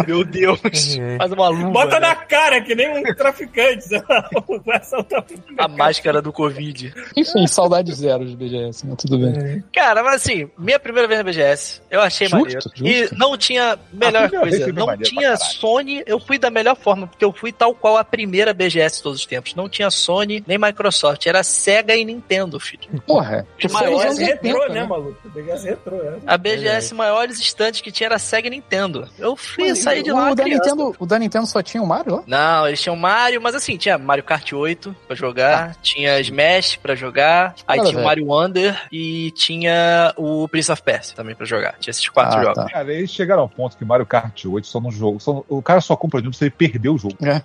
D: Meu Deus.
H: É.
D: Faz uma luva.
F: Bota
D: né?
F: na cara, que nem um traficante. sei lá, é Vai assaltar
D: A máscara do Covid.
H: Enfim, saudade zero de BGS, mas né? tudo bem.
D: Cara, mas assim, minha primeira vez na BGS, eu achei
H: Justo,
D: maneiro.
H: justo.
D: E não tinha melhor
E: A primeira vez
D: coisa,
E: foi
D: não
E: maneiro pra
D: tinha
E: caralho.
D: Sony, eu fui da melhor forma, porque eu fui tal qual a primeira BGS de todos os tempos. Não tinha Sony nem Microsoft, era Sega e Nintendo,
E: É.
D: filho.
H: Porra, tu
D: Os maiores
H: foi nos anos
F: BGS retrô,
H: 80,
F: né,
H: né?
F: maluco? BGS retrô, né?
D: A BGS maiores estantes que tinha era Sega e Nintendo. Eu fui sair de lá.
H: O da,
D: criança.
H: Nintendo, o da Nintendo só tinha o Mario lá?
D: Não, eles tinham Mario, mas assim, tinha Mario Kart 8 pra jogar,
H: Ah.
D: tinha Smash pra jogar, aí
H: Cara,
D: tinha o Mario Wonder e tinha o Prince of Persia também pra jogar. Tinha esses quatro
H: Ah,
D: jogos.
H: tá.
E: Cara, eles chegaram a um ponto que Mario Kart 8 só no jogo. só no- o cara só compra de um pra você perder o jogo.
H: É.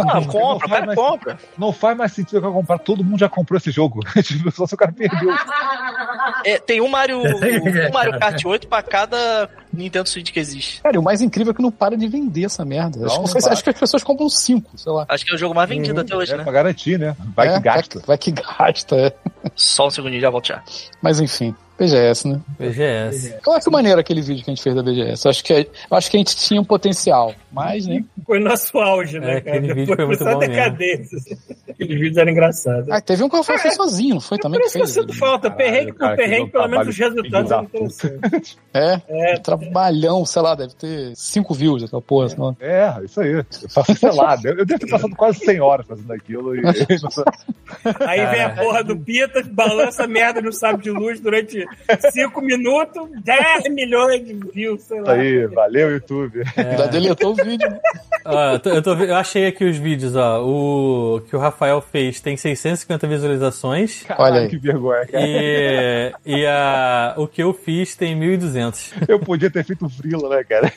D: Ah,
E: Não
D: compra, o
E: faz
D: cara
E: mais
D: compra.
E: Não faz mais sentido o cara comprar. Todo mundo já comprou esse jogo. Tipo, só se o cara perdeu.
D: É, tem um Mario, um Mario Kart 8 pra cada Nintendo Switch que existe.
H: Cara, e o mais incrível é que não para de vender essa merda. Acho
E: Não,
H: que-
E: não para.
H: acho que as pessoas compram um cinco, sei lá.
D: Acho que é o jogo mais vendido até hoje,
E: É
D: né?
E: pra garantir, né? Vai
H: É,
E: que gasta.
H: Vai que gasta, é.
D: Só um segundinho, já volto já.
H: Mas enfim, BGS, né?
C: BGS.
H: Eu acho maneiro aquele vídeo que a gente fez da BGS. Eu acho que, é, eu acho que a gente tinha um potencial, mas, né?
F: Foi nosso auge, né,
C: É,
F: cara?
C: aquele vídeo
F: Depois
C: foi muito
F: só
C: bom mesmo.
F: decadência. assim. Aqueles vídeos eram engraçados.
H: Ah, teve um que eu falei sozinho, não foi também
F: Por
H: que
F: isso que É. eu
H: fez?
F: sinto falta.
E: Caralho,
F: Perrengue por
E: cara, que
F: perrengue,
E: deu
F: pelo menos
E: trabalho,
F: os resultados
E: filho da
F: eram interessantes.
H: É,
F: É.
H: um trabalhão, sei lá, deve ter cinco views aquela porra. sei lá.
E: É, isso aí. Eu faço, sei lá. Eu, eu devo ter passado quase 100 horas fazendo aquilo. E,
F: Aí vem a porra do Pita, balança a merda no sábio de luz durante 5 minutos, 10 milhões de views, sei
E: isso
F: lá.
E: aí. Valeu, YouTube.
H: Ainda deletou o vídeo. né?
C: Ó, Ah, eu, tô- eu tô ve- eu achei aqui os vídeos, ó. O que o Rafael fez tem 650 visualizações.
H: Olha aí.
E: Que vergonha, cara.
C: E, e a, o que eu fiz tem 1.200.
E: Eu podia ter feito frila, né, cara?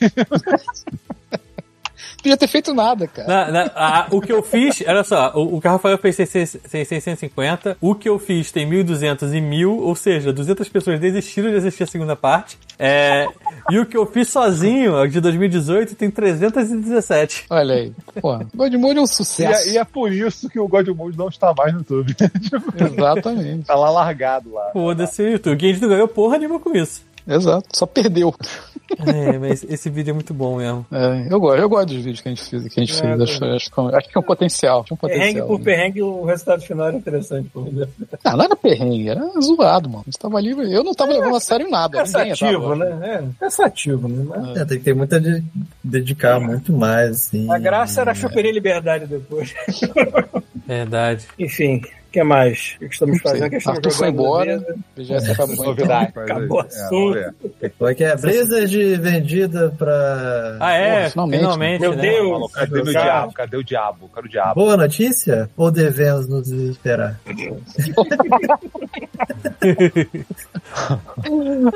H: Podia ter feito nada, cara.
C: Na- na- a- o que eu fiz, olha só, o, o que o Rafael fez tem 6- 650, o que eu fiz tem 1.200 e 1.000, ou seja, 200 pessoas desistiram de assistir a segunda parte. É, e o que eu fiz sozinho, ó, de 2018, tem 317.
H: Olha aí. Porra, Godmode é um
E: E,
H: sucesso.
E: é- e é por isso que o God Mode não está mais no YouTube. Tipo,
H: Exatamente,
E: Tá lá largado lá.
C: Foda-se, YouTube. E a gente não ganhou porra nenhuma com isso.
H: exato. Só perdeu.
C: É, mas esse vídeo é muito bom mesmo.
H: É, eu, gosto, eu gosto dos vídeos que a gente fez. Que a gente fez acho, acho, acho que é um potencial. Tinha um
F: Perrengue
H: potencial.
F: por
H: né?
F: perrengue, o resultado final era interessante. Pô.
H: Ah, não era perrengue, era zoado, mano. A gente tava ali, eu não tava levando a sério nada. Ninguém
F: É. Cansativo,
H: tava.
F: né? É, cansativo, né? Mas
A: É, tem que ter muita de dedicar muito mais, assim.
F: A graça
H: Hum.
F: era choperir liberdade depois.
C: Verdade.
F: Enfim, o que mais? O que estamos fazendo? O que estamos
H: Arthur foi
F: jogando na
H: embora.
F: mesa?
H: BGS acabou. então.
E: Novidade.
F: Acabou o assunto.
E: É,
A: Como é que é? Blizzard vendida pra.
C: Ah, é?
H: Porra, finalmente.
C: finalmente,
F: Meu
C: né?
E: Falou,
F: Deus!
E: cadê meu
F: cara.
E: diabo? Cadê o diabo? Cadê o diabo?
A: Boa notícia? Ou devemos nos esperar?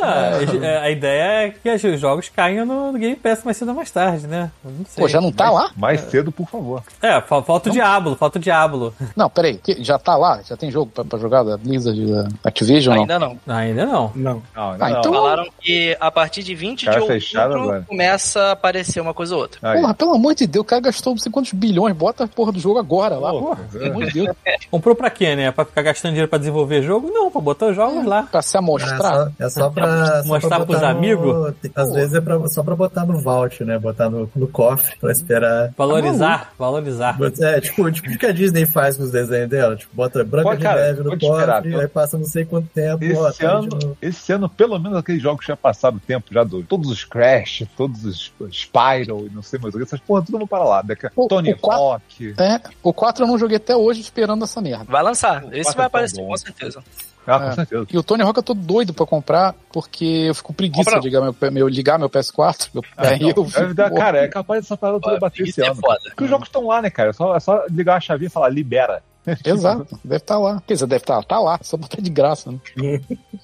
C: Ah, a- a ideia é que os jogos caiam no no Game Pass mais cedo ou mais tarde, né? Eu Não sei.
H: Pô, já não tá lá?
E: Mais cedo, por favor.
C: É, fa- falta o Diablo, falta o Diablo.
H: Não, peraí. que- Já tá lá? Já tem jogo pra, pra jogar da Blizzard, da Activision? Não?
D: Ainda não.
C: Ah, Ainda não.
F: Não.
E: Não,
H: Ah, então-
D: Falaram que a partir de 20
E: Cara,
D: de
E: fecharam
D: outubro
E: agora.
D: começa a aparecer uma coisa ou outra.
E: Aí.
H: Porra, pelo amor de Deus, o cara gastou não sei quantos bilhões, bota a porra do jogo agora lá. Porra, pelo amor
E: é.
H: de Deus.
C: Comprou pra quê, né? Pra ficar gastando dinheiro pra desenvolver jogo? Não, pra botar os jogos lá.
H: Pra se
A: É
H: amostrar.
A: só, é só pra. só
C: Mostrar
A: pra
C: pros
A: botar no-
C: amigos?
A: Às vezes é pra- só pra botar no vault, né? Botar no, no cofre pra esperar.
H: Ah,
C: Valorizar, valorizar.
A: É, tipo, tipo o que a Disney faz com os desenhos dela. Tipo, bota Branca
E: Pô,
A: de
E: cara,
A: Neve no
E: vou te esperar,
A: cofre,
E: tô-
A: aí passa não sei quanto tempo. ó,
E: Esse
A: tá de
E: ano,
A: novo.
E: esse ano, pelo menos aqueles jogos que já passaram o tempo, já do, todos os Crash, todos os Spyro e não sei mais o que, essas porra tudo vão para lá. Daqui,
H: O-
E: Tony
H: o quatro-
E: Hawk.
H: É, o 4 eu não joguei até hoje esperando essa merda.
D: Vai lançar. Esse
E: quatro
D: vai
E: é tão
D: aparecer
E: bom.
D: com certeza.
E: Ah,
A: É.
E: com certeza.
H: E o Tony Hawk eu tô doido pra comprar, porque eu fico com preguiça
D: Compra.
H: de ligar meu, meu- ligar meu PS4. Meu,
A: É,
E: Ah,
H: aí eu
E: Deve dar- cara, é capaz dessa parada toda bater esse
D: Isso é
E: ano.
D: foda.
E: Porque os jogos estão lá, né, cara? É só, é só ligar a chavinha e falar, libera.
H: Exato, deve estar lá. Quer dizer, deve estar tá lá, só botar de graça, né?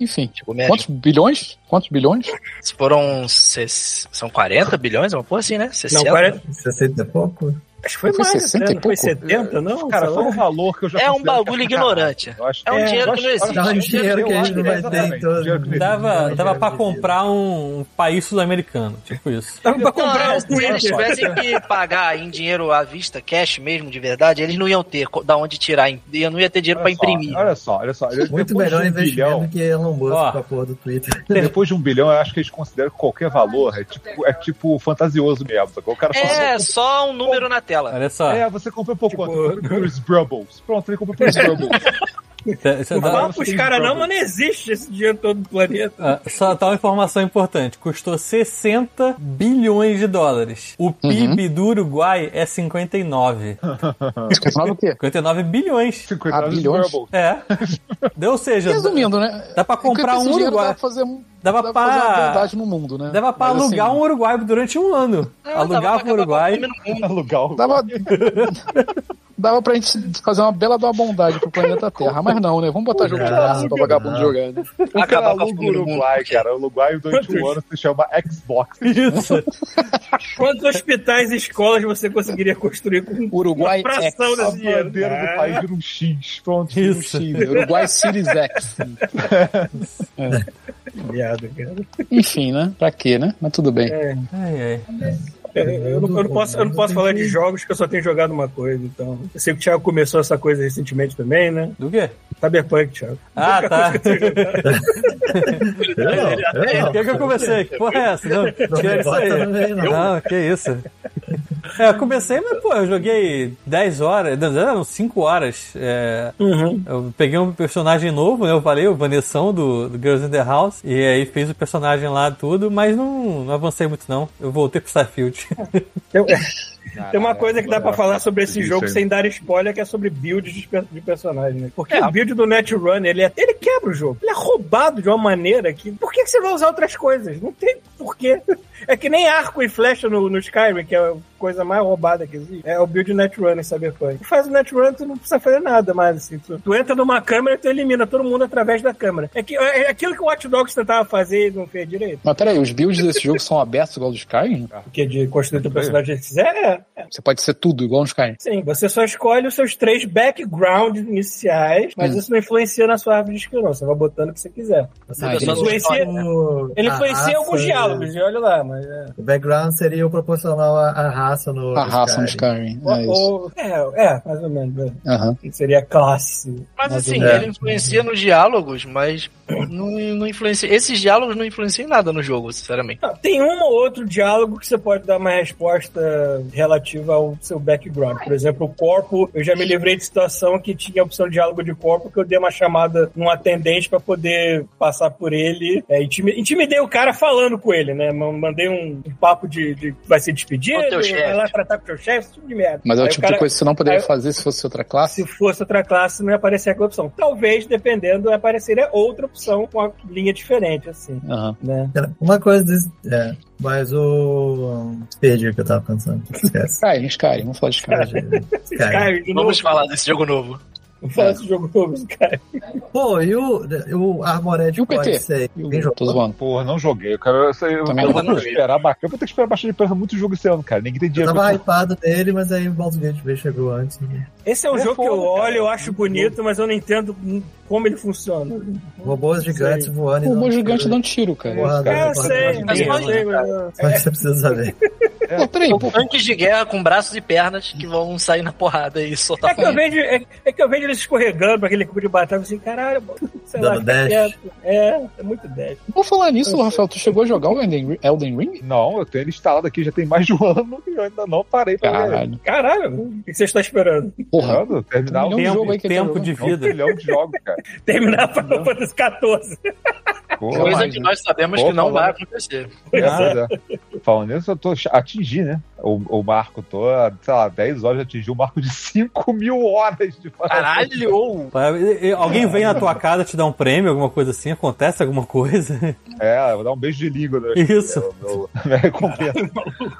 H: Enfim.
D: Tipo, médio.
H: Quantos bilhões? Quantos bilhões?
D: Se Foram. ses- São 40 bilhões? Uma porra assim, né?
H: é
D: 60?
F: Não, 40,
A: 60 e pouco?
F: acho que foi,
H: Foi
F: mais,
H: 60 é e
F: né? foi
H: pouco?
F: 70, não?
E: Cara,
F: sei
E: foi
F: lá.
E: um valor que eu já
D: É um
E: considero
D: bagulho
E: que é pra caralho.
D: ignorante.
E: Eu acho-
D: É um dinheiro
E: eu
D: que não
E: acho-
D: existe.
E: eu
A: Dá um
E: acho-
A: dinheiro que a gente
E: eu
A: não vai
E: acho-
A: ter então. em todo
E: Dinheiro que não existe.
C: Dava, dava pra
A: dinheiro.
C: comprar um país sul-americano, tipo isso.
F: Dava pra comprar
D: Não,
F: um
D: se eles
F: Switch.
D: tivessem que pagar em dinheiro à vista, cash mesmo, de verdade, eles não iam ter co- da onde tirar. em- Eu não ia ter dinheiro pra
E: Olha só,
D: imprimir.
E: Olha só, olha só.
A: Muito
E: Depois de
A: melhor
E: um
A: investimento
E: bilhão-
A: que Elon Musk
C: Ó.
A: com a porra do Twitter.
E: Depois de um bilhão, eu acho que eles consideram que qualquer valor é tipo, é tipo fantasioso mesmo. sacou? O cara fala,
D: É, só um número na tela.
C: Olha só.
E: É, você comprou por
F: Tipo-
E: quanto? Eu comprei por Sprubbles. Pronto, ele comprou por Sprubbles.
C: Isso
F: Não
C: dá-
F: fala
H: assim,
F: pros caras não, mas não existe esse dinheiro todo do planeta.
C: Ah, só tá uma informação importante. Custou 60 bilhões de dólares.
H: Uhum.
C: O PIB do Uruguai é 59.
H: Nove o quê?
C: 59 bilhões.
E: 50
H: Ah, bilhões?
E: Sprubbles.
C: É. Deu, ou seja,
H: Resumindo, né?
C: dá pra comprar um Uruguai.
H: Dá pra fazer, um-
C: Dava
H: dá pra fazer uma
C: pra,
H: verdade no mundo, né?
C: dava pra
H: Mas, assim,
C: alugar um Uruguai durante um ano.
D: Ah, dava
C: Alugava
D: pra
C: o
D: acabar com
C: Uruguai.
D: fome no mundo.
E: Alugar um- o-
H: Dava, dava pra gente fazer uma bela da bondade pro planeta Terra, mas não, né? Vamos botar jogo de graça pra vagabundo jogar. Né?
E: O cara
D: Acabar com a
E: aluga o
D: fome no mundo.
E: Uruguai, cara. O Uruguai durante um
F: Quantos?
E: ano se chama Xbox.
C: Isso.
F: Quantos hospitais e escolas você conseguiria construir com um
H: Uruguai
F: uma fração
E: A
F: desse dinheiro?
E: bandeira do país vira um X. Pronto.
C: Isso.
H: Uruguai Series X.
F: Viado, cara.
H: Enfim, né? Pra quê, né? Mas tudo bem.
C: Ai, ai.
F: É, Eu não, eu não posso, eu não posso falar de jogos que eu só tenho jogado uma coisa, então. Eu sei que o Thiago começou essa coisa recentemente também, né?
C: Do quê?
F: Cyberpunk, Thiago.
C: Ah, tá.
A: Eu não, eu
C: O
A: não.
C: que, que eu comecei? Que porra é essa? Não,
A: Não
C: tira
A: me
C: isso
A: bota
C: aí.
A: no meio, não.
C: Não, que isso. É, eu comecei, mas, pô, eu joguei 10 horas, não, não, 5 horas. é,
F: Uhum.
C: Eu peguei um personagem novo, né? Eu falei, o Vanessão do, do Girls in the House. E aí fiz o personagem lá tudo, mas não, não avancei muito, não. Eu voltei pro Starfield.
F: Tem- Tem uma coisa que dá pra falar sobre esse
E: Isso
F: jogo
E: aí.
F: sem dar spoiler, que é sobre builds de, pe- de personagem, né? Porque o build do Netrunner, ele, é, ele quebra o jogo. Ele é roubado de uma maneira que... Por que, que você vai usar outras coisas? Não tem porquê. É que nem arco e flecha no, no Skyrim, que é a coisa mais roubada que existe. É o build do Netrunner, Cyberpunk. Tu faz o Netrunner, tu não precisa fazer nada mais, assim. Tu, tu entra numa câmera e tu elimina todo mundo através da câmera. É, que, é aquilo que o Watch Dogs tentava fazer e não fez direito.
H: Mas peraí, os builds desse jogo são abertos igual ao do Skyrim?
F: Porque de construir teu personagem que quiser, é...
H: Você pode ser tudo igual ao do Skyrim.
F: Sim, você só escolhe os seus três backgrounds iniciais, mas
H: Hum.
F: isso não influencia na sua árvore de skill, não. Você vai botando o que você quiser.
A: Assim,
D: Ah,
A: ele
D: só
F: influencia-
H: né?
A: o-
F: Ele
A: a
F: influencia
A: raça-
F: alguns diálogos, e olha lá, mas é.
A: O background seria o proporcional à, à raça no.
H: A raça no
A: Skyrim.
H: Skyrim. É isso.
F: Ou, ou- é, é, mais ou menos. né?
H: Aham.
F: Seria classe.
D: Mas
F: Mais ou
D: assim,
F: menos.
D: ele influencia nos diálogos, mas não, não influencia. Esses diálogos não influenciam em nada no jogo, sinceramente.
F: Não, Tem um ou outro diálogo que você pode dar uma resposta relativa ao seu background. Por exemplo, o corpo, eu já me livrei de situação que tinha a opção de diálogo de corpo, que eu dei uma chamada num atendente pra poder passar por ele. É, intimi- intimidei o cara falando com ele, né? Man- Mandei um, um papo de, de vai ser despedido,
D: Com o teu chefe.
F: vai lá tratar com o teu chefe, esse tipo de merda.
H: Mas é o
F: Aí
H: tipo
F: cara-
H: de coisa que você não poderia
F: aí-
H: fazer se fosse outra classe?
F: se fosse outra classe, não ia aparecer aquela opção. Talvez, dependendo, apareceria outra opção com a linha diferente, assim,
H: Aham.
F: né?
A: Cara, Uma coisa desse. É, mas o. Perdi o que eu tava pensando. Esquece.
H: Skyrim, Skyrim. Vamos falar de Skyrim.
A: Cara,
H: é
F: Cara, de
D: É. Vamos
F: novo,
D: falar desse jogo novo.
F: vamos falar desse jogo novo, cara.
A: pô, e o, o Armored
H: E o PT?
A: Core 6?
H: Eu
A: Quem jogou?
H: Tô zoando.
E: Porra, não joguei. Eu, quero, eu, sei- eu,
H: Também
E: eu
H: não
E: vou ter que esperar baixar. Eu vou ter que esperar baixar de preço muito jogo esse ano, cara. Ninguém tem
A: Eu
E: dinheiro.
A: tava
E: pra-
A: hypado nele, mas aí o Baldur's Gate B chegou antes. né?
F: Esse é um
E: É
F: jogo que eu
E: foda,
F: olho,
E: cara.
F: eu acho bonito, mas eu não entendo um, como ele funciona.
A: Robôs gigantes voando. e
H: O
A: dando
H: bom
A: tiro.
H: gigante dando tiro, cara.
A: Porra,
E: É,
F: É, eu
A: dando-
F: sei, mas eu sei, mas-
A: Só que né? você precisa saber. é.
H: Pô, peraí,
D: São
H: pô,
D: tanques de guerra com braços e pernas que vão sair na porrada e
F: É
D: soltar
F: que, eu
D: fogo.
F: vejo, é, é que eu vejo eles escorregando pra aquele cubo de batalha, eu assim, caralho, mano, sei
A: Dando
F: lá, fica
A: dash.
F: quieto. É, é muito dash.
H: vamos falar nisso, Rafael. Tu chegou a jogar o Elden Ring- Elden Ring?
E: Não, eu tenho ele instalado aqui já tem mais de um ano e eu ainda não parei pra ver.
H: Caralho.
F: Caralho, o que você está esperando?
H: Porra.
E: Caralho,
H: Um
E: terminar um,
H: milhão
E: tempo,
H: jogo
C: Tempo,
H: aí que ele tá
C: tempo
H: jogando.
C: de
E: um
C: vida.
E: milhão de jogos, cara.
F: Terminar Final Fantasy 14.
E: Porra,
D: Coisa
H: mais,
D: que
H: né?
D: nós sabemos
E: Pô,
D: que não
E: falando-
D: vai acontecer.
E: é, pois é. Falando nisso, eu tô atingir, né? o, o marco todo, sei lá, 10 horas atingiu o marco de 5 mil horas de
B: Caralho! ou-
C: E- e- Alguém vem na tua casa te dar um prêmio, alguma coisa assim? Acontece alguma coisa?
E: É, eu vou dar um beijo de língua. Né?
C: Isso.
E: Eu- eu- Minha recompensa.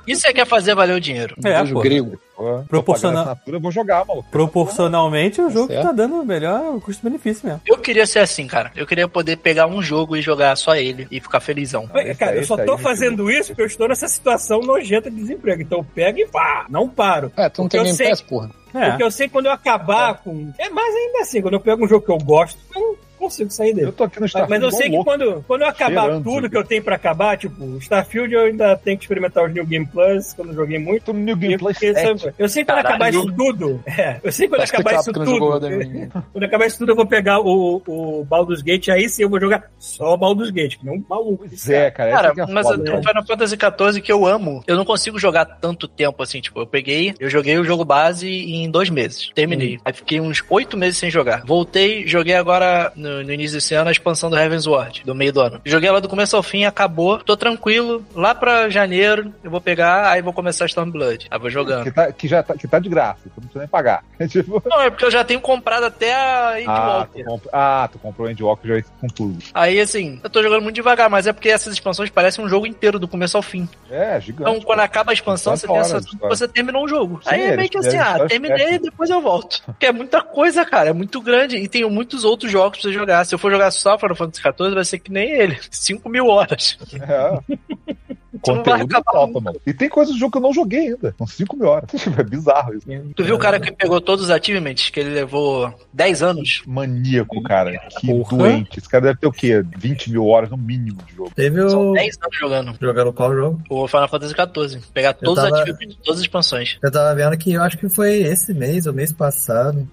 D: Isso é quer fazer valer o dinheiro.
C: É,
H: Beijo
C: pô.
H: um grego.
E: Pô,
C: Proporcional-
E: propaganda assinatura, eu vou jogar, maluco.
C: Proporcionalmente, o jogo
H: certo.
C: tá dando o melhor custo-benefício mesmo.
D: Eu queria ser assim, cara. Eu queria poder pegar um jogo e jogar só ele e ficar felizão.
E: isso
F: Cara,
E: aí,
F: eu só
E: isso
F: tô
E: aí,
F: fazendo isso porque eu estou nessa situação nojenta de desemprego. Então eu pego e pá, não paro.
H: É, tu não tem
F: Eu
H: Game
F: sei.
H: Pass, porra.
C: É.
F: Porque eu sei que quando eu acabar com. É mais ainda assim, quando eu pego um jogo que eu gosto, eu não consigo sair dele.
E: Eu tô aqui no
F: Mas,
E: Starfield.
F: mas eu sei
E: igual
F: que quando, quando eu acabar
E: Cheirando,
F: tudo
E: sabe?
F: que eu tenho pra acabar, tipo, Starfield eu ainda tenho que experimentar os New Game Plus, quando eu joguei muito.
E: Tô no New
F: E
E: Game Plus
F: porque sabe,
E: 7.
F: eu sei que quando
D: Caralho.
F: acabar isso tudo. É, eu sei que quando
H: Tá
F: acabar
H: explicado
F: isso
H: porque não jogou
F: tudo.
H: Elden Ring.
F: Quando acabar isso tudo, eu vou pegar o, o Baldur's Gate, aí sim eu vou jogar só o Baldur's Gate, que não um maluco.
E: Pois é, cara. essa
D: Cara,
E: que é a
D: mas
E: foda,
D: o
E: cara.
D: Final Fantasy XIV que eu amo, eu não consigo jogar tanto tempo assim. Tipo, eu peguei, eu joguei o jogo base em dois meses. Terminei. Aí fiquei uns oito meses sem jogar. Voltei, joguei agora no, no início desse ano a expansão do Heaven's Ward, do meio do ano. Joguei ela do começo ao fim, acabou. Tô tranquilo. Lá pra janeiro eu vou pegar, aí vou começar Stormblood. Aí vou jogando.
E: Que, tá, que já tá, que tá de graça, tu não precisa nem pagar. tipo,
D: Não, é porque eu já tenho comprado até a
E: ah,
D: Endwalker.
E: tu comp... ah, tu comprou o Endwalker já com tudo.
D: Aí, assim, eu tô jogando muito devagar, mas é porque essas expansões parecem um jogo inteiro, do começo ao fim.
E: É, gigante.
D: Então, quando acaba a expansão,
E: Quantas
D: você, tem essa,
E: horas, cara?
D: você terminou o jogo.
E: Sim,
D: aí é meio
E: eles-
D: que assim,
E: eles-
D: ah,
E: eles
D: terminei e
E: esquecem.
D: depois eu volto. Porque é muita coisa, cara, é muito grande. E tem muitos outros jogos pra você jogar. Se eu for jogar só Final Fantasy XIV, vai ser que nem ele. 5 mil horas.
E: É.
D: não vai
E: Conteúdo
D: acabar
E: top, mano. E tem coisas do jogo que eu não joguei ainda. São 5 mil horas. Tipo, é bizarro isso.
D: Tu viu o cara que pegou todos os achievements, que ele levou 10 anos?
E: Maníaco, cara. Que
C: Porra.
E: doente. Esse cara deve ter o quê? 20 mil horas no mínimo de jogo.
A: Teve
D: São
A: o.
D: 10 anos jogando.
A: Jogaram qual jogo?
D: O Final Fantasy XIV. Pegar todos os
A: tava-
D: achievements, todas as expansões.
A: Eu tava vendo que eu acho que foi esse mês ou mês passado.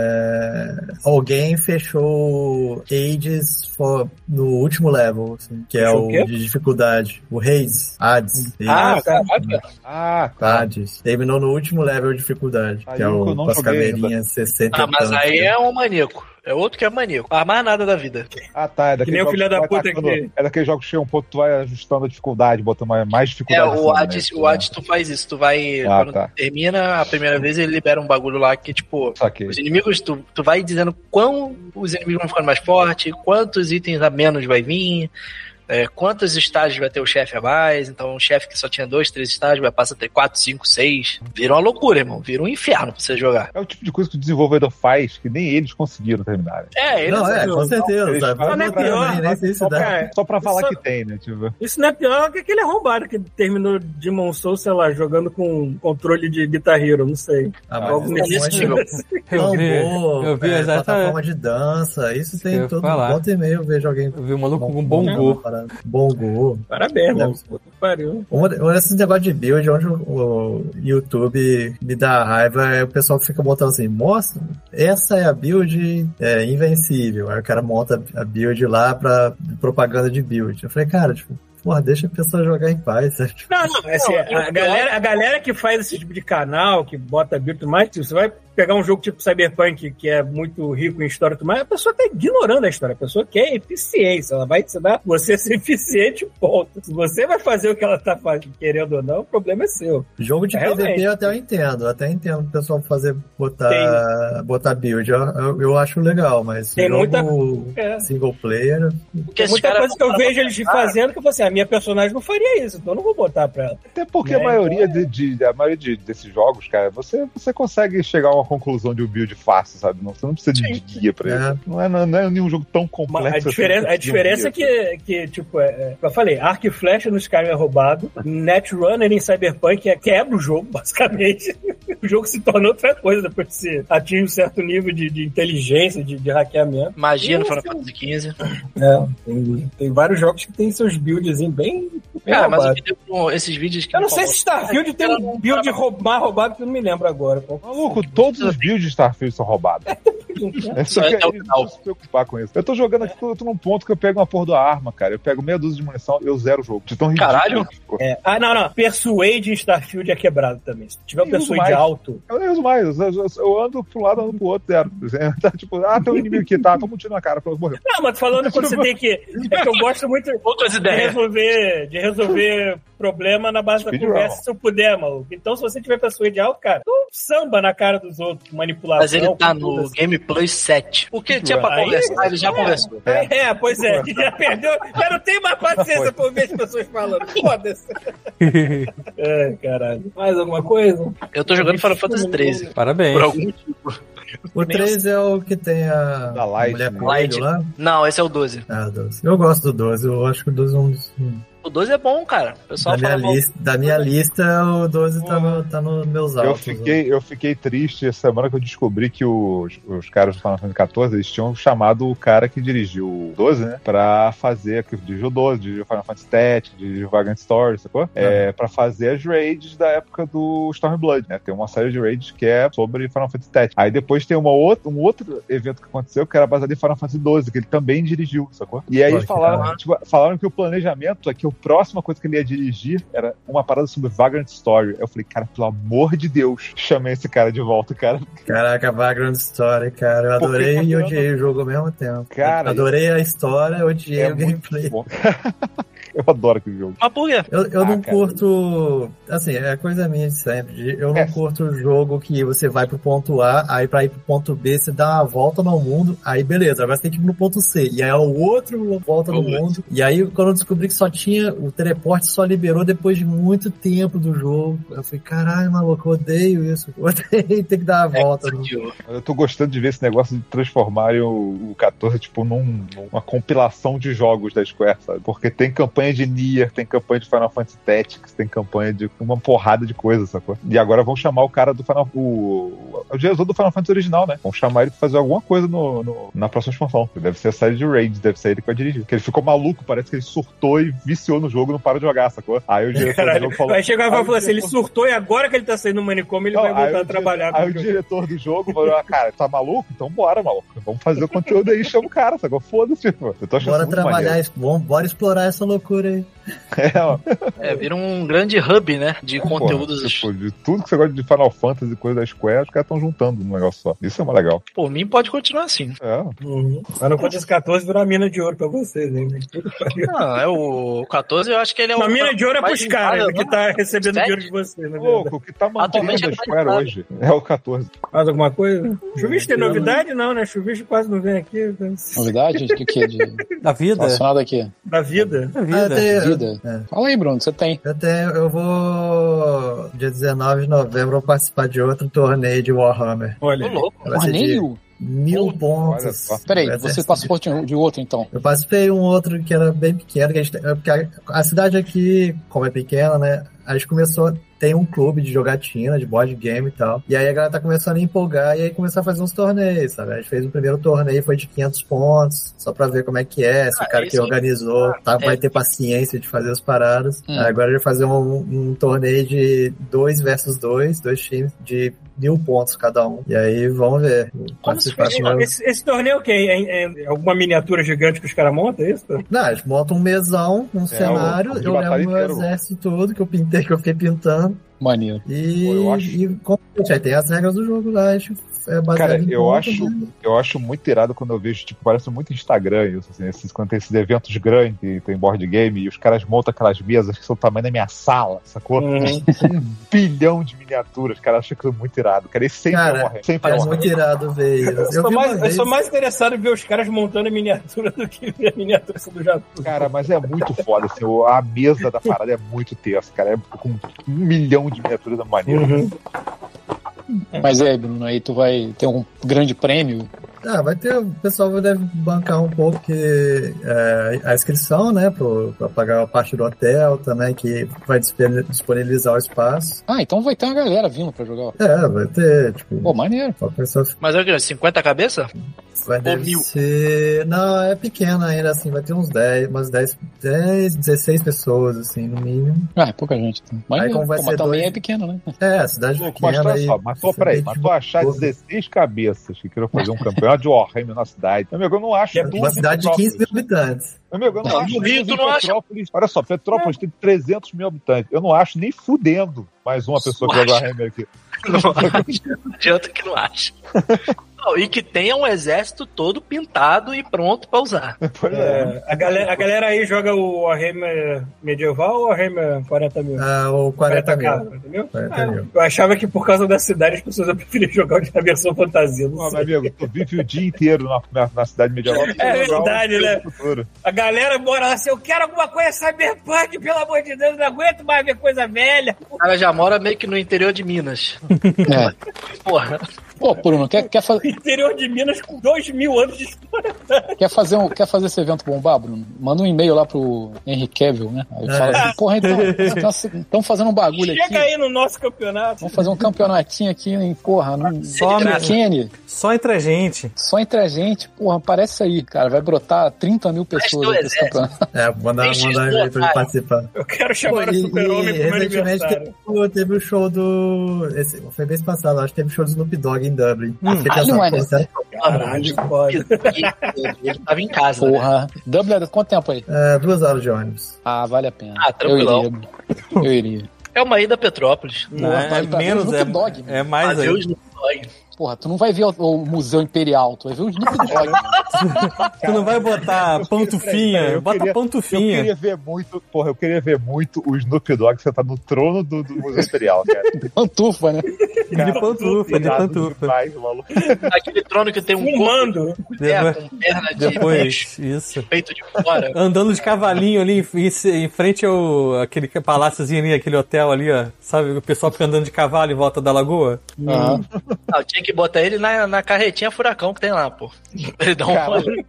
A: é, Alguém fechou Hades for- no último level, assim, que é
F: Fechou
A: o,
F: o quê?
A: de dificuldade. O Hades. Hades.
F: Ah,
A: Hades.
F: cara,
E: Hum. Ah,
A: Hades. Terminou no último level de dificuldade,
E: Aí
A: que é
E: eu que eu
A: o
E: não
A: com as
E: joguei ainda.
A: caveirinhas 60 e
D: Ah, mas
A: tanto.
D: aí é um maníaco. É outro que é maníaco. Ah, mais nada da vida.
E: Ah, tá. É
F: Que
E: daquele
F: nem o
E: jogo
F: filho da
E: tu vai
F: puta
E: tacando-
F: que-
E: É daquele jogo que chega um ponto, tu vai ajustando a dificuldade, botando mais, mais
D: É,
E: dificuldade. né?
D: o Hades, o Hades tu faz isso. Tu vai.
E: tá Ah,
D: quando
E: tá.
D: termina a primeira vez, ele libera um bagulho lá que, tipo,
E: Só que.
D: os inimigos, tu, tu vai dizendo quão os inimigos vão ficando mais fortes, quantos itens a menos vai vir. é, quantos estágios vai ter o chefe a mais? Então, um chefe que só tinha dois, três estágios vai passar a ter quatro, cinco, seis. Vira uma loucura, irmão. Vira um inferno pra você jogar.
E: É o tipo de coisa que o desenvolvedor faz que nem eles conseguiram terminar. né?
D: É, ele
A: Não, é, com certeza.
E: Eles
A: Tá?
E: falam
A: Vamos
F: pra-
A: botar aí,
E: né?
A: nem sei se
E: Só
A: dá.
E: pra, só pra falar
F: Isso-
E: que tem, é né? Tipo,
F: Isso não é pior que aquele arrombado que terminou Demon Soul, sei lá, jogando com controle de Guitar Hero, não sei.
A: Ah, mas
F: Algo
A: tem um
F: nesse
A: monte de
H: é
F: nível. é um
C: Eu vi,
A: tambor,
C: eu vi
A: é,
C: exatamente.
A: plataforma de dança, isso
C: Eu
A: tem
C: ia
A: todo
C: falar.
A: volta e meia eu vejo alguém
C: Eu vi um maluco com um bongô.
A: parada. Bongô.
F: Parabéns, mano. Puta que Pariu.
A: Uma, de- um desses negócios de build onde o- o YouTube me dá raiva é o pessoal que fica botando assim, mostra, essa é a build é, invencível. Aí o cara monta a build lá pra propaganda de build. Eu falei, cara, tipo, porra, deixa a pessoa jogar em paz, sabe? Tipo,
F: Não, não, é assim, a, galera, a galera que faz esse tipo de canal, que bota build e tudo mais, tipo, você vai pegar um jogo tipo Cyberpunk, que é muito rico em história e tudo mais, a pessoa tá ignorando a história, a pessoa quer eficiência, ela vai ensinar você a ser eficiente, ponto. Se você vai fazer o que ela tá fazendo, querendo ou não, o problema é seu.
A: Jogo de
F: Realmente.
A: PVP eu até eu entendo, eu até entendo o pessoal fazer botar, botar build. Eu, eu, eu acho legal, mas
F: Tem muita-
A: jogo
F: É.
A: single player.
D: Porque
F: Tem
D: esses
F: muita
D: caras
F: coisa que eu vejo eles fazendo que eu falo assim, a minha personagem não faria isso, então eu não vou botar pra ela.
E: até porque
F: É,
E: a maioria, de, de- a maioria de- desses jogos, cara, você, você consegue chegar a uma conclusão de um build fácil, sabe? Não, você não precisa de guia pra
A: É.
E: isso. Não é, não é nenhum jogo tão
F: Uma-
E: complexo.
F: a
E: assim,
F: diferença,
E: que
F: a diferença é que, que, tipo, é, é, eu falei, arco e flecha no Skyrim é roubado, Netrunner em Cyberpunk é quebra o jogo, basicamente. o jogo se torna outra coisa depois que você atinge um certo nível de, de inteligência, de, de hackeamento.
D: Magia no Final Fantasy XV.
F: É, tem, tem vários jogos que tem seus builds assim, bem, bem
D: Cara, mas o
F: roubados.
D: que deu com esses vídeos que
F: Eu não
D: me
F: sei se Starfield tem um build roubar, roubado que eu não me lembro agora. qual que
E: Maluco, todos os builds de Starfield são roubados. É só
D: Só
E: que
D: até o
E: eles não
D: final.
E: precisam se preocupar com isso. Eu tô jogando aqui, eu tô num ponto que eu pego uma porra da arma, cara. Eu pego meia dúzia de munição, eu zero o jogo. De tão ridículo
D: Caralho.
E: que ficou.
F: é. Ah, não, não. Persuade em Starfield é quebrado também. Se tiver um
E: Nem uso
F: Persuade
E: mais.
F: alto,
E: Eu nem uso mais. Eu, eu- eu ando pro lado, ando pro outro, zero. Tá, tipo, ah, tem um inimigo aqui, tá, tô mentindo na cara, pronto, morreu.
F: Não, mas tô falando quando você tem que. É que eu gosto muito
D: Outras
F: de
D: ideias.
F: resolver, de resolver problema na base da
E: Speed
F: conversa
E: round.
F: se eu puder, maluco. Então, se você tiver pessoa de alto, cara, tu samba na cara dos outros, manipulação.
D: Mas ele tá no
F: tudo assim.
D: Gameplay 7. O que tinha pra
F: Aí-
D: conversar, ele já conversou.
F: É, pois é, que já perdeu. Já não tem mais paciência por ver as pessoas falando. Foda-se. É, caralho. Mais alguma coisa?
D: Eu tô jogando Final Fantasy
F: é
D: 13.
C: Parabéns.
D: Por algum motivo.
A: O 3 é o que tem a
E: Da Light,
A: mulher
E: né?
A: coelho lá.
D: Não, esse é o 12.
A: Ah, 12. Eu gosto do 12. Eu acho que o 12 é um dos.
D: O 12 é bom, cara. O
A: Da
D: pessoal
A: minha,
D: fala mal.
A: lista, da minha lista, o 12 tá, no, tá nos meus
E: Eu
A: altos. né?
E: fiquei, eu fiquei triste essa semana que eu descobri que os, os caras do Final Fantasy XIV eles tinham chamado o cara que dirigiu o 12, né? Pra fazer, que dirigiu o 12, dirigiu o Final Fantasy Tactics, dirigiu o Vagrant Story, sacou? É, pra fazer as raids da época do Stormblood, né? Tem uma série de raids que é sobre Final Fantasy Tactics. Aí depois tem uma outra, um outro evento que aconteceu que era baseado em Final Fantasy XII, que ele também dirigiu, sacou? E aí
A: Olha que
E: falaram, tipo, falaram que o planejamento é que a próxima coisa que ele ia dirigir era uma parada sobre Vagrant Story. Eu falei, cara, pelo amor de Deus, chamei esse cara de volta, cara.
A: Caraca, Vagrant Story, cara. Eu
E: Porque
A: adorei e
E: quando eu
A: odiei o jogo ao mesmo tempo.
E: Cara,
A: adorei a história, odiei
E: é
A: o
E: muito
A: gameplay.
E: bom. Eu adoro aquele jogo.
D: Mas por quê?
A: Eu, eu
E: Ah,
A: não
E: cara.
A: curto. Assim, é coisa minha de sempre. de- Eu não
E: É.
A: curto jogo que você vai pro ponto A, aí pra ir pro ponto B, você dá uma volta no mundo, aí beleza, agora você tem que ir pro ponto C. E aí é o outro uma volta no
D: Putz.
A: mundo. E aí, quando eu descobri que só tinha. O teleporte só liberou depois de muito tempo do jogo. Eu falei, caralho, maluco, eu odeio isso. Eu odeio ter que dar uma volta. no...
E: É, Eu tô gostando de ver esse negócio de transformarem o, o 14, tipo, num- numa compilação de jogos da Square, sabe? Porque tem campanha de Nier, tem campanha de Final Fantasy Tactics, tem campanha de uma porrada de coisas, sacou? E agora vão chamar o cara do Final... O, o Jesus do Final Fantasy original, né? Vão chamar ele pra fazer alguma coisa no, no- na próxima expansão. Deve ser a série de Raids, deve ser ele que vai dirigir. Porque ele ficou maluco, parece que ele surtou e viciou no jogo, não para de jogar, sacou? Aí o diretor do
F: Caralho.
E: jogo falou...
F: Vai chegar e
E: Aí
F: vai
E: o
F: falar assim: ele
E: diretor-
F: surtou e agora que ele tá saindo do manicômio, ele
E: Não,
F: vai
E: aí
F: voltar
E: o
F: a
E: di-
F: trabalhar.
E: Aí o diretor do jogo falou: ah, cara, tá maluco? Então bora, maluco. Vamos fazer o conteúdo aí, chama o cara, sacou? Foda-se, pô. Eu tô achando
A: Bora
E: muito
A: trabalhar, isso, bom, bora explorar essa loucura aí.
E: maneiro. É, ó.
D: É, vira um grande hub, né? De
E: Pô,
D: conteúdos.
E: tipo, de tudo que você gosta de Final Fantasy e coisa da Square, os caras estão juntando num negócio só. Isso é mais legal.
D: Por mim, pode continuar assim.
E: É.
F: Uhum. Mas não conta esse 14 virou uma mina de ouro pra vocês, hein? Puta que pariu.
D: Não, é o 14, eu acho que ele é o.
F: Uma mina de ouro é
D: mais
F: pros caras
D: usado,
F: né, que
D: né?
F: tá recebendo
D: Sete?
F: dinheiro de vocês, né?
E: Louco, o que tá
D: Atualmente é
E: mantendo a Square
D: qualificado.
E: hoje é o 14.
F: Mais alguma coisa? Chuvisco tem novidade? Não, né? Chuvisco quase não vem aqui né?
H: Novidade? De que? é De... tá
C: Da vida.
H: Relacionado aqui.
F: da vida.
C: Da
A: Ah, eu
C: vida.
A: tenho-
H: Vida.
A: É.
H: Fala aí, Bruno, você tem.
A: Eu tenho, eu vou. Dia 19 de novembro eu vou participar de outro torneio de Warhammer.
D: Tô
F: Olha,
D: louco.
A: Vai ser de
H: Torneio?
A: mil
E: olha
A: pontos.
E: só.
H: Peraí,
A: Vai ser
H: você
A: de-
H: passou de, de outro então.
A: Eu participei um outro que era bem pequeno, que a, gente, é porque a, a cidade aqui, como é pequena, né? A gente começou a ter um clube de jogatina, de board game e tal. E aí a galera tá começando a empolgar e aí começou a fazer uns torneios, sabe? A gente fez o primeiro torneio, foi de 500 pontos, só pra ver como é que é, se
D: Ah,
A: o cara
D: isso
A: que
D: é-
A: organizou tá,
D: é.
A: vai ter paciência de fazer as paradas.
H: Hum.
A: Aí Agora ele vai fazer um, um torneio de dois versus dois, dois times, de mil pontos cada um. E aí vamos ver. Participação-
F: esse, esse torneio é o quê? É, é- é alguma miniatura gigante que os caras montam, é isso?
A: Não, eles montam um mesão, um cenário,
E: É, o- o de
A: eu
E: batalha
A: levo meu
E: inteiro.
A: exército todo que eu pintei, que eu fiquei pintando,
H: Maneiro.
A: e,
E: Pô, eu acho-
A: e compete. Aí tem as regras do jogo lá, acho é baseado
E: Cara,
A: em
E: eu
A: ponto,
E: acho-
A: né?
E: Eu acho muito irado quando eu vejo, tipo, parece muito Instagram isso, assim, esses, quando tem esses eventos grandes, e tem board game, e os caras montam aquelas mesas que são o tamanho da minha sala, sacou? um bilhão de miniaturas, cara. Acho que é muito irado. Cara, esse sempre
A: Cara,
E: morre. Sempre
A: Parece
E: morre.
A: É muito irado ver isso.
F: Eu,
A: Eu
F: sou
A: vi
F: mais,
A: uma
F: eu
A: vez,
F: sou mais interessado em ver os caras montando a miniatura do que ver a miniatura do Japão.
E: Cara, mas é muito foda, assim, o- a mesa da parada é muito tensa, cara, é com um milhão de miniaturas é da maneira.
A: Uhum.
H: Mas é, Bruno, aí tu vai ter um grande prêmio.
A: Ah, vai ter, o pessoal deve bancar um pouco que, é, a inscrição, né, pro, pra pagar a parte do hotel também, que vai dispe- disponibilizar o espaço.
H: Ah, então vai ter uma galera vindo pra jogar.
A: É, vai ter, tipo,
H: Pô, maneiro.
A: só pessoa
D: Mas é o quê? 50 cabeça?
A: Vai deve
D: mil.
A: ser. Não, é pequena ainda, assim, vai ter uns 10, umas 10, 10, 16 pessoas, assim, no mínimo.
H: Ah, é pouca gente. Então. Maneiro.
A: como vai
H: Pô, mas
A: ser
H: também
A: dois-
H: é pequeno, né?
A: É, a cidade
E: Louco, mas
A: pequena.
E: olha
A: e-
E: só, mas só peraí, mas tu achar
A: pouco.
E: 16 cabeças que queiram fazer um campeonato de Warhammer na cidade. Meu amigo, eu não acho.
F: É
E: tudo
A: Uma
E: em
A: cidade de 15 mil
E: Petrópolis.
A: habitantes.
E: Meu amigo, eu não,
D: Não,
E: acho.
D: no Rio
E: mesmo
D: Tá tu não
E: em
D: acha. É.
E: Petrópolis- Olha só, Petrópolis tem 300 mil habitantes. Eu não acho nem fudendo mais uma pessoa que
D: Não
E: joga Warhammer aqui.
D: Não acho. Não adianta que não acha. Não, e que tenha um exército todo pintado e pronto pra usar.
E: Pois é.
F: É, a, galera, a galera aí joga o Warhammer medieval ou Warhammer 40 mil?
A: Ah, o 40 mil.
F: 40 mil? É.
A: 40 mil.
F: Eu achava que por causa da cidade as pessoas preferiam jogar a versão fantasia. não
E: Não, meu
F: sei.
E: amigo, tu vive o dia inteiro na, na- na cidade medieval.
F: É verdade, né?
E: Futuro.
F: A galera mora lá assim, eu quero alguma coisa cyberpunk, pelo amor de Deus, não aguento mais ver coisa velha.
D: O cara já mora meio que no interior de Minas.
H: É.
D: Porra.
H: Pô, Bruno, quer, quer, fa-
F: Interior de Minas com dois mil anos de história.
H: quer, fazer um, quer fazer esse evento bombar, Bruno? Manda um e-mail lá pro Henry Cavill, né? Aí fala assim, porra, então, estamos fazendo um bagulho
F: Chega
H: aqui.
F: aí no nosso campeonato.
H: Vamos fazer um campeonatinho aqui em, porra, no
C: Só,
D: de
C: me-
H: Kenny,
C: só entre a gente.
H: só entre a gente, porra, parece aí, cara, vai brotar 30 mil pessoas
D: do
H: aí pra esse campeonato.
A: É, mandar,
D: Deixa
A: mandar
D: isso,
A: ele pra ele
D: cara.
A: participar.
F: Eu quero chamar
A: Pô,
F: o
A: e-
F: É, super-homem
A: e
F: pro meu
A: recentemente
F: aniversário.
A: teve, pô, teve o show do. esse- foi mês passado, acho que teve o show do Snoop Dogg em Dublin. Fiquei
H: Caralho,
A: pensando,
H: mano.
A: pô, será-
F: Caralho, foda.
D: Ele tava em casa. né?
H: Porra, Dublin, é quanto tempo aí?
A: é, duas horas de ônibus.
H: Ah, vale a pena.
D: Ah,
H: eu
D: tranquilão.
H: iria. Eu iria.
D: É uma ida a Petrópolis.
C: Não, é
H: pra- pra mim,
C: menos, é,
H: Snoop Dogg,
C: é mais aí.
D: Adeus, Snoop Dogg.
H: Porra, tu não vai ver o, o Museu Imperial, tu vai ver o Snoop Dogg. né?
C: Tu não vai botar pantufinha,
E: peraí, eu
C: bota
E: queria- Eu
C: pantufinha.
E: queria ver muito, porra, eu queria ver muito o Snoop Dogg sentado no trono do, do Museu Imperial, cara.
H: Pantufa, né?
C: de pantufa, de
E: Irado
C: pantufa.
E: demais, maluco.
D: Aquele trono que tem um corpo
F: Fumando.
D: de terra
C: Depois,
D: com perna de
C: depois isso.
D: peito de fora.
C: Andando de cavalinho ali em, em- em frente ao aquele paláciozinho ali, aquele hotel ali, ó. Sabe, o pessoal fica andando de cavalo em volta da lagoa.
H: Ah,
D: Não, tinha que botar ele na, na carretinha furacão que tem lá, pô. Ele dá um
E: Cara,
D: rolê.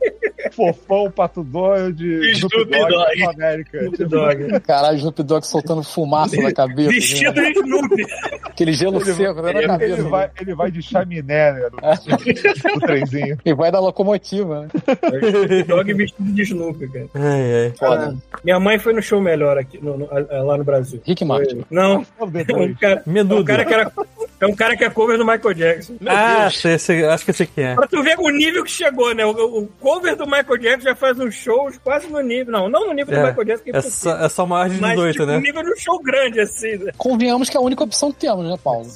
E: Fofão, Pato Donald,
D: Snoop
E: Snoop Dogg,
D: Dogg.
E: Capitão América.
H: caralho, Snoop Dogg soltando fumaça na cabeça.
F: Vestido
H: né?
F: de Snoop.
H: Aquele gelo seco né, na
E: Ele
H: cabeça. né?
E: vai, ele vai de chaminé, né, no, no trenzinho.
H: E vai da locomotiva, né?
F: Dog vestido de Snoop, cara.
C: Ai, ai.
H: Foda.
F: Minha mãe foi no show melhor aqui, no- no- a- a- lá no Brasil.
H: Rick Martin.
F: Não,
E: Vamos
F: é um
E: depois.
F: cara, é um
C: Menudo.
F: cara que era. É um cara que é cover do Michael Jackson.
C: Ah, sei, sei, acho que esse aqui é.
F: Pra tu ver o nível que chegou, né? O, o cover do Michael Jackson já faz uns shows quase no nível. Não, não no nível
C: É,
F: do Michael Jackson, que é
C: É
F: possível.
C: só, é só maior de
F: Mas
C: 18,
F: tipo,
C: né?
F: um nível de um show grande, assim, né?
H: Convenhamos que é a única opção que temos, né, Paulo?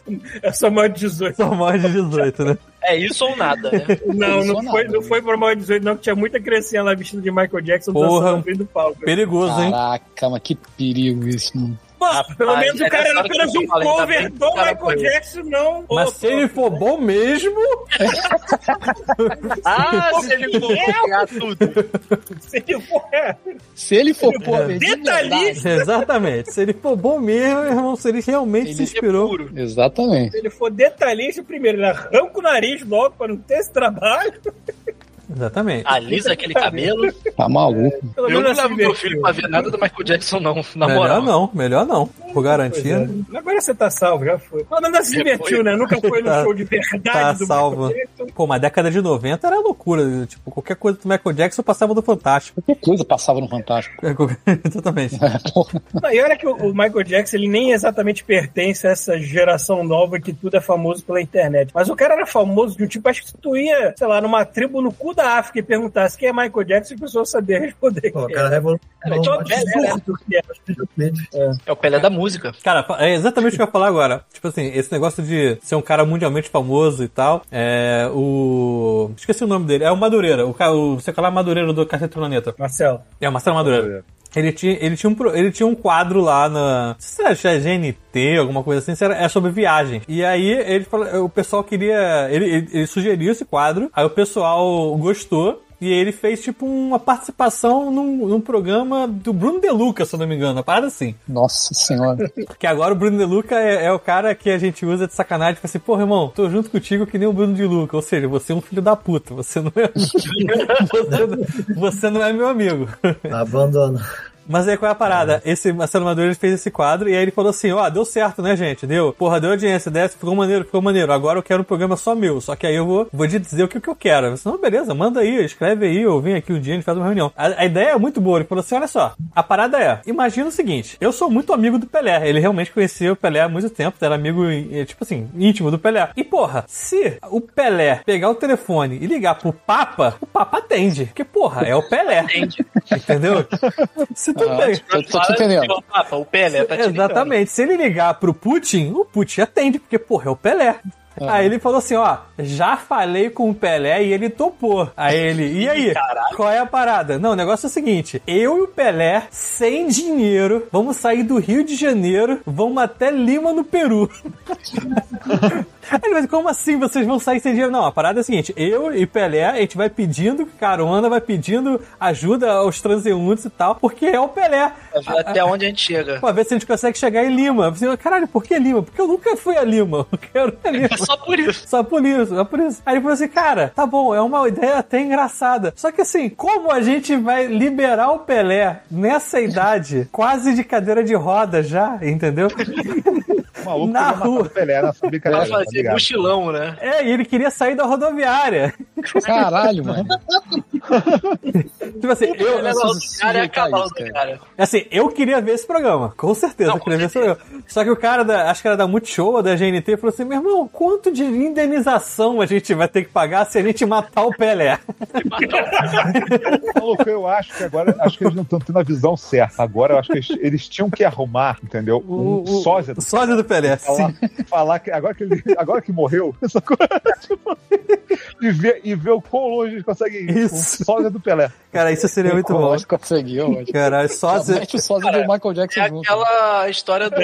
F: É só maior de 18.
C: Só maior de 18, né?
D: É isso ou nada, né?
F: Não, não,
H: Não
F: foi,
H: nada,
F: não
H: né?
F: foi pra maior de 18, não, que tinha muita criancinha lá vestida de Michael Jackson
C: Porra.
F: dançando na frente do palco.
C: Perigoso, hein?
H: Caraca, mas que perigo isso, mano.
F: Pô, pelo
D: Rapaz,
F: menos o
D: é
F: cara
D: nessa
F: era
D: hora que
F: apenas
D: eu
F: um
D: falei, tá
F: cover
D: vendo?
F: do
D: O cara
F: Michael
D: foi.
F: Jackson, não.
C: Mas
F: Ô,
C: se ele for bom mesmo,
D: Ah, se ele for copiar tudo.
F: se ele for- é.
H: Se ele for pô, de
F: Detalhista.
H: verdade-
C: exatamente. Se ele for bom mesmo, irmão, se ele realmente
D: é
C: se inspirou.
H: Exatamente.
F: Se ele for detalhista, primeiro, ele arranca o nariz logo pra não ter esse trabalho.
C: Exatamente.
D: Alisa Ah, aquele cabelo.
H: Tá maluco.
F: Pelo
D: Eu não
F: menos
D: levo
F: assim,
D: meu filho pra ver nada do Michael Jackson, não. Na
C: Melhor
D: moral.
C: não, melhor não. Por
F: Pois
C: garantia.
F: é. Agora você tá salvo, já foi. Pelo menos se divertiu, né? Nunca foi no
C: Tá-
F: show de verdade
C: tá
F: do
C: salvo.
F: Michael Jackson.
C: Pô, mas a década de 90 era loucura. né? Tipo, qualquer coisa do Michael Jackson passava do Fantástico.
H: Que coisa passava no Fantástico.
C: Exatamente.
H: Porra.
F: Não, e olha que o, o Michael Jackson, ele nem exatamente pertence a essa geração nova que tudo é famoso pela internet. Mas o cara era famoso de um tipo, acho que se tu ia, sei lá, numa tribo no cu da África e perguntasse quem é Michael Jackson, as pessoas sabiam responder.
A: Pô, o
F: quem
A: cara revolucionou
F: Era
A: um
F: todo
A: monte
F: velho,
A: de
F: né?
A: coisa do clipe.
D: É o Pelé da música.
C: Cara, é exatamente o que eu ia falar agora. Tipo assim, esse negócio de ser um cara mundialmente famoso e tal. É o. Esqueci o nome dele. É o Madureira. O, ca- o sei lá, Madureira do Cacete Planeta.
F: Marcelo.
C: É o Marcelo Madureira. Ele tinha, ele, tinha um, pro- ele tinha um quadro lá na. Se era se era GNT, alguma coisa assim, se era, é sobre viagem. E aí ele falou- o pessoal queria. Ele, ele- ele sugeriu esse quadro, aí o pessoal gostou. E ele fez, tipo, uma participação num, num programa do Bruno Deluca, se eu não me engano. Uma parada assim.
H: Nossa senhora.
C: Que agora o Bruno de Luca é, é o cara que a gente usa de sacanagem. Fala assim, pô, irmão, tô junto contigo que nem o Bruno de Luca. Ou seja, você é um filho da puta. Você não é, você, não- você não é meu amigo.
A: Abandono.
C: Mas aí qual é a parada? Esse Marcelo Madureira fez esse quadro e aí ele falou assim: ó, deu certo, né, gente? Deu. Porra, deu audiência, desce, ficou maneiro, ficou maneiro. Agora eu quero um programa só meu. Só que aí eu vou, vou te dizer o que, que eu quero. Eu disse, não, beleza, manda aí, escreve aí, eu vim aqui um dia, a gente faz uma reunião. A, a ideia é muito boa. Ele falou assim: olha só, a parada é: imagina o seguinte, eu sou muito amigo do Pelé. Ele realmente conhecia o Pelé há muito tempo, era amigo, eh, tipo assim, íntimo do Pelé. E porra, se o Pelé pegar o telefone e ligar pro Papa, o Papa atende. Porque, porra, é o Pelé.
D: Entende?
C: Entendeu? Se tu
H: Ah,
C: pega.
H: tô, tô te
D: Fala,
H: entendendo.
D: senhor Papa, o Pelé tá te ligando.
C: Exatamente. Se ele ligar pro Putin, o Putin atende, porque, porra, é o Pelé. Aí ele falou assim: ó, já falei com o Pelé e ele topou. Aí ele, e aí? Qual é a parada? Não, o negócio é o seguinte: eu e o Pelé, sem dinheiro, vamos sair do Rio de Janeiro, vamos até Lima, no Peru. Aí ele mas como assim vocês vão sair sem dinheiro? Não, a parada é a seguinte: eu e Pelé, a gente vai pedindo carona, vai pedindo ajuda aos transeuntes e tal, porque é o Pelé.
D: Pra ver até onde a gente chega.
C: Pra ver se a gente consegue chegar em Lima. Você, Caralho, por que Lima? Porque eu nunca fui a Lima. Eu quero ir a Lima.
D: É só por isso.
C: Só por isso, só por isso. Aí ele falou assim, cara, tá bom, é uma ideia até engraçada. Só que assim, como a gente vai liberar o Pelé nessa idade, quase de cadeira de roda já, entendeu?
E: O maluco
C: Na
E: queria matar
C: rua.
E: o Pelé na sua brincadeira.
D: Vai
E: Tá
D: fazer
E: ligado?
D: mochilão, né?
C: É, e ele queria sair da rodoviária.
H: Caralho, mano.
C: Tipo assim, eu,
D: Ele é do cara é a cavalo do cara.
C: assim, eu queria ver esse programa, com certeza,
D: Não,
C: eu queria ver esse programa. Só que o cara, da, acho que era da Multishow, ou da GNT, falou assim, meu irmão, quanto de indenização a gente vai ter que pagar se a gente matar o Pelé?
E: Maluco, eu acho que agora acho que eles não estão tendo a visão certa. Agora eu acho que eles, eles tinham que arrumar, entendeu? Um sósia.
C: O sósia do Pelé, sim.
E: Falar, falar que agora que, ele, agora que morreu, essa coisa, tipo, e, ver, e ver o quão longe eles conseguem ir.
C: Isso.
E: Um sósia do Pelé.
C: Cara, isso seria é muito bom. Ah,
H: Lógico, conseguiu, mano.
C: Caralho, sósia...
H: Mete o sósia do Michael
D: É
H: Jackson junto.
D: aquela história do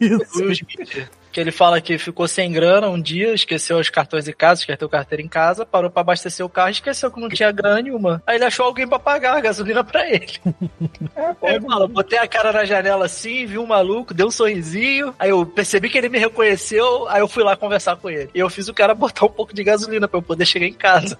C: Isso.
D: Will Smith. Que ele fala que ficou sem grana um dia, esqueceu os cartões em casa, esqueceu a carteira em casa, parou pra abastecer o carro, esqueceu que não tinha grana nenhuma. Aí ele achou alguém pra pagar a gasolina pra ele. Aí ele fala, botei a cara na janela assim, vi um maluco, deu um sorrisinho, aí eu percebi que ele me reconheceu, aí eu fui lá conversar com ele. E eu fiz o cara botar um pouco de gasolina pra eu poder chegar em casa.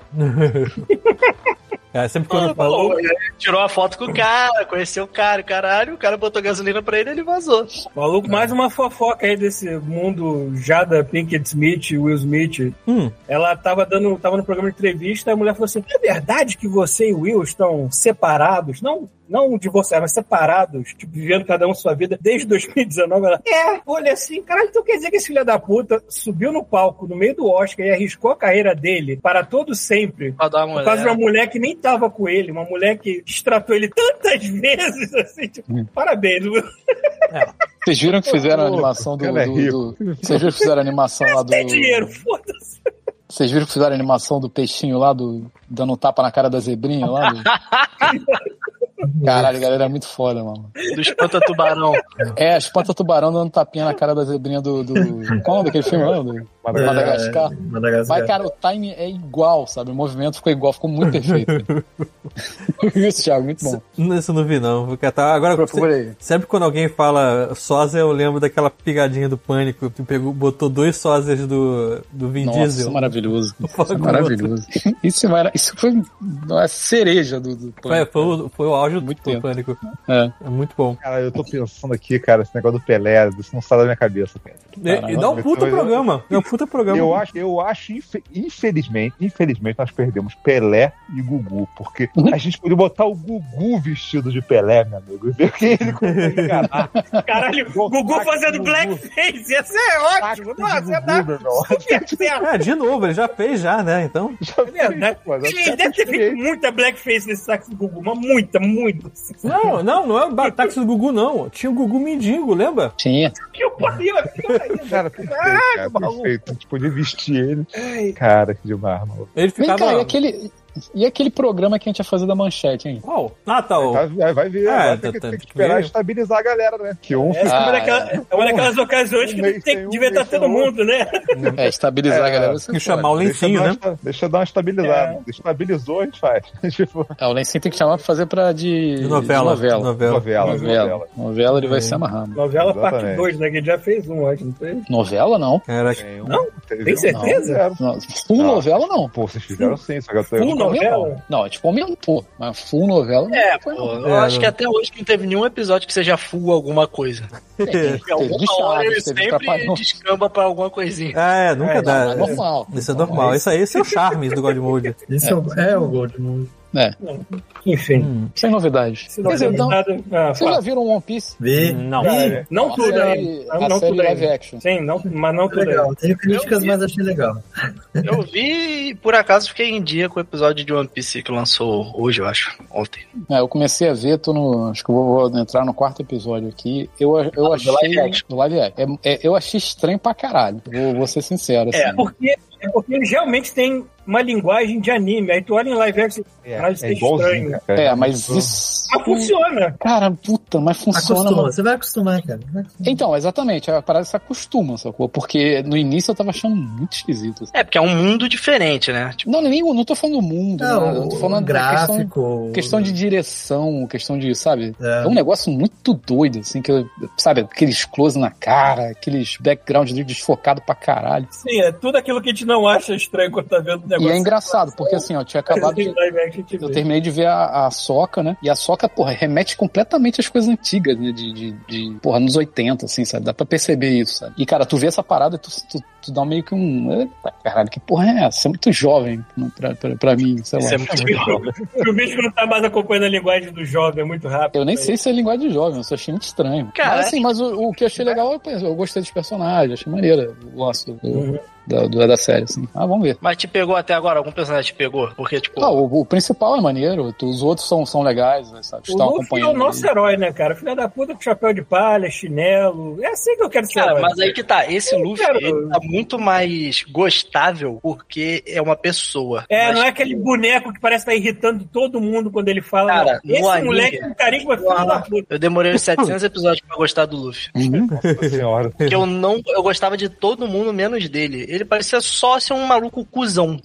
C: Cara, É, sempre quando eu falo...
D: Pô, ele tirou uma foto com o cara, conheceu o cara, o caralho, o cara botou gasolina pra ele e ele vazou.
F: Maluco, mais uma fofoca aí desse mundo Jada Pinkett Smith, Will Smith.
C: Hum.
F: Ela tava dando, tava no programa de entrevista, a mulher falou assim: é verdade que você e o Will estão separados? Não, não divorciados, mas separados, tipo, vivendo cada um sua vida desde 2019. Ela, é, olha assim, caralho, então quer dizer que esse filho da puta subiu no palco no meio do Oscar e arriscou a carreira dele para todo sempre.
D: Pra dar uma
F: Por causa de
D: olhada.
F: uma mulher que nem tava com ele, uma mulher que destratou ele tantas vezes, assim, tipo, parabéns, Will.
H: Vocês viram que fizeram a animação do.
E: Cara, é
H: do, do- Vocês viram que fizeram a animação lá do.
D: é
F: Tem é dinheiro, foda-se.
H: Vocês viram que fizeram a animação do peixinho lá, do. Dando um tapa na cara da zebrinha lá? do- Caralho, galera, é muito foda, mano.
D: do espanta tubarão.
H: É, a espanta tubarão dando tapinha na cara da zebrinha do. do... Qual é o nome daquele filme lá? Do... Madagascar.
A: É,
H: Mas,
A: Madagascar.
H: cara, o time é igual, sabe? O movimento ficou igual, ficou muito perfeito. Isso, Thiago, muito bom.
C: Não, Isso eu não vi, não. Vou catar. Agora,
H: Procura aí.
C: sempre quando alguém fala sósia, eu lembro daquela pigadinha do pânico que pegou, botou dois sósias do, do Vin
H: Nossa, isso
C: Diesel.
H: é maravilhoso. Isso é
C: Fogo.
H: maravilhoso. Isso, é mara- isso foi uma cereja do, do
C: Foi, foi, o- foi o auge
H: Muito
C: do
H: tempo.
C: pânico.
H: É.
C: É muito bom.
E: Cara, eu tô pensando aqui, cara, esse negócio do Pelé, isso não sai da minha cabeça, cara.
C: E, e dá um
E: eu-
C: puta
E: eu-
C: programa. É um puta programa.
E: Eu acho, eu acho infe- infelizmente, infelizmente, nós perdemos Pelé e Gugu, porque a gente podia botar o Gugu vestido de Pelé, meu amigo, e ver quem ele consegue enganar.
F: Caralho,
E: Gugu
F: Gugu
E: Táxi
F: fazendo
E: Gugu.
F: blackface, ia ser ótimo. Nossa, ia dar
E: meu irmão.
F: super certo.
C: É, de novo, ele já fez já, né? Então,
E: Já fez,
F: verdade.
E: Tá pô, tá já
F: Ele deve ter feito muita blackface nesse sax do Gugu, mas muita, muito.
C: não, não, não é o táxi do Gugu, não. Tinha o Gugu Mendigo, lembra?
H: Tinha.
F: Que eu podia, é pior ainda.
E: Cara, perfeito, cara, perfeito. A gente podia vestir ele. Cara, que demais, maluco.
C: Ele
H: Vem
C: ficava.
H: cá, e aquele, e aquele programa que a gente ia fazer da manchete, hein?
C: Qual? Ah, tá. o-
E: Tá, Vai, vai ver,
C: É,
E: agora
C: tá-
E: tem, que,
C: tá-
E: tem que esperar
C: meio-
E: estabilizar a galera, né? Que um
F: Essa é uma
H: Ah,
F: daquela- é uma daquelas ocasiões que
E: Um mês
F: tem,
E: tem um,
F: devia estar
E: mês tem
F: todo
E: outro.
F: mundo, né?
H: É, estabilizar a
E: É,
H: galera. Você
C: que chamar o
E: Deixa, eu
C: lencinho,
E: dar
C: né?
E: uma, deixa eu dar uma estabilizada. Estabilizou, a gente faz. tipo,
H: É, o Lencinho tem que chamar pra fazer pra de,
C: De novela. Uhum.
H: de novela.
E: novela,
H: Novela.
E: novela.
H: Novela, ele vai se amarrar. mano.
F: Novela parte
E: Exatamente.
F: 2, né? Que ele já fez um, acho, não foi?
H: Novela, não.
C: Caraca.
E: Tem, um,
F: Não?
E: teve
F: Tem
E: um-
F: certeza?
E: Não,
H: Não, Full
E: Ah.
H: novela, não.
E: Pô, vocês fizeram sim, só que eu tô...
F: Um novela?
H: Não, é tipo aumentou, mas full novela não
D: É,
H: foi,
D: pô,
H: não.
D: eu acho que até hoje não teve nenhum episódio que seja full alguma coisa. Em
H: Teve do
D: alguma hora ele
H: Chaves, teve do Trapalhão.
D: sempre descamba pra alguma coisinha.
C: Ah, é, nunca
H: É,
C: dá.
H: normal.
C: Isso é normal. Isso aí, esse é o charme do God Mode.
A: Isso é, o- é o Gold Moon.
H: É,
F: Enfim.
H: sem novidade.
F: Se não
H: Quer dizer,
F: tem
H: então,
F: nada, ah,
H: vocês
F: fala.
H: já viram One Piece?
A: Vê.
C: Não.
A: Ih,
F: não
H: A
F: tudo
H: série-
F: ainda. Não,
H: a
F: não
H: série
F: tudo
H: live
F: ainda.
H: action.
F: Sim, não, mas não
A: foi
F: tudo ainda.
A: legal. Tenho críticas,
D: vi.
A: mas achei legal.
D: Eu vi e por acaso fiquei em dia com o episódio de One Piece que lançou hoje, eu acho. Ontem.
H: É, eu comecei a ver, tô no. Acho que eu vou, vou entrar no quarto episódio aqui. Eu, eu
F: Ah,
H: achei.
D: live action.
H: do live action. É- é, eu achei estranho pra caralho. Vou, vou ser sincero.
F: É
H: assim.
F: porque, é porque eles realmente têm uma linguagem de anime. Aí tu olha em live action
E: É,
F: Mas
E: é
F: é
E: igualzinho,
F: estranho.
E: cara.
H: É, mas isso.
F: ah, funciona.
H: Cara, puta, mas funciona.
A: Acostuma,
H: mano.
A: você vai acostumar, cara.
H: Então, exatamente, a parada se acostuma, sacou? Porque no início eu tava achando muito esquisito. assim.
D: É, porque é um mundo diferente, né? Tipo,
H: Não, é nem, não tô falando do mundo,
A: Não,
H: nada, eu tô falando
A: o
H: da questão,
A: gráfico.
H: questão de direção, questão de, sabe?
A: É.
H: É um negócio muito doido, assim, que eu, sabe, aqueles close na cara, aqueles background desfocado pra caralho.
F: Sim, é tudo aquilo que a gente não acha estranho quando tá vendo o
H: E
F: negócio.
H: é engraçado, porque assim, ó, eu tinha acabado de.
F: Em live action tipo, a gente
H: Eu
F: vê.
H: terminei de ver a, a Soca, né? E a Soca, porra, remete completamente às coisas antigas, né? De, de, de, porra, anos 80, assim, sabe? Dá pra perceber isso, sabe? E, cara, tu vê essa parada e tu, tu, tu dá meio que um. Eita, caralho, que porra é essa? Você é muito jovem né, pra, pra, pra mim, sei lá.
D: isso é muito legal.
F: tipo, O bicho não tá mais acompanhando a linguagem do jovem, é muito rápido.
H: Eu nem sei se é linguagem de jovem, eu só achei muito estranho.
D: Cara,
H: mas assim, mas o, o que eu achei legal, eu, pensei, eu gostei dos personagens, achei maneiro o laço do- da, do- da série, assim. Ah, vamos ver.
D: Mas te pegou até agora? Algum personagem te pegou? Porque, tipo,
H: Ah, o, o principal é maneiro, tu- os outros são, são legais, né, sabe?
F: O Luffy é o nosso herói, né, cara? Filha da puta com chapéu de palha, chinelo. É assim que eu quero ser
D: Cara,
F: herói.
D: mas aí que tá. Esse Luffy,
F: quero-
D: ele tá muito mais gostável porque é uma pessoa.
F: É,
D: Mas
F: não é aquele boneco que parece estar irritando todo mundo quando ele fala.
D: Cara,
F: não. Esse
D: no anime-
F: moleque é um carisma filho da puta.
D: Eu demorei uns 700 episódios pra gostar do Luffy.
H: Uhum.
E: Nossa senhora.
D: Porque eu não. Eu gostava de todo mundo menos dele. Ele parecia só ser um maluco cuzão.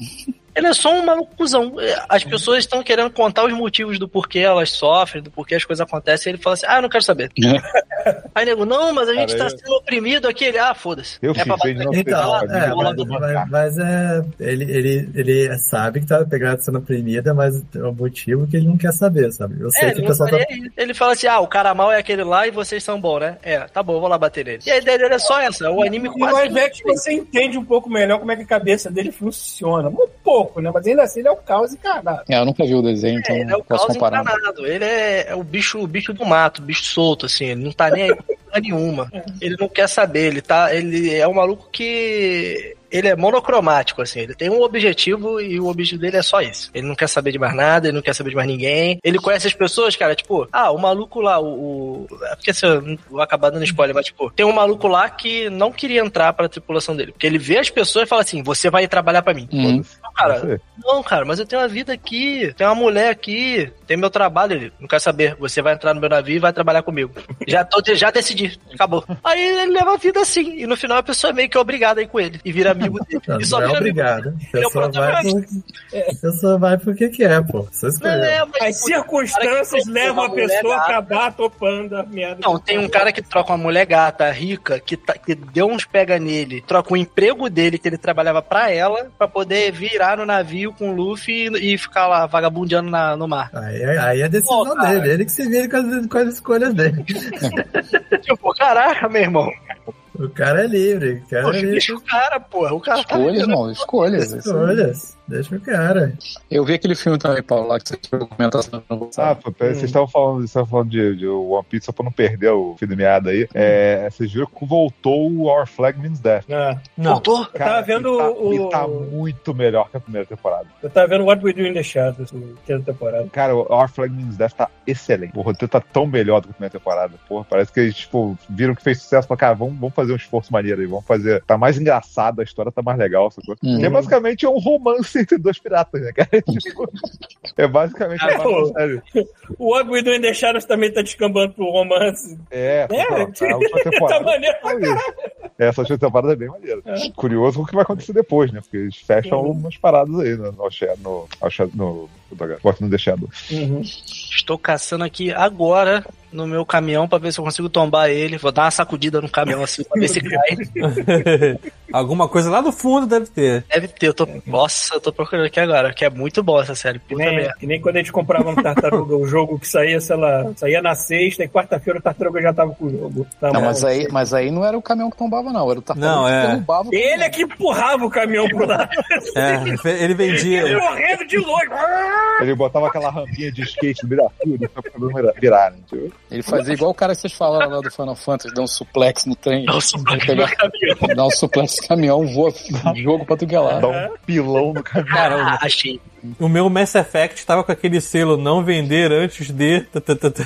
D: Ele é só um maluco cuzão. As pessoas estão querendo contar os motivos do porquê elas sofrem, do porquê as coisas acontecem, e ele fala assim: ah, eu não quero saber. Aí nego, não, mas a gente
E: Cara,
D: tá sendo oprimido aqui. Ele, ah, foda-se.
E: Eu
D: É pra
E: fiquei de
D: bater.
A: Então,
D: Tá,
A: é,
D: tá,
A: mas,
D: tá,
A: mas- mas é. Ele, ele, ele sabe que tá pegado sendo oprimida, mas é o motivo que ele não quer saber, sabe? Eu sei
D: É,
A: que o
D: ele,
A: pessoal tá.
D: ele- ele fala assim: ah, o cara mal é aquele lá e vocês são bons, né? É, tá bom, eu vou lá bater nele. E a ideia dele é só essa: o anime
F: E no
D: quase.
F: live action você entende um pouco melhor como é que a cabeça dele funciona. Um pouco, né? Mas ainda assim ele é o caos encarnado.
H: É, eu nunca vi o desenho, então
D: É, ele é
H: não
D: o
H: posso
D: caos
H: comparar.
D: encanado. Ele é, é o bicho o bicho do mato, o bicho solto, assim. Ele não tá nem aí com porra nenhuma. Ele não quer saber, ele tá. Ele é um maluco que. Ele é monocromático, assim. Ele tem um objetivo e o objetivo dele é só isso. Ele não quer saber de mais nada, ele não quer saber de mais ninguém. Ele conhece as pessoas, cara, tipo, ah, o maluco lá, o. o- é porque assim, eu não- vou acabar dando spoiler, mas tipo, tem um maluco lá que não queria entrar pra tripulação dele. Porque ele vê as pessoas e fala assim: você vai trabalhar pra mim.
H: Uhum.
D: Então, cara, não, cara, mas eu tenho uma vida aqui, tenho uma mulher aqui, tem meu trabalho ali. Não quero saber. Você vai entrar no meu navio e vai trabalhar comigo. Já, tô, já decidi, acabou. Aí ele leva a vida assim, e no final a pessoa é meio que obrigada aí com ele e vira amigo dele.
A: Não,
D: E
A: não
D: só
A: é
D: vira amigo.
A: obrigado. A
D: Ele é o
A: pessoa vai, por... a pessoa vai porque quer, pô. Você
D: Não,
A: escolheu.
D: é, mas,
F: As circunstâncias
D: cara que
F: levam
D: uma
F: a
D: mulher
F: pessoa a
D: gata.
F: acabar topando a merda.
D: Não, tem um cara que troca uma mulher gata, rica, que, tá- que deu uns pega nele, troca o emprego dele, que ele trabalhava pra ela, pra poder virar no navio com o Luffy e, e ficar lá vagabundeando na- no mar.
A: Aí, é- aí é a decisão
D: Pô, cara.
A: dele, ele que se vira com as, com as escolhas dele.
D: Tipo, caraca, meu irmão.
A: O cara é livre, o cara
D: Pô,
A: é livre.
D: deixa o cara, porra. O cara tá
H: Escolhas, não, escolhas. isso.
A: Escolhas, deixa o cara.
H: Eu vi aquele filme também, Paulo, lá que você tinha comentação.
E: Ah, pô, pera, vocês estavam falando, vocês estavam falando de, de One Piece, só pra não perder o fim do meado aí. É, vocês viram que voltou o Our Flag Means Death.
F: Ah,
C: Não.
D: Voltou?
F: Eu tava vendo
E: e tá,
F: o-
E: e tá muito melhor que a primeira temporada.
F: eu tava vendo What We Do in the Shadows na terceira temporada.
E: Cara, o Our Flag Means Death tá excelente. O roteiro tá tão melhor do que a primeira temporada. Porra, parece que eles, tipo, viram que fez sucesso. Falaram, cara, vamos, vamos fazer um esforço maneiro aí. Vamos fazer. Tá mais engraçado, a história tá mais legal. Sacou?
H: Uhum.
E: Que é basicamente um romance entre dois piratas, né, cara? Tipo, é basicamente.
F: É,
E: uma
F: pô.
E: série.
F: O What We Do in the Shadows também tá descambando pro romance.
E: é, pô,
F: É,
E: pronto, a última
F: Tá
E: temporada.
F: maneiro.
E: foi isso. Essa última temporada é bem maneira. Curioso o que vai acontecer depois, né? Porque eles fecham
F: Uhum.
E: umas paradas aí no, no, no, no, no, Bota no The Shadow.
D: Estou caçando aqui agora no meu caminhão pra ver se eu consigo tombar ele. Vou dar uma sacudida no caminhão assim pra ver se cai.
C: Alguma coisa lá do fundo deve ter.
D: Deve ter. Eu tô... Nossa, eu tô procurando aqui agora, que é muito bom essa série.
F: Que
D: Puta
H: Né?
F: nem,
D: merda.
F: que nem quando a gente comprava no Tartaruga o jogo que saía, sei lá, saía na sexta e quarta-feira o Tartaruga já tava com o jogo. Tá
H: Não,
F: bom.
H: mas aí, mas aí não era o caminhão que tombava, não. Era o tartaruga
C: Não, é.
H: que derrubava.
F: Ele é que empurrava o caminhão pro lado.
C: É, ele vendia.
F: Correndo de longe.
E: Ele botava aquela rampinha de skate no meio da fila pra poder virar, né? Tipo,
H: Ele fazia igual o cara que vocês falaram lá do Final Fantasy, dá um suplex no trem.
D: Dá um suplex
H: Vai pegar- Dá um suplex no caminhão, voa jogo pra tu que é lá.
E: Dá um pilão no caminho.
D: Ah, achei.
C: O meu Mass Effect tava com aquele selo não vender antes de. tã, tã, tã, tã.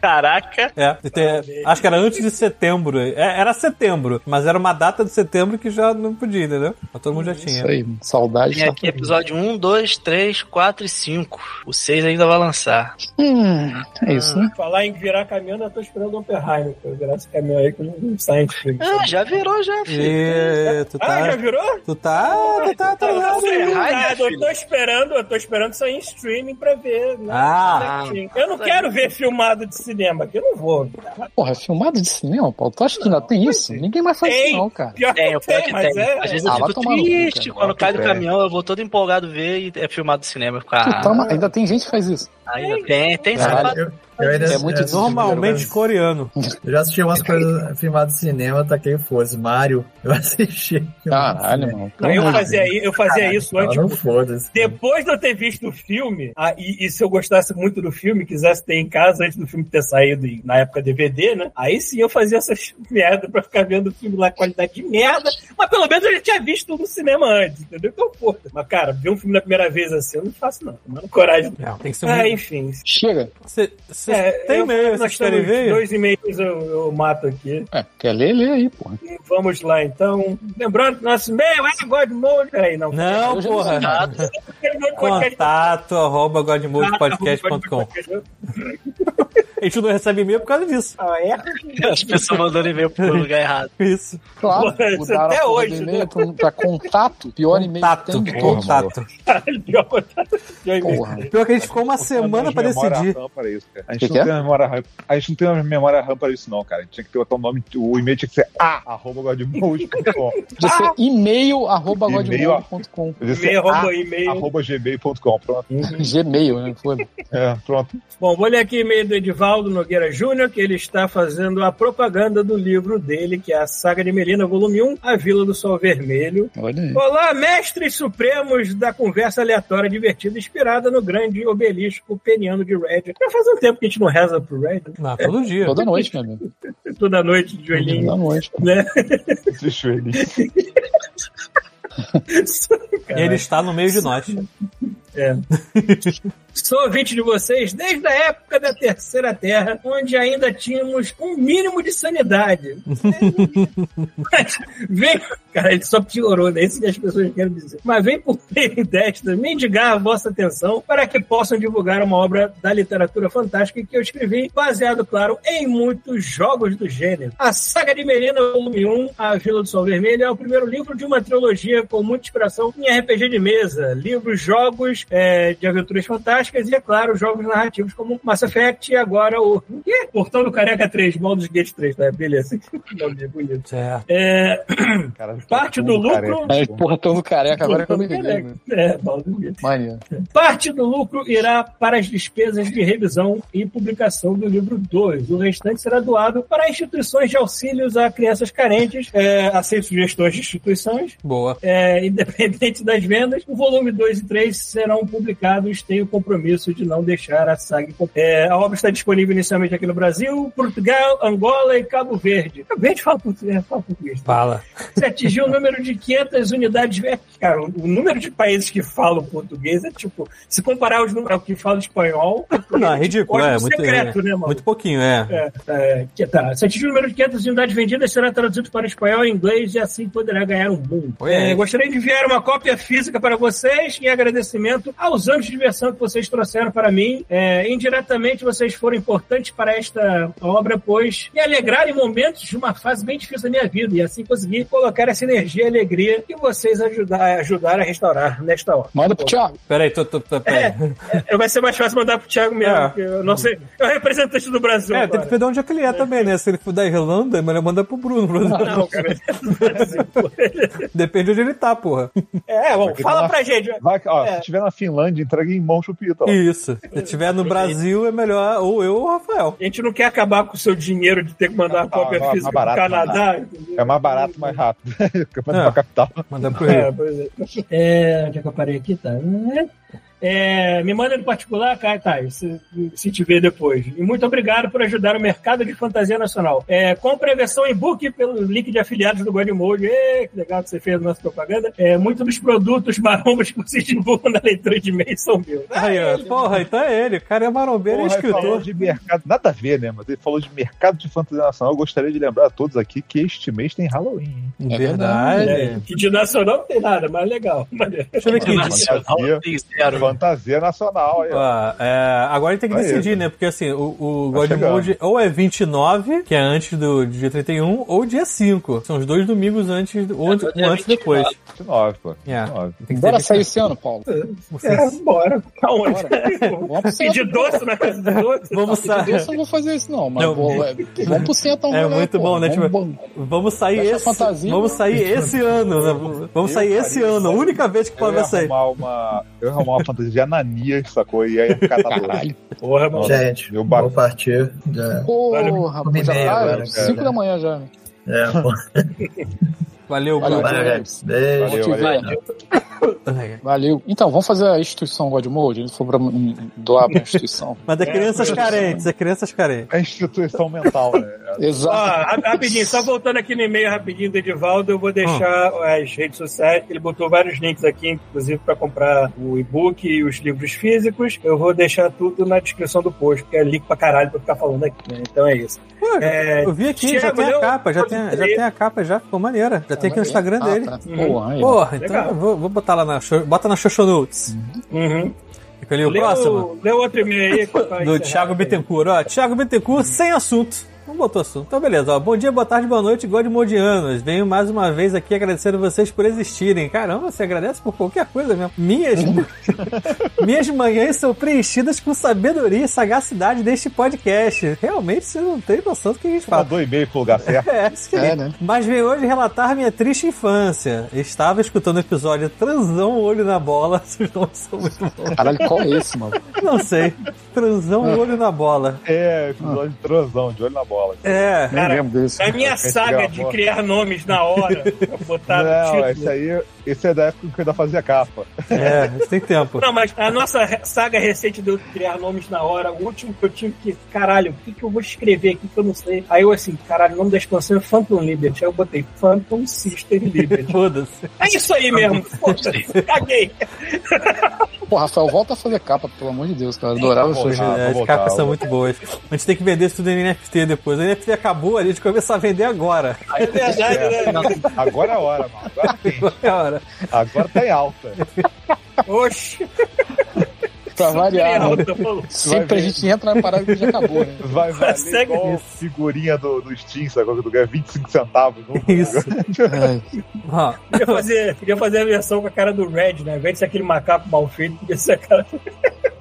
D: Caraca.
C: É, até- acho que era antes de setembro. É, era setembro, mas era uma data de setembro que já não podia, entendeu? Mas todo mundo já tinha.
H: Isso aí, saudade. tá?
D: Tem aqui episódio 1, 2, 3, 4 e 5. O 6 ainda vai lançar.
H: Hum, é isso, né?
F: Falar em virar caminhão, eu tô esperando o Oppenheimer, cara. Virar esse caminhão aí que não sai. filho.
D: Ah, já virou, já, filho.
C: E tu
F: Ah, já
C: tá.
F: virou?
C: Tu tá. Tu tá. Tu
F: Tá,
C: tá,
F: eu tô errado, eu
D: filho.
F: tô esperando, eu tô esperando sair em streaming pra ver. né?
C: Ah.
F: Certinho. eu não quero ver filmado de cinema, que eu não vou.
H: Porra, é filmado de cinema, Paulo? Tu acha que ainda tem isso?
F: é.
H: Ninguém mais faz
F: Tem.
H: isso, não, cara.
F: Pior
D: É, eu pior que
F: mas
D: tem.
F: é.
D: Às vezes
H: Ah,
D: eu
H: vai
D: fico
H: tomar no cu,
D: triste
H: cara.
D: quando cai do
E: tem.
D: caminhão, eu vou todo empolgado ver e é filmado no cinema. eu fico, ah,
H: Tu tá uma- Ainda tem gente que faz isso.
D: ainda tem, tem
H: Caralho.
D: safado.
A: Eu, eu ainda-
H: É muito É.
A: eu assisti
C: Normalmente
F: É.
A: várias-
C: coreano.
A: Eu já assisti umas coisas filmadas no cinema, taquei o foda-se. Mario, eu assisti.
H: Caralho, mano.
F: Não, eu fazia,
D: né?
F: i- eu fazia isso
A: Ela
F: antes.
A: não foda-se.
F: Depois de eu ter visto o filme, a- e, e se eu gostasse muito do filme, quisesse ter em casa antes do filme ter saído e, na época DVD, né? Aí sim eu fazia essas merda pra ficar vendo o filme lá, qualidade de merda. Mas pelo menos eu já tinha visto no cinema antes, entendeu? Então, porra. Mas, cara, ver um filme na primeira vez assim, eu não faço, não. Tomando coragem.
C: Não, É, tem que ser
D: é
F: Ah,
C: muito.
F: enfim.
H: Chega.
C: Cê- cê-
F: É,
C: tem
F: eu-
C: e-mail,
F: nós
C: vocês querem
F: temos
C: ver?
F: Dois e-mails eu, eu mato aqui.
H: É, quer ler, lê aí, porra.
F: E Vamos lá, então. Lembrando que nosso e-mail é Godmode. Peraí, não.
C: Não,
H: Eu já
C: porra. Contato arroba godmodepodcast.com. A gente não recebe e-mail por causa disso.
F: Ah, é?
D: As pessoas mandando e-mail pro lugar errado.
C: Isso.
H: Claro,
F: Porra, isso
H: mudaram
F: até
H: a porra do
F: hoje,
H: e-mail
F: né?
H: pra, Então, pra contato. Pior e-mail que
C: Tato.
H: tem de todos.
C: Tato.
F: Pior contato. Pior e-mail.
H: Porra.
C: Pior que a gente ficou uma semana pra decidir.
E: Para isso, cara. A,
H: Que
E: gente
H: que
E: não
H: é?
E: tem uma memória RAM, a gente não tem uma memória RAM para isso, não, cara. A gente tinha que ter o nome, o e-mail tinha que ser a arroba godmode.com.
H: De
F: Ah!
H: ser e-mail arroba
E: E-mail,
H: godmode.com.
E: Podia ser
F: é E-mail,
E: a
F: arroba e-mail.
E: arroba gmail.com. Pronto.
H: Gmail, né? Foi.
E: É, pronto.
F: Bom, vou ler aqui e-mail do Edivaldo Nogueira Júnior, que ele está fazendo a propaganda do livro dele, que é a Saga de Melina, volume 1, A Vila do Sol Vermelho.
H: Olha aí.
F: Olá, mestres supremos da conversa aleatória divertida, inspirada no grande obelisco peniano de Red. Já faz um tempo que a gente não reza pro Red, né?
C: Não, todo dia.
H: Toda noite, meu amigo.
F: toda noite de olhinho,
H: Toda noite.
F: né?
E: Esse joelho.
C: E ele está no meio de nós.
F: É. Sou ouvinte de vocês desde a época da Terceira Terra, onde ainda tínhamos um mínimo de sanidade. Mas vem, cara, ele só piorou, né? Isso que as pessoas querem dizer. Mas vem por meio desta mendigar a vossa atenção para que possam divulgar uma obra da literatura fantástica que eu escrevi, baseado, claro, em muitos jogos do gênero. A Saga de Melina, volume 1, A Vila do Sol Vermelho, é o primeiro livro de uma trilogia com muita inspiração em RPG de mesa, livros, jogos eh, de aventuras fantásticas e, é claro, jogos narrativos como Mass Effect e agora o... Ih, Portão do Careca 3, Baldur's Gate 3, né? Beleza. Nome bonito.
C: Certo.
F: É,
E: Cara,
F: Parte do
E: cara,
F: lucro-
E: é
H: Aí,
E: tipo-
H: porra, tão do careca um agora que eu me liguei.
F: Careca.
H: né?
F: É, Baldur's Gate.
H: Maneiro.
F: Parte do lucro irá para as despesas de revisão e publicação do livro 2. O restante será doado para instituições de auxílios a crianças carentes. É, aceito sugestões de instituições.
C: Boa.
F: É, independente das vendas, o volume 2 e 3 serão publicados. Tenho o compromisso de não deixar a saga. incom- É, a obra está disponível inicialmente aqui no Brasil, Portugal, Angola e Cabo Verde. Cabo Verde fala português. Fala português. né?
C: Fala.
F: Você atingiu o número de 500 unidades. ver- Cara, o número de países que falam português é tipo, se comparar os números ao que falam espanhol,
C: Não, é ridículo. É,
F: código
C: muito,
F: secreto,
C: é,
F: né, mano?
C: muito pouquinho, é.
F: É, é, que tá. Se atingir o número de 500 unidades vendidas, será traduzido para o espanhol e inglês e assim poderá ganhar um boom.
C: Oi, é.
F: É, gostaria de enviar uma cópia física para vocês em agradecimento aos anos de diversão que vocês trouxeram para mim. É, indiretamente, vocês foram importantes para esta obra, pois me alegraram em momentos de uma fase bem difícil da minha vida e assim consegui colocar essa energia e alegria que vocês ajudar, ajudaram a restaurar nesta obra.
H: Manda pro Thiago.
C: Peraí, tô, tô, tô, peraí.
F: É, vai ser mais fácil mandar pro Thiago mesmo,
C: É.
F: porque eu não sei. É o representante do Brasil.
C: É, tem
F: agora.
C: que perder onde é que ele é também, né? Se ele for da Irlanda, é melhor mandar pro Bruno. Bruno.
F: Não, cara.
C: Depende de onde ele tá, porra.
F: É, bom, fala pra gente.
E: Vai, que- ó,
F: É.
E: É. se tiver na Finlândia, entregue em mãos pro infinita. Lá.
C: Isso. Se tiver no Brasil, é melhor ou eu ou o Rafael.
F: A gente não quer acabar com o seu dinheiro de ter que mandar uma
E: Não,
F: cópia
E: não, é mais
F: física
E: barato,
F: pro Canadá.
E: mais É mais barato, mais rápido. Campanha pra capital.
C: Mandar pro Rio.
F: É, por exemplo. É, onde é que eu parei aqui? Tá. É, me manda no particular, cara, tá, se, se te ver depois. E muito obrigado por ajudar o mercado de fantasia nacional. É, compre a versão e-book pelo link de afiliados do Godmode. Ê, que legal que você fez a nossa propaganda. É, Muitos dos produtos marombas que vocês divulgam na leitura de e-mail são meus. né?
C: Aí, ó. Porra, então é ele. O cara é marombeiro e
E: Porra, ele falou
C: escritor.
E: de mercado, nada a ver, né? Mas ele falou de mercado de fantasia nacional. Eu gostaria de lembrar a todos aqui que este mês tem Halloween. hein?
C: Verdade.
F: É, que de nacional não tem nada, mas legal.
C: Deixa eu ver aqui.
E: Fantasia, fantasia nacional. Aí, ó.
C: Ó, é, agora a gente tem que
E: Aí.
C: decidir, né? Porque assim, o, o
E: Tá
C: God
E: chegando.
C: Mode ou é 29, que é antes do dia 31, ou dia 5. São os dois domingos antes, ou
D: dia
C: um antes e depois.
E: 29, pô.
C: É.
E: 29.
C: Tem que
H: Bora
C: ser
H: sair esse ano, Paulo.
F: É, bora. Tá onde?
H: Bora. Vamos pro centro.
F: Pedir doce na casa dos outros.
C: Vamos, sa-
H: Eu só não vou fazer isso, não, mas
C: Não.
H: vou- é, vamos pro centro.
C: É muito bom, né,
H: Vamos,
C: tipo-
H: vamos-
C: vamos sair
H: Fecha a
C: esse,
H: fantasia.
C: vamos sair esse ano, né? Vamos
E: Eu
C: sair
E: faria
C: esse ano, a
E: isso.
C: única vez que o
E: Eu
C: Paulo
E: ia,
C: vai sair.
E: arrumar uma, eu ia arrumar uma fantasia de Ananias, sacou? E aí ia ficar na
H: Caralho.
F: Porra, mano.
A: Gente,
E: Meu
A: vou
E: barco.
A: partir. Já.
H: Porra,
A: Combinei
H: rapaz, já
A: agora,
H: tá
A: cara.
H: 5 da manhã já. né?
A: É, bom.
H: Valeu,
C: Valeu, Bruno.
A: Valeu, gente. Beijo.
E: Valeu,
H: Vou te
E: valeu.
H: ver. né? Valeu. Então, vamos fazer a instituição Godmode? Ele falou pra hum, doar pra instituição.
C: Mas é crianças carentes, é crianças carentes.
E: É instituição mental, né?
F: Ó,
H: Exato.
F: ra- rapidinho, só voltando aqui no e-mail rapidinho do Edivaldo, eu vou deixar as redes sociais, ele botou vários links aqui, inclusive para comprar o e-book e os livros físicos. Eu vou deixar tudo na descrição do post, porque é link pra caralho pra ficar falando aqui, né? Então é isso.
C: Pô,
F: É,
C: eu vi aqui, já
F: Thiago,
C: tem a
F: leu
C: capa, já tem,
F: outro
C: já tem a capa, já ficou maneira. Já tem aqui no Instagram
H: Ah,
C: dele.
H: tá. Porra, aí.
C: Porra, então
F: Legal.
C: eu vou, vou botar lá na. show- Bota na Xoxo Notes.
F: Uhum.
C: Fica ali o
F: Lê,
C: próximo.
F: o, lê outro e-mail aí. que eu tô
C: do
F: encerrando.
C: Thiago Bittencourt. Ó, Thiago Bittencourt sem assunto. Não botou assunto. Então, beleza. Ó, bom dia, boa tarde, boa noite, Godmodianos. Venho mais uma vez aqui agradecendo vocês por existirem. Caramba, você agradece por qualquer coisa mesmo. Minhas, minhas manhãs são preenchidas com sabedoria e sagacidade deste podcast. Realmente, você não tem noção do que a gente fala.
E: Mandou e-mail pro lugar certo.
C: É, isso que
H: É, né?
C: Mas venho hoje relatar minha triste infância. Estava escutando o episódio Transão Olho na Bola. Vocês não são muito bons.
H: Caralho, qual é esse, mano?
C: Não sei. Transão Olho na Bola.
E: É, episódio de transão, de olho na bola.
C: É.
H: Nem lembro desse.
F: Na minha
E: Esse
F: saga
E: gravou.
F: de criar nomes na hora, pra
C: Tá
F: botar no
E: Não,
C: tipo.
F: título.
E: esse aí, esse é da época que eu ainda fazia capa.
C: É, isso tem tempo.
F: Não, mas a nossa re- saga recente de eu criar nomes na hora, o último que eu tive que, caralho, o que, que eu vou escrever aqui que eu não sei? Aí eu assim, caralho, o nome da expansão é Phantom Liberty. Aí eu botei Phantom Sister Liberty.
C: Foda-se.
F: É isso aí mesmo, foda-se, caguei.
H: Pô, Rafael, volta a fazer capa, pelo amor de Deus, cara. Eu adorava
E: Tá
H: suas
E: bom,
C: É, as
E: vou
C: capas
E: voltar,
C: são
E: vou
C: muito boas. A gente tem que vender isso tudo em NFT depois. A NFT acabou, a gente começa a vender agora.
F: É verdade, né?
E: Agora é a hora, mano. Agora tem.
C: É a hora.
E: Agora tá em alta.
F: Oxi,
H: pra variar. né?
F: alta, falou.
H: Sempre a gente entra na parada que já acabou, né?
E: Vai valer
F: Consegue
E: igual figurinha do, do Steam, sacou? Que é tu ganha 25 centavos. Não,
C: Isso.
H: É.
C: Ó,
F: Podia fazer, podia fazer a versão com a cara do Red, né? Ao invés de ser aquele macaco mal feito, podia ser a cara do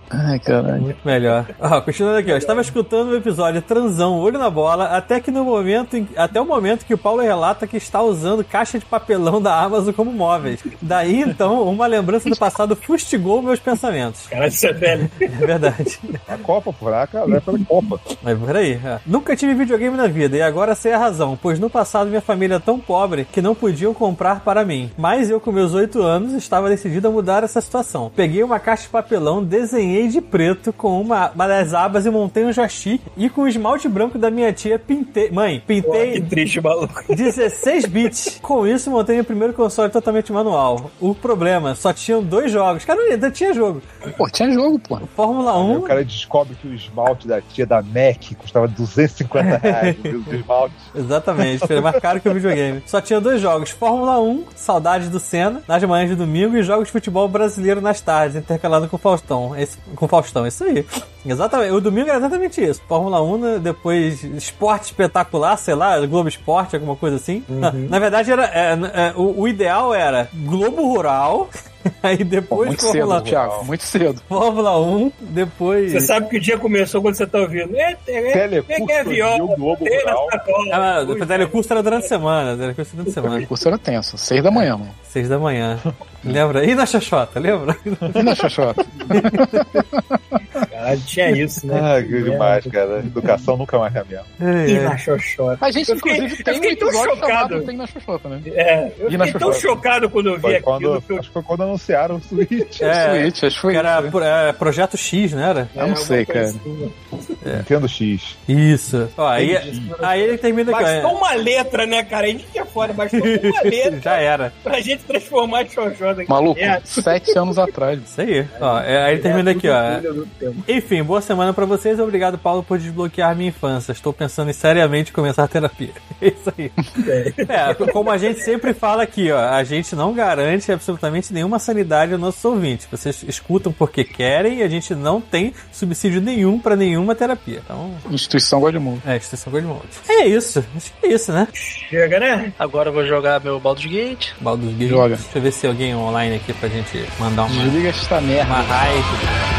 H: Ai, caralho.
C: muito melhor. Ó, continuando aqui, ó. Estava escutando o episódio Transão, Olho na Bola, até que no momento, em- até o momento que o Paulo relata que está usando caixa de papelão da Amazon como móveis. Daí, então, uma lembrança do passado fustigou meus pensamentos.
F: cara, isso é velho.
C: É verdade.
E: A Copa, pô. A galera pela Copa.
C: Mas peraí. é. Nunca tive videogame na vida e agora sei a razão, pois no passado minha família é tão pobre que não podiam comprar para mim. Mas eu, com meus 8 anos, estava decidido a mudar essa situação. Peguei uma caixa de papelão, desenhei de preto com uma, uma das abas e montei um jachi e com o esmalte branco da minha tia pintei. Mãe,
F: Porra,
C: pintei.
F: que triste, maluco.
C: 16 bits. Com isso, montei meu primeiro console totalmente manual. O problema, só tinham dois jogos. Cara, ainda tinha jogo.
H: Pô, tinha jogo, pô.
C: Fórmula
E: Aí o
C: 1
E: cara descobre que o esmalte da tia da Mac custava 250 reais. O do esmalte.
C: Exatamente, foi mais caro que o videogame. Só tinha dois jogos: Fórmula 1, Saudades do Senna, nas manhãs de domingo, e jogos de futebol brasileiro nas tardes, intercalado com Faustão. Esse, com Faustão, isso aí. Exatamente. O domingo era exatamente isso. Fórmula 1, né, depois esporte espetacular, sei lá, Globo Esporte, alguma coisa assim. Na,
H: Uhum.
C: na verdade, era, é, é, o, o ideal era Globo Rural, aí
H: Pô,
C: depois
H: muito
C: Fórmula,
H: cedo, Thiago. Muito cedo.
C: Fórmula 1, depois.
F: Você sabe que o dia começou quando você tá ouvindo. É, é, é,
E: Telecurso
F: é viola,
E: Rio Globo
F: é na
E: Rural.
F: sacola.
C: Ah, mas
F: Ui,
C: o telecurso era durante a semana, o telecurso era durante a semana.
H: O curso era tenso. Seis da manhã, mano.
C: Seis da manhã. Lembra? E na Xoxota, lembra?
H: E na Xoxota?
F: Caralho, tinha isso, né?
E: Ah, que demais, cara. Educação nunca mais caminha.
C: Ai,
F: E
C: ai.
F: na xoxota.
H: A gente,
F: Eu fiquei-
H: inclusive,
F: eu
H: tem um
F: fiquei tão
H: episódio
F: chocado.
H: chamado Tem na Xoxota, né?
F: É, eu
B: E na
F: fiquei tão
B: xoxota?
F: chocado quando eu vi
E: Foi
F: aquilo.
E: quando,
F: que eu-
E: acho que foi quando anunciaram o Switch.
C: É,
H: Switch, acho que foi
C: que
H: isso.
C: era pro- é, Projeto X, não era?
H: Eu não sei, cara.
F: assim.
E: Nintendo X.
C: Isso. Ó, aí, aí ele termina aqui.
F: Bastou
C: ó.
F: uma letra, né, cara? A gente que é foda, bastou uma letra
C: Já era.
F: pra gente transformar a xoxota aqui.
H: Maluco,
F: É,
H: sete anos atrás.
C: Isso aí. Ó, é, aí ele termina aqui, ó. Enfim, boa semana pra vocês. Obrigado, Paulo, por desbloquear minha infância. Estou pensando em seriamente começar a terapia. É isso aí. É, como a gente sempre fala aqui, ó, a gente não garante absolutamente nenhuma sanidade ao nosso ouvinte. Vocês escutam porque querem e a gente não tem subsídio nenhum pra nenhuma terapia. Então,
H: Instituição Godmundo.
C: é, extensão Gold Mode. É isso. Acho que é isso, né?
F: Chega, né?
D: Agora eu vou jogar meu Baldur's Gate.
C: Baldos Gate.
H: Joga.
C: Deixa eu ver se tem alguém online aqui pra gente mandar uma,
H: Desliga esta merda.
C: uma raid.